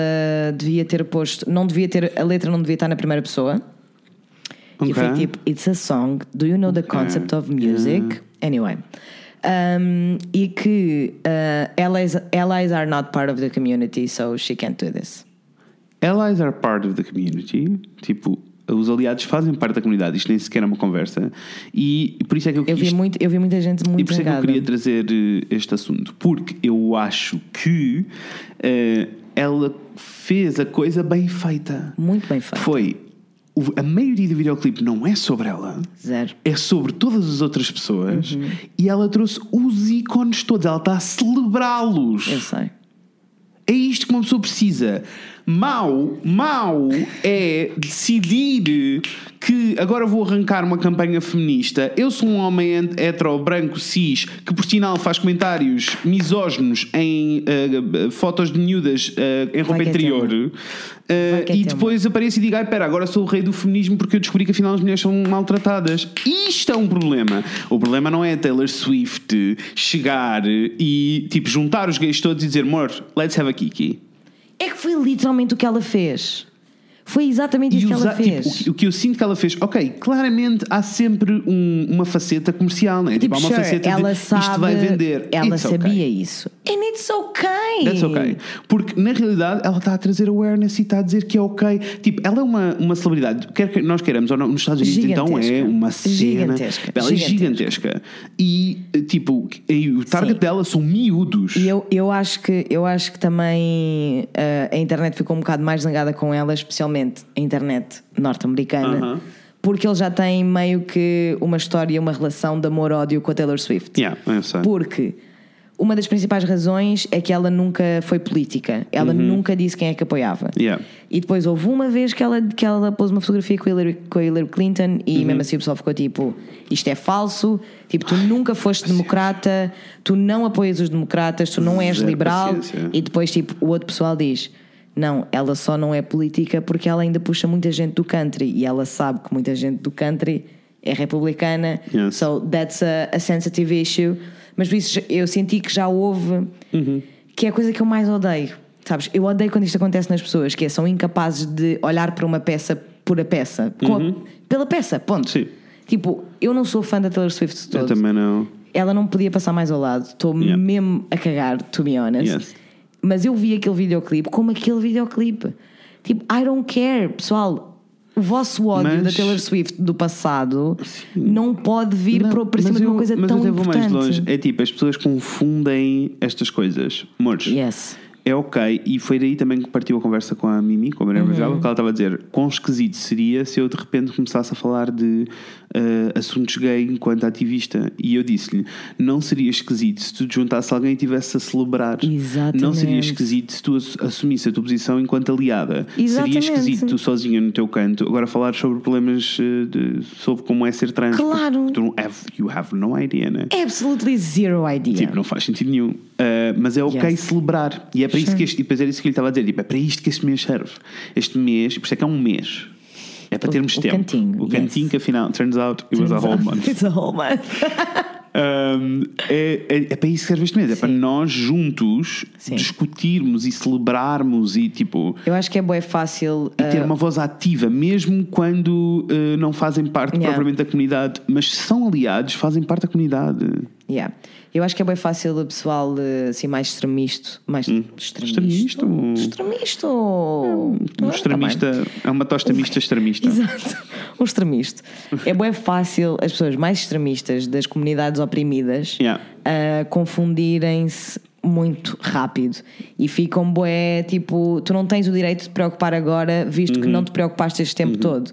Speaker 1: devia ter posto, não devia ter, a letra não devia estar na primeira pessoa. E eu
Speaker 2: Ok.
Speaker 1: fiquei tipo, it's a tipo, song, do you know the
Speaker 2: Ok.
Speaker 1: concept of music? Anyway. Um, e que uh, allies, allies are not part of the community, so she can't do this.
Speaker 2: Allies are part of the community. Tipo, os aliados fazem parte da comunidade. Isto nem sequer é uma conversa. E por isso é que eu,
Speaker 1: Eu vi,
Speaker 2: isto-
Speaker 1: muito, eu vi muita gente muito
Speaker 2: E por isso é que eu
Speaker 1: zangada.
Speaker 2: queria trazer eh, este assunto, porque eu acho que eh, ela fez a coisa bem feita.
Speaker 1: Muito bem feito.
Speaker 2: Foi. o- a maioria do videoclipe não é sobre ela,
Speaker 1: Zero.
Speaker 2: é sobre todas as outras pessoas e ela trouxe os ícones todos, ela está a celebrá-los.
Speaker 1: Eu sei.
Speaker 2: É isto que uma pessoa precisa. Mau, mau é decidir que agora vou arrancar uma campanha feminista. Eu sou um homem hetero, branco, cis, que por sinal faz comentários misóginos em eh, fotos de miúdas eh, em roupa
Speaker 1: que é
Speaker 2: interior. Eh,
Speaker 1: Vai que é
Speaker 2: e
Speaker 1: tema.
Speaker 2: depois apareço e digo, ai pera, agora sou o rei do feminismo porque eu descobri que afinal as mulheres são maltratadas. Isto é um problema. O problema não é a Taylor Swift chegar e tipo juntar os gays todos e dizer, amor, let's have a Kiki.
Speaker 1: É que foi literalmente o que ela fez. Foi exatamente isso
Speaker 2: E
Speaker 1: que ela
Speaker 2: usar- tipo,
Speaker 1: fez.
Speaker 2: o que- o, que eu sinto que ela fez, ok, claramente há sempre um- uma faceta comercial, né?
Speaker 1: Tipo,
Speaker 2: há uma
Speaker 1: sure,
Speaker 2: faceta
Speaker 1: ela
Speaker 2: de
Speaker 1: sabe,
Speaker 2: isto vai vender.
Speaker 1: Ela
Speaker 2: It's okay.
Speaker 1: sabia isso. And it's okay.
Speaker 2: That's ok. Porque na realidade ela está a trazer awareness e está a dizer que é ok. Tipo, ela é uma, uma celebridade, quer que nós queiramos ou não, nos Estados Unidos então é
Speaker 1: Gigantesca.
Speaker 2: uma cena.
Speaker 1: Gigantesca,
Speaker 2: Ela é gigantesca. E eh, tipo, e o target
Speaker 1: Sim.
Speaker 2: dela são miúdos.
Speaker 1: E eu, eu, acho que, eu acho que também eh, a internet ficou um bocado mais zangada com ela, especialmente a internet norte-americana,
Speaker 2: Aham.
Speaker 1: porque eles já têm meio que uma história, uma relação de amor-ódio com a Taylor Swift.
Speaker 2: Yeah, eu sei.
Speaker 1: Porque uma das principais razões é que ela nunca foi política, ela nunca disse quem é que apoiava.
Speaker 2: Uhum. Yeah.
Speaker 1: E depois houve uma vez que ela, que ela pôs uma fotografia com a Hillary, com a Hillary Clinton e
Speaker 2: Uhum.
Speaker 1: mesmo assim o pessoal ficou tipo: isto é falso, tipo, tu nunca foste democrata, tu não apoias os democratas, tu não és
Speaker 2: Zero
Speaker 1: liberal.
Speaker 2: paciência.
Speaker 1: E depois, tipo, o outro pessoal diz: não, ela só não é política porque ela ainda puxa muita gente do country e ela sabe que muita gente do country é republicana,
Speaker 2: Yes.
Speaker 1: so that's a, a sensitive issue. Mas por isso eu senti que já houve,
Speaker 2: Uhum.
Speaker 1: que é a coisa que eu mais odeio. Sabes, eu odeio quando isto acontece nas pessoas, que é, são incapazes de olhar para uma peça por a peça, com a- pela peça, ponto.
Speaker 2: Uhum. Sim.
Speaker 1: Tipo, eu não sou fã da Taylor Swift de
Speaker 2: Eu
Speaker 1: todo
Speaker 2: também não.
Speaker 1: ela não podia passar mais ao lado. Estou
Speaker 2: Yeah.
Speaker 1: mesmo a cagar, to be honest.
Speaker 2: Yes.
Speaker 1: Mas eu vi aquele videoclipe como aquele videoclipe. Tipo, I don't care, pessoal. O vosso ódio
Speaker 2: Mas-
Speaker 1: da Taylor Swift do passado não pode vir
Speaker 2: Não,
Speaker 1: para, para cima
Speaker 2: mas
Speaker 1: de uma
Speaker 2: eu-
Speaker 1: coisa
Speaker 2: mas
Speaker 1: tão
Speaker 2: eu até vou
Speaker 1: importante.
Speaker 2: mais longe. É tipo, as pessoas confundem estas coisas. Amores,
Speaker 1: Yes.
Speaker 2: é ok. E foi daí também que partiu a conversa com a Mimi, com
Speaker 1: Uhum.
Speaker 2: a Mariana Brasil, que ela estava a dizer quão esquisito seria se eu de repente começasse a falar de eh, assuntos gay enquanto ativista. E eu disse-lhe: não seria esquisito se tu te juntasse a alguém e estivesse a celebrar. Não seria
Speaker 1: Exatamente.
Speaker 2: esquisito se tu ass- assumisse a tua posição enquanto aliada.
Speaker 1: Exatamente.
Speaker 2: Seria esquisito tu sozinha no teu canto agora falar sobre problemas eh, de- sobre como é ser trans.
Speaker 1: Claro.
Speaker 2: porque Tu não, have, you have no idea, né?
Speaker 1: Absolutely zero idea.
Speaker 2: Tipo, não faz sentido nenhum. Ah, mas é ok
Speaker 1: Yes.
Speaker 2: celebrar. E é para isso
Speaker 1: Sure.
Speaker 2: que este, e depois era isso que ele estava a dizer. Tipo, é para isto que este mês serve. Este mês, por isso é que é um mês. É para
Speaker 1: O-
Speaker 2: termos
Speaker 1: o
Speaker 2: tempo.
Speaker 1: cantinho,
Speaker 2: O
Speaker 1: yes.
Speaker 2: cantinho que afinal, turns out, it was a whole month.
Speaker 1: It's a whole month.
Speaker 2: Um, é, é, é para isso que serve este mês. É para nós juntos
Speaker 1: Sim.
Speaker 2: discutirmos e celebrarmos e tipo.
Speaker 1: eu acho que é bué fácil. uh,
Speaker 2: E ter uma voz ativa, mesmo quando eh, não fazem parte
Speaker 1: Yeah.
Speaker 2: propriamente da comunidade, mas se são aliados, fazem parte da
Speaker 1: Ah,
Speaker 2: comunidade. Um
Speaker 1: Yeah. Eu acho que é bem fácil o pessoal eh, assim mais extremista. Mais extremista.
Speaker 2: extremisto.
Speaker 1: Extremista.
Speaker 2: Hum. É
Speaker 1: Tá
Speaker 2: Um extremista, é uma tostamista extremista.
Speaker 1: Exato. Um extremista. É bem fácil as pessoas mais extremistas das comunidades oprimidas
Speaker 2: Yeah.
Speaker 1: ah, confundirem-se muito rápido e ficam bué, tipo, tu não tens o direito de te preocupar agora, visto
Speaker 2: Uhum.
Speaker 1: que não te preocupaste este tempo todo.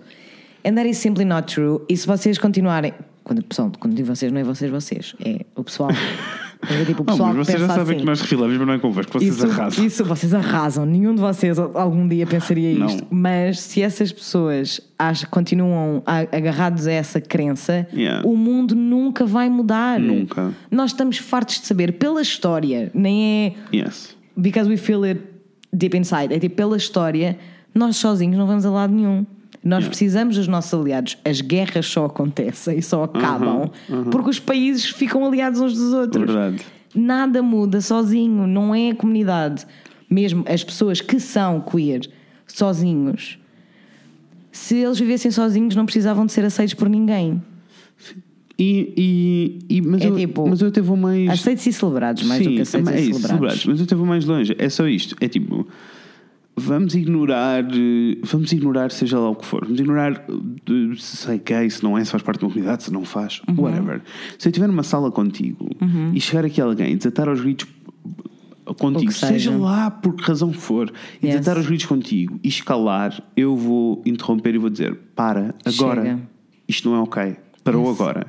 Speaker 1: And that is simply not true. E se vocês continuarem, quando, pessoal, quando digo vocês, não é vocês, vocês, é o pessoal. É tipo, o
Speaker 2: Não,
Speaker 1: pessoal
Speaker 2: mas vocês
Speaker 1: que
Speaker 2: já
Speaker 1: pensa
Speaker 2: sabem
Speaker 1: assim.
Speaker 2: que nós refilamos, mas não é convosco, vocês
Speaker 1: Isso-
Speaker 2: arrasam.
Speaker 1: Isso, vocês arrasam. Nenhum de vocês algum dia pensaria
Speaker 2: Não.
Speaker 1: isto. Mas se essas pessoas acham- continuam a- agarrados a essa crença,
Speaker 2: Yeah.
Speaker 1: o mundo nunca vai mudar.
Speaker 2: Nunca.
Speaker 1: Nós estamos fartos de saber pela história, nem é
Speaker 2: Yes.
Speaker 1: because we feel it deep inside, é tipo pela história, nós sozinhos não vamos a lado nenhum. Nós precisamos dos nossos aliados. As guerras só acontecem e só acabam porque os países ficam aliados uns dos outros.
Speaker 2: Verdade.
Speaker 1: Nada muda sozinho, não é a comunidade. Mesmo as pessoas que são queer sozinhos, se eles vivessem sozinhos, não precisavam de ser aceitos por ninguém.
Speaker 2: E, e, e- mas,
Speaker 1: É
Speaker 2: eu,
Speaker 1: tipo,
Speaker 2: mas eu até vou mais.
Speaker 1: Aceite-se e celebrados, mais do que aceite-se
Speaker 2: mas
Speaker 1: e
Speaker 2: é isso,
Speaker 1: celebrados.
Speaker 2: Mas eu até vou mais longe. É só isto. É tipo. Vamos ignorar, eh, vamos ignorar seja lá o que for. Vamos ignorar eh, se sei gay, se não é, se faz parte de uma comunidade, se não faz,
Speaker 1: Uhum.
Speaker 2: whatever. Se eu estiver numa sala contigo e chegar aqui alguém e desatar aos gritos
Speaker 1: O
Speaker 2: contigo,
Speaker 1: que seja.
Speaker 2: seja. lá por que razão for, e
Speaker 1: Yes.
Speaker 2: desatar aos gritos contigo e escalar, eu vou interromper e vou dizer: para, agora,
Speaker 1: Chega.
Speaker 2: isto não é ok, parou agora.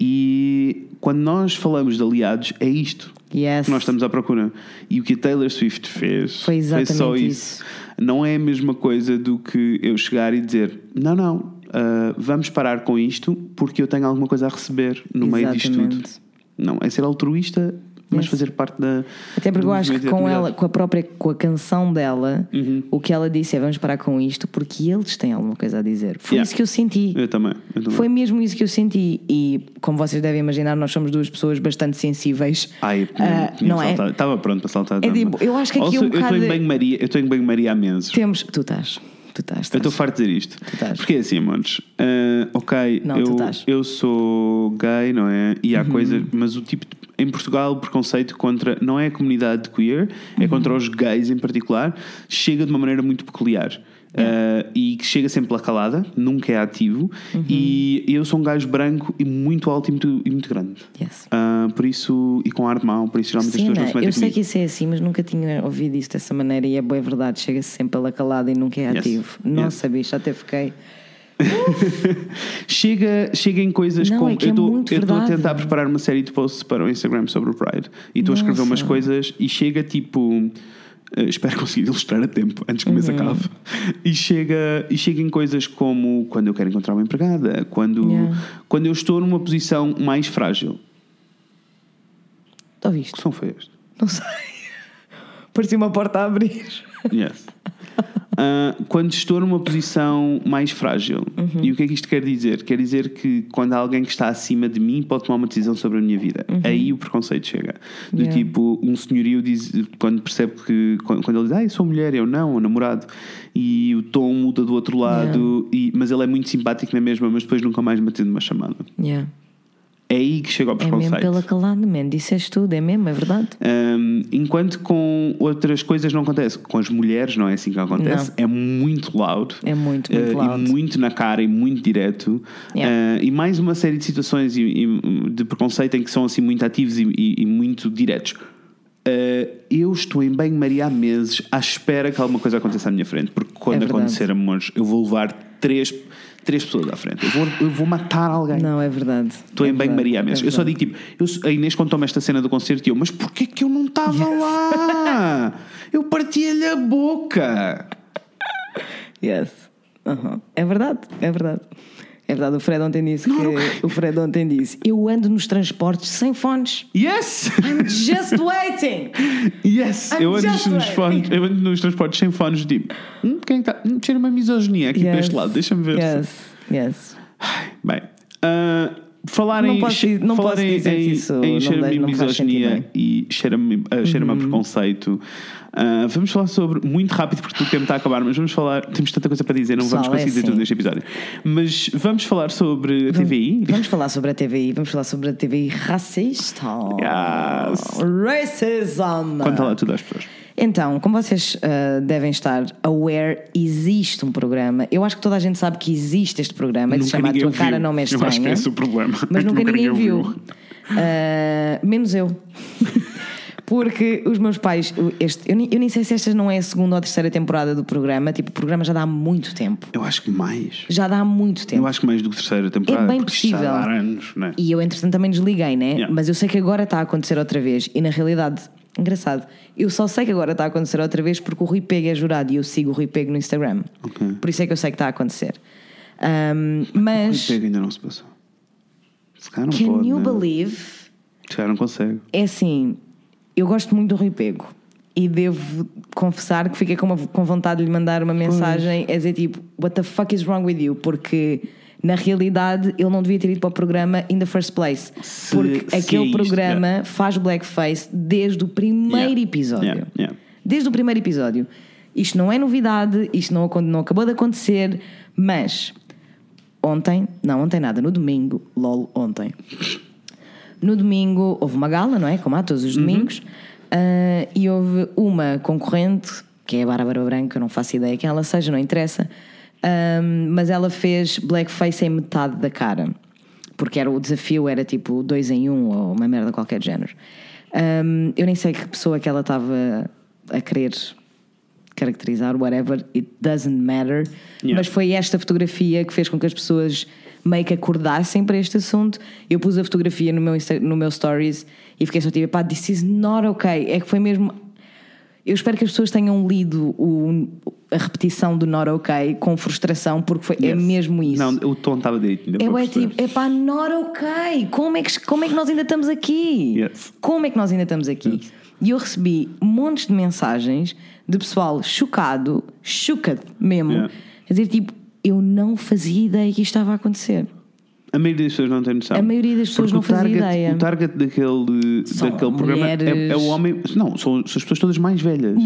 Speaker 2: E quando nós falamos de aliados, é isto
Speaker 1: Yes.
Speaker 2: que nós estamos à procura. E o que a Taylor Swift fez
Speaker 1: Foi exatamente
Speaker 2: só
Speaker 1: isso.
Speaker 2: isso. Não é a mesma coisa do que eu chegar e dizer: não, não, ah, vamos parar com isto porque eu tenho alguma coisa a receber no meio disto tudo.
Speaker 1: Exatamente.
Speaker 2: Não, é ser altruísta, mas
Speaker 1: Yes.
Speaker 2: fazer parte da.
Speaker 1: Até porque
Speaker 2: do
Speaker 1: eu acho
Speaker 2: movimento
Speaker 1: que
Speaker 2: da
Speaker 1: com
Speaker 2: comunidade.
Speaker 1: ela, com a própria, com a canção dela,
Speaker 2: Uhum.
Speaker 1: o que ela disse é vamos parar com isto porque eles têm alguma coisa a dizer. Foi
Speaker 2: Yeah. É,
Speaker 1: isso que eu senti.
Speaker 2: Eu também. Eu também.
Speaker 1: Foi mesmo isso que eu senti. E como vocês devem imaginar, nós somos duas pessoas bastante sensíveis.
Speaker 2: Ai, hum, eu tinha,
Speaker 1: Ah,
Speaker 2: tinha
Speaker 1: não é?
Speaker 2: saltado. Estava tá, pronto para saltar.
Speaker 1: É
Speaker 2: não,
Speaker 1: tipo,
Speaker 2: mas-
Speaker 1: eu acho que aqui é
Speaker 2: Also,
Speaker 1: um
Speaker 2: eu estou
Speaker 1: bocado de-
Speaker 2: em banho-maria, eu estou em banho-maria há meses.
Speaker 1: Temos. Tu estás. Tu estás.
Speaker 2: Eu estou
Speaker 1: estás.
Speaker 2: farto de dizer isto.
Speaker 1: estás.
Speaker 2: Porque é assim, amores. ah, ok,
Speaker 1: Não, tu
Speaker 2: eu,
Speaker 1: estás. Uhum.
Speaker 2: eu sou gay, não é? E há coisas. Mas o tipo. de- em Portugal, o preconceito contra. Não é a comunidade queer,
Speaker 1: Uhum.
Speaker 2: é contra os gays em particular. Chega de uma maneira muito peculiar. Ah, e que chega sempre pela calada, nunca é ativo.
Speaker 1: Uhum.
Speaker 2: E eu sou um gajo branco e muito alto e muito, e muito grande.
Speaker 1: Yes.
Speaker 2: Ah, por isso, e com ar de mão, por isso geralmente as
Speaker 1: Sim,
Speaker 2: pessoas
Speaker 1: né?
Speaker 2: não se metem
Speaker 1: eu sei
Speaker 2: comigo.
Speaker 1: que isso é assim, mas nunca tinha ouvido isto dessa maneira e é boa verdade. Chega-se sempre pela calada e nunca é
Speaker 2: Yes.
Speaker 1: ativo. Não
Speaker 2: Yes.
Speaker 1: sabia, já até fiquei.
Speaker 2: Chega, chega em coisas
Speaker 1: Não,
Speaker 2: como.
Speaker 1: é que
Speaker 2: eu
Speaker 1: é
Speaker 2: estou
Speaker 1: muito
Speaker 2: a
Speaker 1: verdade.
Speaker 2: tentar preparar uma série de posts para o Instagram sobre o Pride e estou a escrever
Speaker 1: Nossa.
Speaker 2: umas coisas e chega tipo. eh, espero conseguir ilustrar a tempo antes que o
Speaker 1: Uhum.
Speaker 2: mês acabe. E chega, e chega em coisas como quando eu quero encontrar uma empregada, quando,
Speaker 1: Yeah.
Speaker 2: quando eu estou numa posição mais frágil.
Speaker 1: Já
Speaker 2: Que
Speaker 1: viste?
Speaker 2: som foi este?
Speaker 1: tá Não sei. Parecia uma porta a abrir.
Speaker 2: Yes. Ah, quando estou numa posição mais frágil.
Speaker 1: Uhum.
Speaker 2: E o que é que isto quer dizer? Quer dizer que quando há alguém que está acima de mim pode tomar uma decisão sobre a minha vida. Aí o preconceito chega. Do
Speaker 1: Uhum. Yeah.
Speaker 2: tipo, um senhorio diz, quando percebe que. Quando, quando ele diz, ah, eu sou mulher, eu não, o namorado. E o tom muda do outro lado, e, mas ele é muito simpático na mesma, mas depois nunca mais me atende uma chamada.
Speaker 1: Yeah.
Speaker 2: É aí que chega o
Speaker 1: É mesmo
Speaker 2: preconceito.
Speaker 1: pela calada, man. Disseste tudo, é mesmo, é verdade.
Speaker 2: Um, enquanto com outras coisas não acontece. Com as mulheres não é assim que acontece. É muito loud.
Speaker 1: É muito, muito
Speaker 2: Eh,
Speaker 1: loud.
Speaker 2: E muito na cara e muito direto.
Speaker 1: Yeah.
Speaker 2: Eh, e mais uma série de situações e- e de preconceito em que são assim muito ativos e, e- e muito diretos. Eh, eu estou em banho-maria há meses à espera que alguma coisa aconteça à minha frente. Porque quando
Speaker 1: É verdade.
Speaker 2: acontecer, amores, eu vou levar três, três pessoas à frente. Eu vou, eu vou matar alguém.
Speaker 1: Não, é verdade.
Speaker 2: Estou
Speaker 1: É
Speaker 2: em banho-maria
Speaker 1: verdade,
Speaker 2: mesmo.
Speaker 1: é
Speaker 2: eu só
Speaker 1: verdade.
Speaker 2: digo tipo, eu, a Inês contou-me esta cena do concerto e eu, mas porquê que eu não estava lá? Eu partia-lhe a boca.
Speaker 1: Yes. Aham. É verdade, é verdade. É verdade, o Fred ontem disse que. O Fred ontem disse: Eu ando nos transportes sem fones.
Speaker 2: Yes!
Speaker 3: Just waiting.
Speaker 2: Yes!
Speaker 1: Ah,
Speaker 3: I'm
Speaker 2: Eu ando,
Speaker 3: just
Speaker 2: nos
Speaker 3: like-
Speaker 2: fones, eu ando nos transportes sem fones, tipo, hum, quem está? Hum, cheira uma misoginia aqui para
Speaker 1: Yes.
Speaker 2: este lado, deixa-me ver. se-
Speaker 1: Yes, yes.
Speaker 2: Bem, ah, falar
Speaker 1: Não
Speaker 2: em,
Speaker 1: posso di- não
Speaker 2: falar
Speaker 1: posso
Speaker 2: em,
Speaker 1: dizer que
Speaker 2: em-
Speaker 1: isso
Speaker 2: em
Speaker 1: não
Speaker 2: cheira-me
Speaker 1: dei- não faz sentido Uhum.
Speaker 2: misoginia
Speaker 1: bem.
Speaker 2: e cheira-me ah, cheira-me a preconceito. Ah, vamos falar sobre, muito rápido, porque o tempo está a acabar, mas vamos falar. Temos tanta coisa para dizer, não
Speaker 1: Pessoal,
Speaker 2: vamos conseguir
Speaker 1: é
Speaker 2: dizer
Speaker 1: assim.
Speaker 2: tudo neste episódio. Mas vamos falar sobre a TVI.
Speaker 1: Vamos falar sobre a TVI, vamos falar sobre a TVI racista.
Speaker 2: Yes.
Speaker 1: Racism.
Speaker 2: Conta lá tudo às pessoas.
Speaker 1: Então, como vocês ah, devem estar aware, existe um programa. Eu acho que toda a gente sabe que existe este programa. Ele se
Speaker 2: Nunca
Speaker 1: chama A
Speaker 2: ninguém
Speaker 1: Tua
Speaker 2: ouviu.
Speaker 1: Cara Não Me É
Speaker 2: Eu acho que
Speaker 1: Estranha.
Speaker 2: é esse o problema.
Speaker 1: Mas nunca, ninguém viu.
Speaker 2: ouviu.
Speaker 1: Ah, menos eu. Porque os meus pais. Este, eu, nem, eu nem sei se esta não é a segunda ou terceira temporada do programa. Tipo, o programa já dá há muito tempo.
Speaker 2: Eu acho que mais.
Speaker 1: Já dá há muito tempo.
Speaker 2: Eu acho que mais do que terceira temporada.
Speaker 1: É bem
Speaker 2: porque isto já
Speaker 1: possível.
Speaker 2: há anos, não é?
Speaker 1: E eu, entretanto, também desliguei, né?
Speaker 2: Yeah.
Speaker 1: Mas eu sei que agora está a acontecer outra vez. E na realidade, engraçado, eu só sei que agora está a acontecer outra vez porque o Rui Pego é jurado e eu sigo o Rui Pego no Instagram.
Speaker 2: Ok.
Speaker 1: Por isso é que eu sei que está a acontecer. Ahm, mas.
Speaker 2: Pega, ainda não se passou. Se calhar não
Speaker 1: Can
Speaker 2: pode.
Speaker 1: you
Speaker 2: né?
Speaker 1: believe?
Speaker 2: Se calhar não consegue.
Speaker 1: É assim, eu gosto muito do Rui Pego e devo confessar que fiquei com, uma- com vontade de lhe mandar uma mensagem a dizer tipo, what the fuck is wrong with you? Porque na realidade ele não devia ter ido para o programa in the first place.
Speaker 2: Se-
Speaker 1: porque
Speaker 2: se é
Speaker 1: aquele
Speaker 2: isto,
Speaker 1: programa faz blackface desde o primeiro
Speaker 2: Yeah,
Speaker 1: episódio.
Speaker 2: yeah, yeah.
Speaker 1: Desde o primeiro episódio. Isto não é novidade, isto não, acon- não acabou de acontecer, mas ontem, não ontem nada, no domingo, lol, ontem. No domingo houve uma gala, não é? Como há todos os domingos, ah, e houve uma concorrente, que é a Bárbara Branca, eu não faço ideia quem ela seja, não interessa, ah, mas ela fez blackface em metade da cara, porque era, o desafio era tipo dois em um ou uma merda qualquer de género. Ah, eu nem sei que pessoa que ela estava a querer caracterizar, whatever, it doesn't matter.
Speaker 2: Yeah.
Speaker 1: Mas foi esta fotografia que fez com que as pessoas meio que acordassem para este assunto. Eu pus a fotografia no meu, Insta- no meu stories e fiquei só tipo, pá, this is not okay. É que foi mesmo. Eu espero que as pessoas tenham lido o- a repetição do not okay com frustração, porque foi, é
Speaker 2: Yes.
Speaker 1: mesmo isso.
Speaker 2: Não, o tom estava direitinho. deu
Speaker 1: É
Speaker 2: para
Speaker 1: bué
Speaker 2: perceber.
Speaker 1: tipo, é pá, not ok. Como é, que, como é que nós ainda estamos aqui?
Speaker 2: Yes.
Speaker 1: Como é que nós ainda estamos aqui? E eu recebi montes de mensagens de pessoal chocado, chocado mesmo,
Speaker 2: Yeah.
Speaker 1: a dizer tipo, eu não fazia ideia que isto estava a acontecer.
Speaker 2: A maioria das pessoas não tem noção.
Speaker 1: A maioria das pessoas
Speaker 2: Porque
Speaker 1: não
Speaker 2: o
Speaker 1: fazia
Speaker 2: target,
Speaker 1: ideia.
Speaker 2: O target daquele,
Speaker 1: São
Speaker 2: daquele programa é,
Speaker 1: mulheres.
Speaker 2: é o homem. Não, são, são as pessoas todas mais velhas.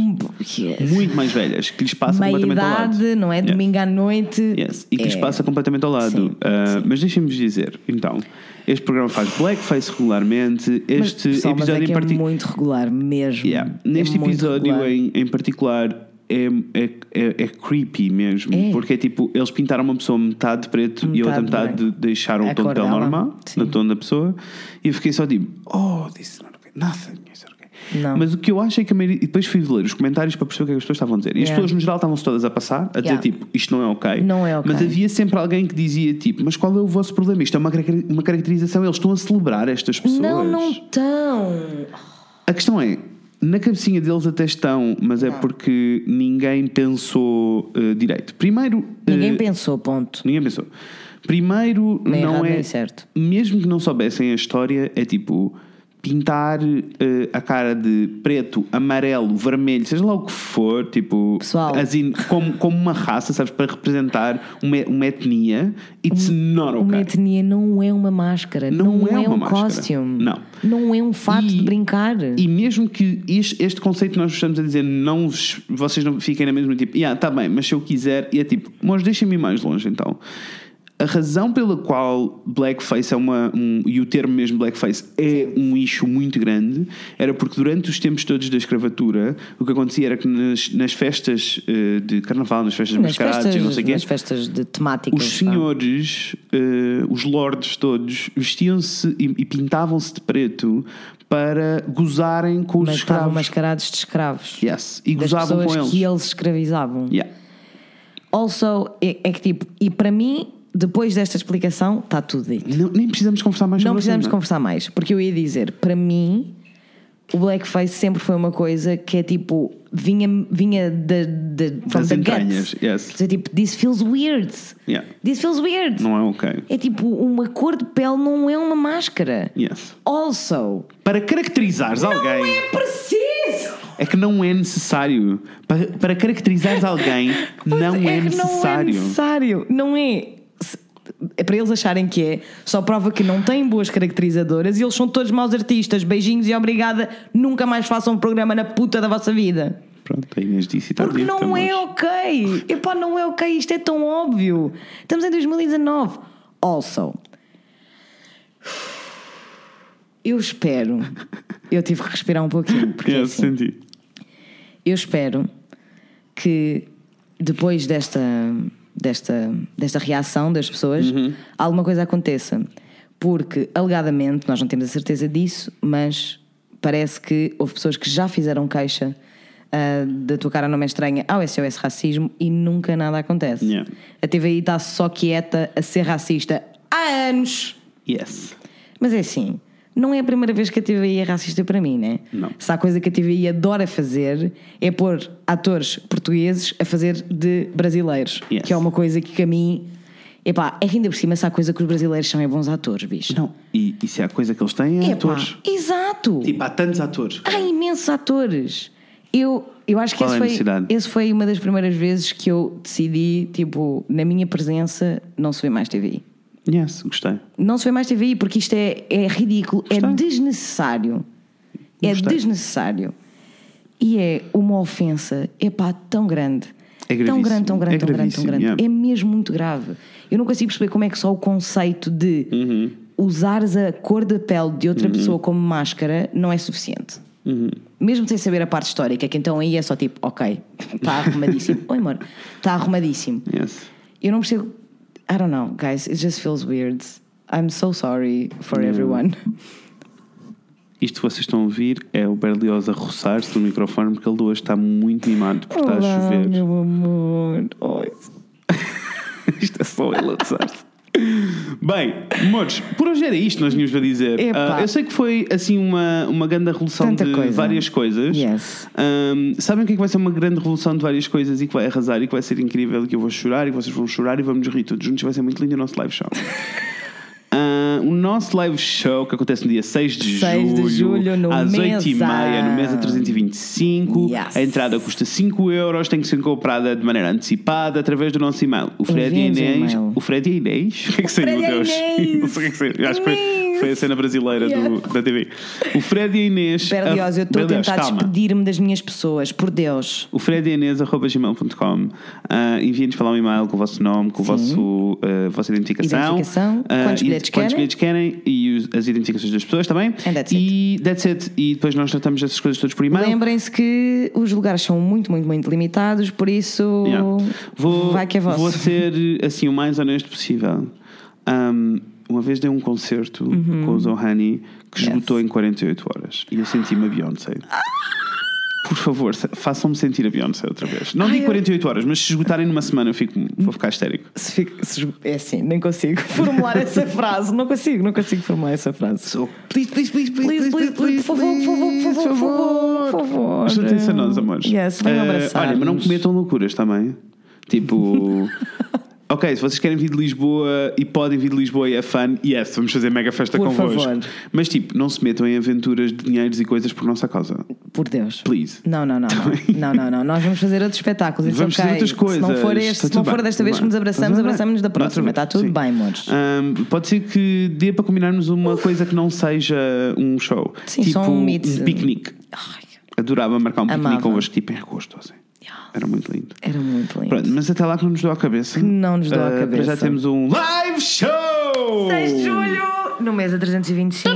Speaker 1: Yes.
Speaker 2: Muito mais velhas, que lhes passa
Speaker 1: Meia
Speaker 2: completamente ao lado.
Speaker 1: idade, não é?
Speaker 2: Yeah.
Speaker 1: Domingo à noite.
Speaker 2: Yes, E que lhes
Speaker 1: É.
Speaker 2: passa completamente ao lado.
Speaker 1: Sim,
Speaker 2: Ah, Mas deixem-me dizer, então, este programa faz blackface regularmente. Este
Speaker 1: mas, pessoal, mas
Speaker 2: episódio
Speaker 1: é que é
Speaker 2: em particular.
Speaker 1: muito regular mesmo.
Speaker 2: Yeah.
Speaker 1: É
Speaker 2: Neste
Speaker 1: muito
Speaker 2: episódio
Speaker 1: regular.
Speaker 2: em, em particular é, é, é, é creepy mesmo,
Speaker 1: É.
Speaker 2: porque é tipo, eles pintaram uma pessoa metade preto e a outra
Speaker 1: Metade
Speaker 2: metade
Speaker 1: branco.
Speaker 2: deixaram
Speaker 1: A
Speaker 2: o tom
Speaker 1: cor
Speaker 2: dela
Speaker 1: dela,
Speaker 2: normal,
Speaker 1: sim.
Speaker 2: no tom da pessoa, e eu fiquei só tipo, oh, this is not okay, nothing is okay.
Speaker 1: Não.
Speaker 2: Mas o que eu acho é que a maioria. E depois fui ler os comentários para perceber o que, é que as pessoas estavam a dizer. E as
Speaker 1: Yeah.
Speaker 2: pessoas no geral estavam-se todas a passar, a dizer
Speaker 1: Yeah.
Speaker 2: tipo, isto não é ok.
Speaker 1: Não é ok.
Speaker 2: Mas havia sempre alguém que dizia tipo, mas qual é o vosso problema? Isto é uma, caracteri- uma caracterização, eles estão a celebrar estas pessoas.
Speaker 1: Não, não estão.
Speaker 2: A questão é, na cabecinha deles até estão, mas é porque ninguém pensou eh, direito. Primeiro. eh,
Speaker 1: Ninguém pensou, ponto.
Speaker 2: ninguém pensou. Primeiro,
Speaker 1: Nem
Speaker 2: não
Speaker 1: errado,
Speaker 2: é.
Speaker 1: nem certo.
Speaker 2: Mesmo que não soubessem a história, é tipo. Pintar eh, a cara de preto, amarelo, vermelho, seja lá o que for, tipo,
Speaker 1: Pessoal.
Speaker 2: as in- como, como uma raça, sabes, para representar uma, uma etnia, it's not okay.
Speaker 1: Uma etnia não é uma máscara,
Speaker 2: Não
Speaker 1: não,
Speaker 2: é
Speaker 1: é,
Speaker 2: uma
Speaker 1: um
Speaker 2: máscara.
Speaker 1: costume,
Speaker 2: Não.
Speaker 1: não é um fato
Speaker 2: E-
Speaker 1: de brincar.
Speaker 2: E mesmo que este, este conceito que nós estamos a dizer, não vos- vocês não fiquem na mesma tipo, yeah, tá bem, mas se eu quiser, e é tipo, mas deixem-me ir mais longe então. A razão pela qual blackface é uma. um- e o termo mesmo blackface é um issue muito grande era porque durante os tempos todos da escravatura o que acontecia era que nas, nas festas eh, de carnaval, nas festas de
Speaker 1: nas
Speaker 2: mascaradas
Speaker 1: festas,
Speaker 2: e não sei o quê,
Speaker 1: nas festas de temáticas.
Speaker 2: os
Speaker 1: pá.
Speaker 2: senhores, eh, os lords todos, vestiam-se e, e pintavam-se de preto para gozarem com os
Speaker 1: mas estavam
Speaker 2: escravos.
Speaker 1: mascarados de escravos.
Speaker 2: Yes. E
Speaker 1: das
Speaker 2: gozavam
Speaker 1: pessoas
Speaker 2: com eles.
Speaker 1: que eles escravizavam.
Speaker 2: Yeah.
Speaker 1: Also, é, é que tipo, e para mim, depois desta explicação, está tudo dito.
Speaker 2: Não- nem precisamos conversar mais
Speaker 1: Não
Speaker 2: sobre o
Speaker 1: precisamos
Speaker 2: assunto,
Speaker 1: conversar mais, porque eu ia dizer, para mim, o blackface sempre foi uma coisa que é tipo, vinha, vinha da- da- from
Speaker 2: Das
Speaker 1: the
Speaker 2: entranhas,
Speaker 1: gut.
Speaker 2: yes.
Speaker 1: Então, tipo, this feels weird.
Speaker 2: Yeah.
Speaker 1: This feels weird.
Speaker 2: Não é ok.
Speaker 1: É tipo, uma cor de pele não é uma máscara.
Speaker 2: Yes.
Speaker 1: Also,
Speaker 2: Para caracterizares alguém.
Speaker 3: É preciso!
Speaker 2: É que não é necessário. Para, para caracterizares alguém, não é,
Speaker 1: que Não é
Speaker 2: necessário.
Speaker 1: necessário, não é. Se- É para eles acharem que é, só prova que não têm boas caracterizadoras e eles são todos maus artistas. Beijinhos e obrigada, nunca mais façam um programa na puta da vossa vida.
Speaker 2: Pronto, a Inês disse e está
Speaker 1: Porque
Speaker 2: dito,
Speaker 1: não
Speaker 2: mas-
Speaker 1: é ok. Epá, não é ok, isto é tão óbvio. Estamos em 2019. Also, eu espero. Eu tive que respirar um pouquinho. Porque
Speaker 2: Yes,
Speaker 1: assim,
Speaker 2: senti.
Speaker 1: eu espero que depois desta, desta, desta reação das pessoas, alguma coisa aconteça. Porque, alegadamente, nós não temos a certeza disso, mas parece que houve pessoas que já fizeram queixa ah, da tua cara não é estranha ao SOS Racismo e nunca nada acontece.
Speaker 2: Yeah.
Speaker 1: A TVI está só quieta a ser racista há anos.
Speaker 2: Yes.
Speaker 1: Mas é assim, não é a primeira vez que a TVI é racista para mim, né?
Speaker 2: Não.
Speaker 1: Se há coisa que a TVI adora fazer é pôr atores portugueses a fazer de brasileiros.
Speaker 2: Yes.
Speaker 1: Que é uma coisa que, que a mim. Epá, é que ainda por cima se há coisa que os brasileiros são é bons atores, bicho.
Speaker 2: Não. E, e se há coisa que eles têm, é
Speaker 1: Epá,
Speaker 2: atores.
Speaker 1: Exato!
Speaker 2: Tipo, há tantos atores.
Speaker 1: Há imensos atores. Eu, eu acho que
Speaker 2: Qual
Speaker 1: esse,
Speaker 2: é a necessidade?
Speaker 1: foi, esse foi uma das primeiras vezes que eu decidi, tipo, na minha presença, não se vê mais TVI.
Speaker 2: Yes, gostei.
Speaker 1: Não se vê mais TVI porque isto é, é ridículo, é
Speaker 2: Gostei.
Speaker 1: desnecessário. É
Speaker 2: Gostei.
Speaker 1: desnecessário. E é uma ofensa, epá, tão grande.
Speaker 2: É
Speaker 1: tão grande, tão grande,
Speaker 2: gravíssimo. É
Speaker 1: tão grande, tão
Speaker 2: gravíssimo,
Speaker 1: grande.
Speaker 2: yeah.
Speaker 1: É mesmo muito grave. Eu não consigo perceber como é que só o conceito de
Speaker 2: Uhum.
Speaker 1: usares a cor da pele de outra pessoa como máscara não é suficiente.
Speaker 2: Uhum.
Speaker 1: Mesmo sem saber a parte histórica, que então aí é só tipo, ok, está arrumadíssimo. Oi, amor, está arrumadíssimo.
Speaker 2: Yes.
Speaker 1: Eu não percebo. I don't know, guys, it just feels weird. I'm so sorry for everyone.
Speaker 2: Isto que vocês estão a ouvir é o Berlioz a roçar-se no microfone porque ele hoje está muito mimado porque está a
Speaker 1: Olá,
Speaker 2: chover.
Speaker 1: meu amor. Oi.
Speaker 2: Isto é só ele a roçar-se. Bem, modos, por hoje era isto, nós tínhamos para dizer.
Speaker 1: Epá.
Speaker 2: Ah, eu sei que foi assim uma, uma grande revolução
Speaker 1: Tanta
Speaker 2: de
Speaker 1: coisa.
Speaker 2: várias coisas.
Speaker 1: Yes.
Speaker 2: Ahm, sabem o que é que vai ser uma grande revolução de várias coisas e que vai arrasar e que vai ser incrível e que eu vou chorar e que vocês vão chorar e vamos rir todos juntos e vai ser muito lindo o nosso live show. Ah, o nosso live show que acontece no dia 6 de
Speaker 1: 6 de
Speaker 2: julho,
Speaker 1: julho, no
Speaker 2: às 8h30 no
Speaker 1: Mesa.
Speaker 2: mesa 325.
Speaker 1: Yes.
Speaker 2: A entrada custa 5 euros, tem que ser comprada de maneira antecipada através do nosso e-mail. O Fred e a
Speaker 1: Enviem-nos um
Speaker 2: Inês.
Speaker 1: e-mail.
Speaker 2: O Fred e a Inês? O que é que saiu,
Speaker 1: Fred e a
Speaker 2: Deus?
Speaker 1: Inês.
Speaker 2: Não sei o que é que saiu. Acho que foi,
Speaker 1: Inês.
Speaker 2: foi a cena brasileira do-
Speaker 1: Yes.
Speaker 2: da TV. O Fred e a Inês.
Speaker 1: Berlioz, eu estou a
Speaker 2: Berlioz,
Speaker 1: tentar
Speaker 2: Ah, calma.
Speaker 1: despedir-me das minhas pessoas, por Deus.
Speaker 2: O fredianês.gmail.com uh, Enviem-nos para lá um e-mail com o vosso nome, com o vosso, ah, vossa identificação.
Speaker 1: Identificação,
Speaker 2: Ah,
Speaker 1: quantos
Speaker 2: e
Speaker 1: bilhetes
Speaker 2: quantos
Speaker 1: querem.
Speaker 2: bilhetes querem e os- as identificações das pessoas também.
Speaker 1: And that's
Speaker 2: e that's it. E depois nós tratamos essas coisas todas por e-mail.
Speaker 1: Lembrem-se que os lugares são muito, muito, muito limitados, por isso
Speaker 2: Yeah. Vou,
Speaker 1: vai que é vosso.
Speaker 2: vou ser assim o mais honesto possível. Um, uma vez dei um concerto
Speaker 1: Uhum.
Speaker 2: com o Zohani que esgotou em 48 horas e eu senti-me a Beyoncé. Por favor, se- façam-me sentir a Beyoncé outra vez. Não digo 48 horas, mas se esgotarem numa semana eu fico, vou ficar histérico.
Speaker 1: Se fico- se- é assim, nem consigo formular essa frase, não consigo, não consigo formular essa frase.
Speaker 2: So, please, please, please, please, please, please,
Speaker 1: por favor, por favor, por favor, por favor, por favor.
Speaker 2: Ajuntem-se a nós, amores.
Speaker 1: Yes, venham
Speaker 2: Eh,
Speaker 1: abraçar.
Speaker 2: Olha, mas não cometam loucuras também. Tipo. Ok, se vocês querem vir de Lisboa e podem vir de Lisboa e é fun, yes, vamos fazer mega festa
Speaker 1: Por
Speaker 2: convosco.
Speaker 1: favor.
Speaker 2: Mas tipo, não se metam em aventuras de dinheiros e coisas por nossa causa.
Speaker 1: Por Deus.
Speaker 2: Please.
Speaker 1: Não, não, não, não. Não, não, não. Nós vamos fazer outros espetáculos. It's
Speaker 2: Vamos
Speaker 1: ok.
Speaker 2: fazer outras coisas.
Speaker 1: Se não for, este,
Speaker 2: Está
Speaker 1: se não
Speaker 2: tudo bem,
Speaker 1: for desta
Speaker 2: tudo
Speaker 1: vez
Speaker 2: bem.
Speaker 1: que nos abraçamos,
Speaker 2: Tudo bem.
Speaker 1: abraçamos-nos da
Speaker 2: Outra
Speaker 1: próxima.
Speaker 2: vez,
Speaker 1: Está tudo
Speaker 2: sim.
Speaker 1: bem, amores.
Speaker 2: Ahm, pode ser que dê para combinarmos uma coisa que não seja um show.
Speaker 1: Sim,
Speaker 2: tipo
Speaker 1: só um meet.
Speaker 2: piquenique.
Speaker 1: Ai,
Speaker 2: Adorava marcar um
Speaker 1: Amava.
Speaker 2: piquenique convosco, tipo em agosto, assim. Era muito lindo.
Speaker 1: era muito lindo.
Speaker 2: Pronto, mas até lá que não nos deu a cabeça.
Speaker 1: não nos deu à
Speaker 2: Ah, para
Speaker 1: cabeça.
Speaker 2: Já temos um live show!
Speaker 1: 6 de julho, no mês a 325,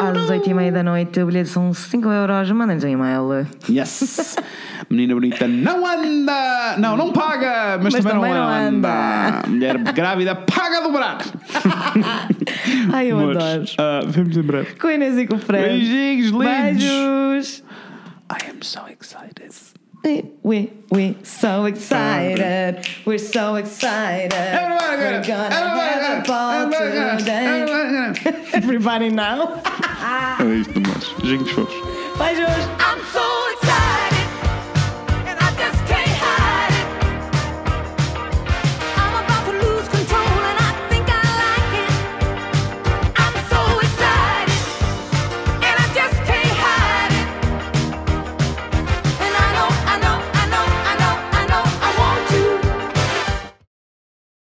Speaker 1: às 8h30 da noite. O bilhete são 5 euros. Mandem-nos um e-mail.
Speaker 2: Yes! Menina bonita não anda! Não, não paga! Mas, também, não, anda. Mulher grávida paga dobrado!
Speaker 1: Ai, eu adoro.
Speaker 2: Amores, ah, Vemos em breve.
Speaker 1: Com a Inês e com o Fred.
Speaker 2: Beijinhos lindos!
Speaker 1: Beijos.
Speaker 2: I am so excited.
Speaker 1: We, we, we so excited. We're so excited. We're
Speaker 2: Everybody got it!
Speaker 1: gonna
Speaker 2: Everybody
Speaker 1: have
Speaker 2: got it!
Speaker 1: a ball
Speaker 2: Everybody
Speaker 1: today.
Speaker 2: got it! Everybody got it!
Speaker 1: Everybody now.
Speaker 2: É isto, mas. Beijinhos fofos.
Speaker 1: Beijos.
Speaker 3: I'm so